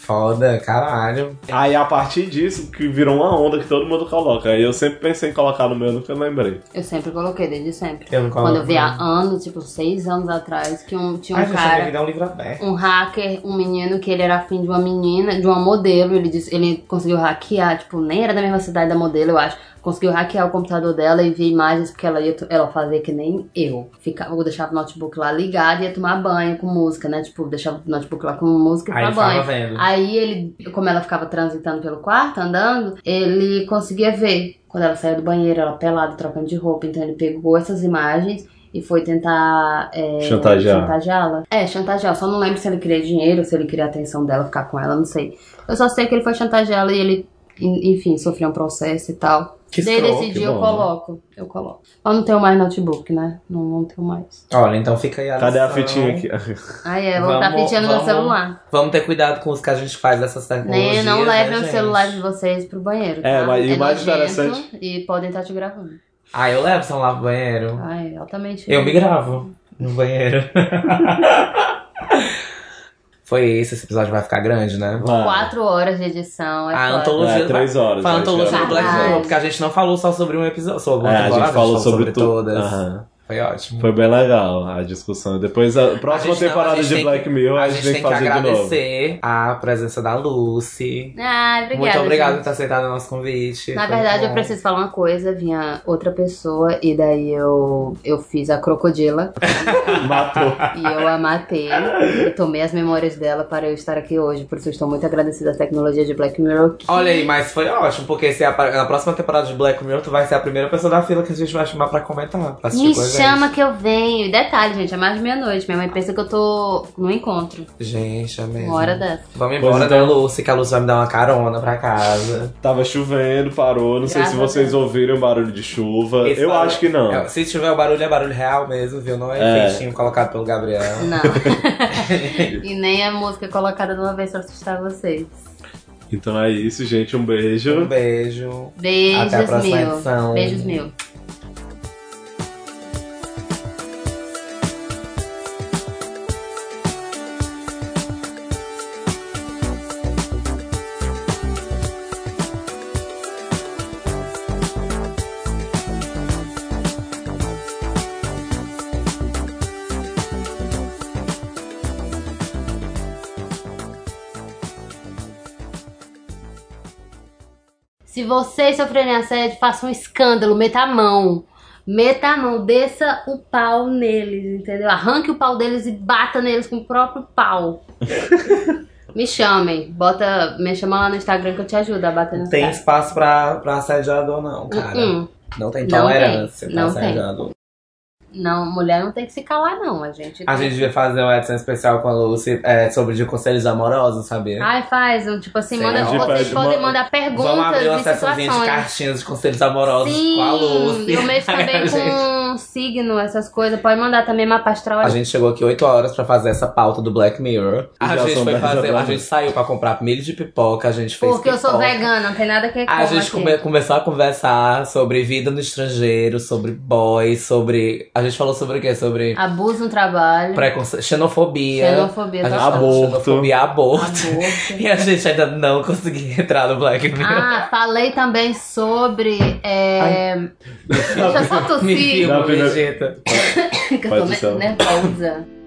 Speaker 2: Foda, caralho.
Speaker 3: Aí a partir disso que virou uma onda que todo mundo coloca. Aí eu sempre pensei em colocar no meu, nunca lembrei.
Speaker 1: Eu sempre coloquei, desde sempre.
Speaker 2: Eu não coloco
Speaker 1: Quando eu vi há
Speaker 2: nada.
Speaker 1: anos, tipo, seis anos atrás, que um, tinha um
Speaker 2: Ai, gente, a minha
Speaker 1: cara.
Speaker 2: vida é um livro aberto.
Speaker 1: um hacker, um menino que ele era afim de uma menina, de uma modelo, ele disse, ele conseguiu hackear, tipo, nem era da mesma cidade da modelo, eu acho. Conseguiu hackear o computador dela e ver imagens porque ela ia to- ela fazia que nem eu. Ficava, eu deixava o notebook lá ligado e ia tomar banho com música, né? Tipo, deixava o notebook lá com música e
Speaker 2: Aí
Speaker 1: tomar
Speaker 2: ele tava
Speaker 1: banho.
Speaker 2: vendo.
Speaker 1: Aí ele, como ela ficava transitando pelo quarto, andando, ele conseguia ver. Quando ela saiu do banheiro, ela pelada, trocando de roupa. Então ele pegou essas imagens e foi tentar é,
Speaker 3: Chantagear.
Speaker 1: chantageá-la. É, chantagear. Só não lembro se ele queria dinheiro, se ele queria a atenção dela, ficar com ela, não sei. Eu só sei que ele foi chantageá-la e ele, en- enfim, sofreu um processo e tal.
Speaker 2: Que
Speaker 1: Daí
Speaker 2: escroto,
Speaker 1: desse
Speaker 3: que
Speaker 1: dia eu
Speaker 3: bom, né?
Speaker 1: coloco. Eu coloco. Eu não tenho mais notebook, né? Não, não tenho mais.
Speaker 2: Olha, então fica aí a
Speaker 3: Cadê a
Speaker 2: lição.
Speaker 3: fitinha aqui?
Speaker 1: Aí é, vou estar
Speaker 2: Vamos-
Speaker 1: pedindo no meu
Speaker 2: vamos-
Speaker 1: celular.
Speaker 2: Vamos ter cuidado com os que a gente faz dessas
Speaker 1: Né?
Speaker 2: tecnologias.
Speaker 1: Não levem
Speaker 2: né,
Speaker 1: o
Speaker 2: gente?
Speaker 1: celular de vocês pro banheiro.
Speaker 3: É,
Speaker 1: tá?
Speaker 3: mas e o mais
Speaker 1: nojento
Speaker 3: interessante-
Speaker 1: E podem estar te gravando.
Speaker 2: Ah, eu levo o celular pro banheiro.
Speaker 1: Ai, é altamente.
Speaker 2: Eu me gravo no banheiro. Foi esse, esse episódio vai ficar grande, né?
Speaker 3: Vai.
Speaker 1: Quatro horas de edição. É
Speaker 2: A
Speaker 1: foda.
Speaker 2: antologia.
Speaker 3: É, três horas.
Speaker 2: Foi a
Speaker 3: eu acho que
Speaker 2: antologia
Speaker 3: era.
Speaker 2: do Black
Speaker 1: Caralho.
Speaker 2: Mirror, porque a gente não falou só sobre um episódio. Sobre uma
Speaker 3: É, a
Speaker 2: temporada,
Speaker 3: gente falou sobre, tu-
Speaker 2: todas.
Speaker 3: Aham.
Speaker 2: Foi ótimo.
Speaker 3: Foi bem legal a discussão. Depois, a próxima
Speaker 2: A gente não,
Speaker 3: temporada
Speaker 2: a gente
Speaker 3: de
Speaker 2: tem
Speaker 3: Black
Speaker 2: que-
Speaker 3: Mirror, a gente tem que fazer de novo.
Speaker 2: agradecer a presença da Lucy.
Speaker 1: Ai, obrigada.
Speaker 2: Muito obrigado por
Speaker 1: gente.
Speaker 2: ter aceitado o nosso convite.
Speaker 1: Na
Speaker 2: Foi
Speaker 1: verdade,
Speaker 2: bom.
Speaker 1: eu preciso falar uma coisa. Vinha outra pessoa e daí eu, eu fiz a crocodila
Speaker 3: Matou.
Speaker 1: e eu a matei. E tomei as memórias dela para eu estar aqui hoje. Por isso, eu estou muito agradecida à tecnologia de um Black Mirror. que-
Speaker 2: Olha aí, mas foi ótimo, porque se a, na próxima temporada de Black Mirror, tu vai ser a primeira pessoa da fila que a gente vai chamar pra comentar. Pra assistir
Speaker 1: Me
Speaker 2: com a gente.
Speaker 1: chama que eu venho. E detalhe, gente, é mais de meia-noite. Minha mãe pensa que eu tô no encontro.
Speaker 2: Gente, é mesmo.
Speaker 1: Uma hora dessa.
Speaker 2: Vamos embora,
Speaker 3: Pois então.
Speaker 2: né, Lucy? Que a Lucy vai me dar uma carona pra casa.
Speaker 3: Tava chovendo, parou. Não sei se
Speaker 1: Graças a
Speaker 3: vocês ouviram barulho de chuva.
Speaker 2: Esse
Speaker 3: eu
Speaker 2: barulho-
Speaker 3: acho que não.
Speaker 2: É, se tiver o barulho, é barulho real mesmo, viu? Não é,
Speaker 3: É.
Speaker 2: feitinho colocado pelo Gabriel.
Speaker 1: Não. e nem a música colocada de uma vez pra assustar vocês.
Speaker 3: Então é isso, gente. Um beijo.
Speaker 2: Um beijo.
Speaker 1: Beijos
Speaker 2: Até a próxima
Speaker 1: mil.
Speaker 2: edição.
Speaker 1: Beijos mil. Se vocês sofrerem assédio, façam um escândalo, meta a mão. Meta a mão, desça o pau neles, entendeu? Arranque o pau deles e bata neles com o próprio pau. me chamem, bota, me chama lá no Instagram que eu te ajudo a bater
Speaker 2: Não
Speaker 1: nos
Speaker 2: tem
Speaker 1: caras.
Speaker 2: espaço pra, pra assediador, não, cara.
Speaker 1: Tá. Uh-uh.
Speaker 2: Não tem
Speaker 1: Não
Speaker 2: tolerância
Speaker 1: tem,
Speaker 2: tá pra
Speaker 1: não tem.
Speaker 2: assediador.
Speaker 1: Não, mulher não tem que se calar, não. A gente.
Speaker 2: A gente devia fazer uma edição especial com a Lucy é, sobre de conselhos amorosos, sabia?
Speaker 1: Ai, faz, um, tipo assim,
Speaker 2: Sim.
Speaker 1: manda,
Speaker 2: A gente
Speaker 1: vocês
Speaker 3: pede
Speaker 1: podem
Speaker 3: uma-
Speaker 1: mandar perguntas
Speaker 2: Vamos abrir uma
Speaker 1: de
Speaker 2: sessãozinha de
Speaker 1: situações.
Speaker 2: cartinhas de conselhos amorosos com a Lucy.
Speaker 1: Sim, eu mexo
Speaker 2: A
Speaker 1: também
Speaker 2: gente-
Speaker 1: com signo, essas coisas. Pode mandar também mapa astral.
Speaker 2: A gente chegou aqui 8 horas pra fazer essa pauta do Black Mirror. A
Speaker 3: já
Speaker 2: gente
Speaker 3: são
Speaker 2: foi
Speaker 3: 10 da
Speaker 2: fazer, a
Speaker 3: tarde.
Speaker 2: gente saiu pra comprar milho de pipoca, a gente fez
Speaker 1: Porque eu sou
Speaker 2: pipoca.
Speaker 1: vegana, assim? não tem nada que
Speaker 2: A
Speaker 1: coma
Speaker 2: gente
Speaker 1: aqui.
Speaker 2: come- começou a conversar sobre vida no estrangeiro, sobre boys, sobre. A gente falou sobre o quê? Sobre
Speaker 1: Abuso no trabalho,
Speaker 2: preconce... xenofobia.
Speaker 1: Ah. Xenofobia,
Speaker 2: é a gente
Speaker 1: total.
Speaker 2: falou de
Speaker 3: Aborto.
Speaker 2: Xenofobia, aborto.
Speaker 1: aborto.
Speaker 2: E a gente ainda não conseguiu entrar no Black Mirror.
Speaker 1: Ah, falei também sobre. É... Deixa eu só
Speaker 2: Me
Speaker 1: tossir,
Speaker 2: filma,
Speaker 3: Não, primeiro-
Speaker 2: Vegeta.
Speaker 1: que eu tô
Speaker 3: Pode ser.
Speaker 1: nervosa.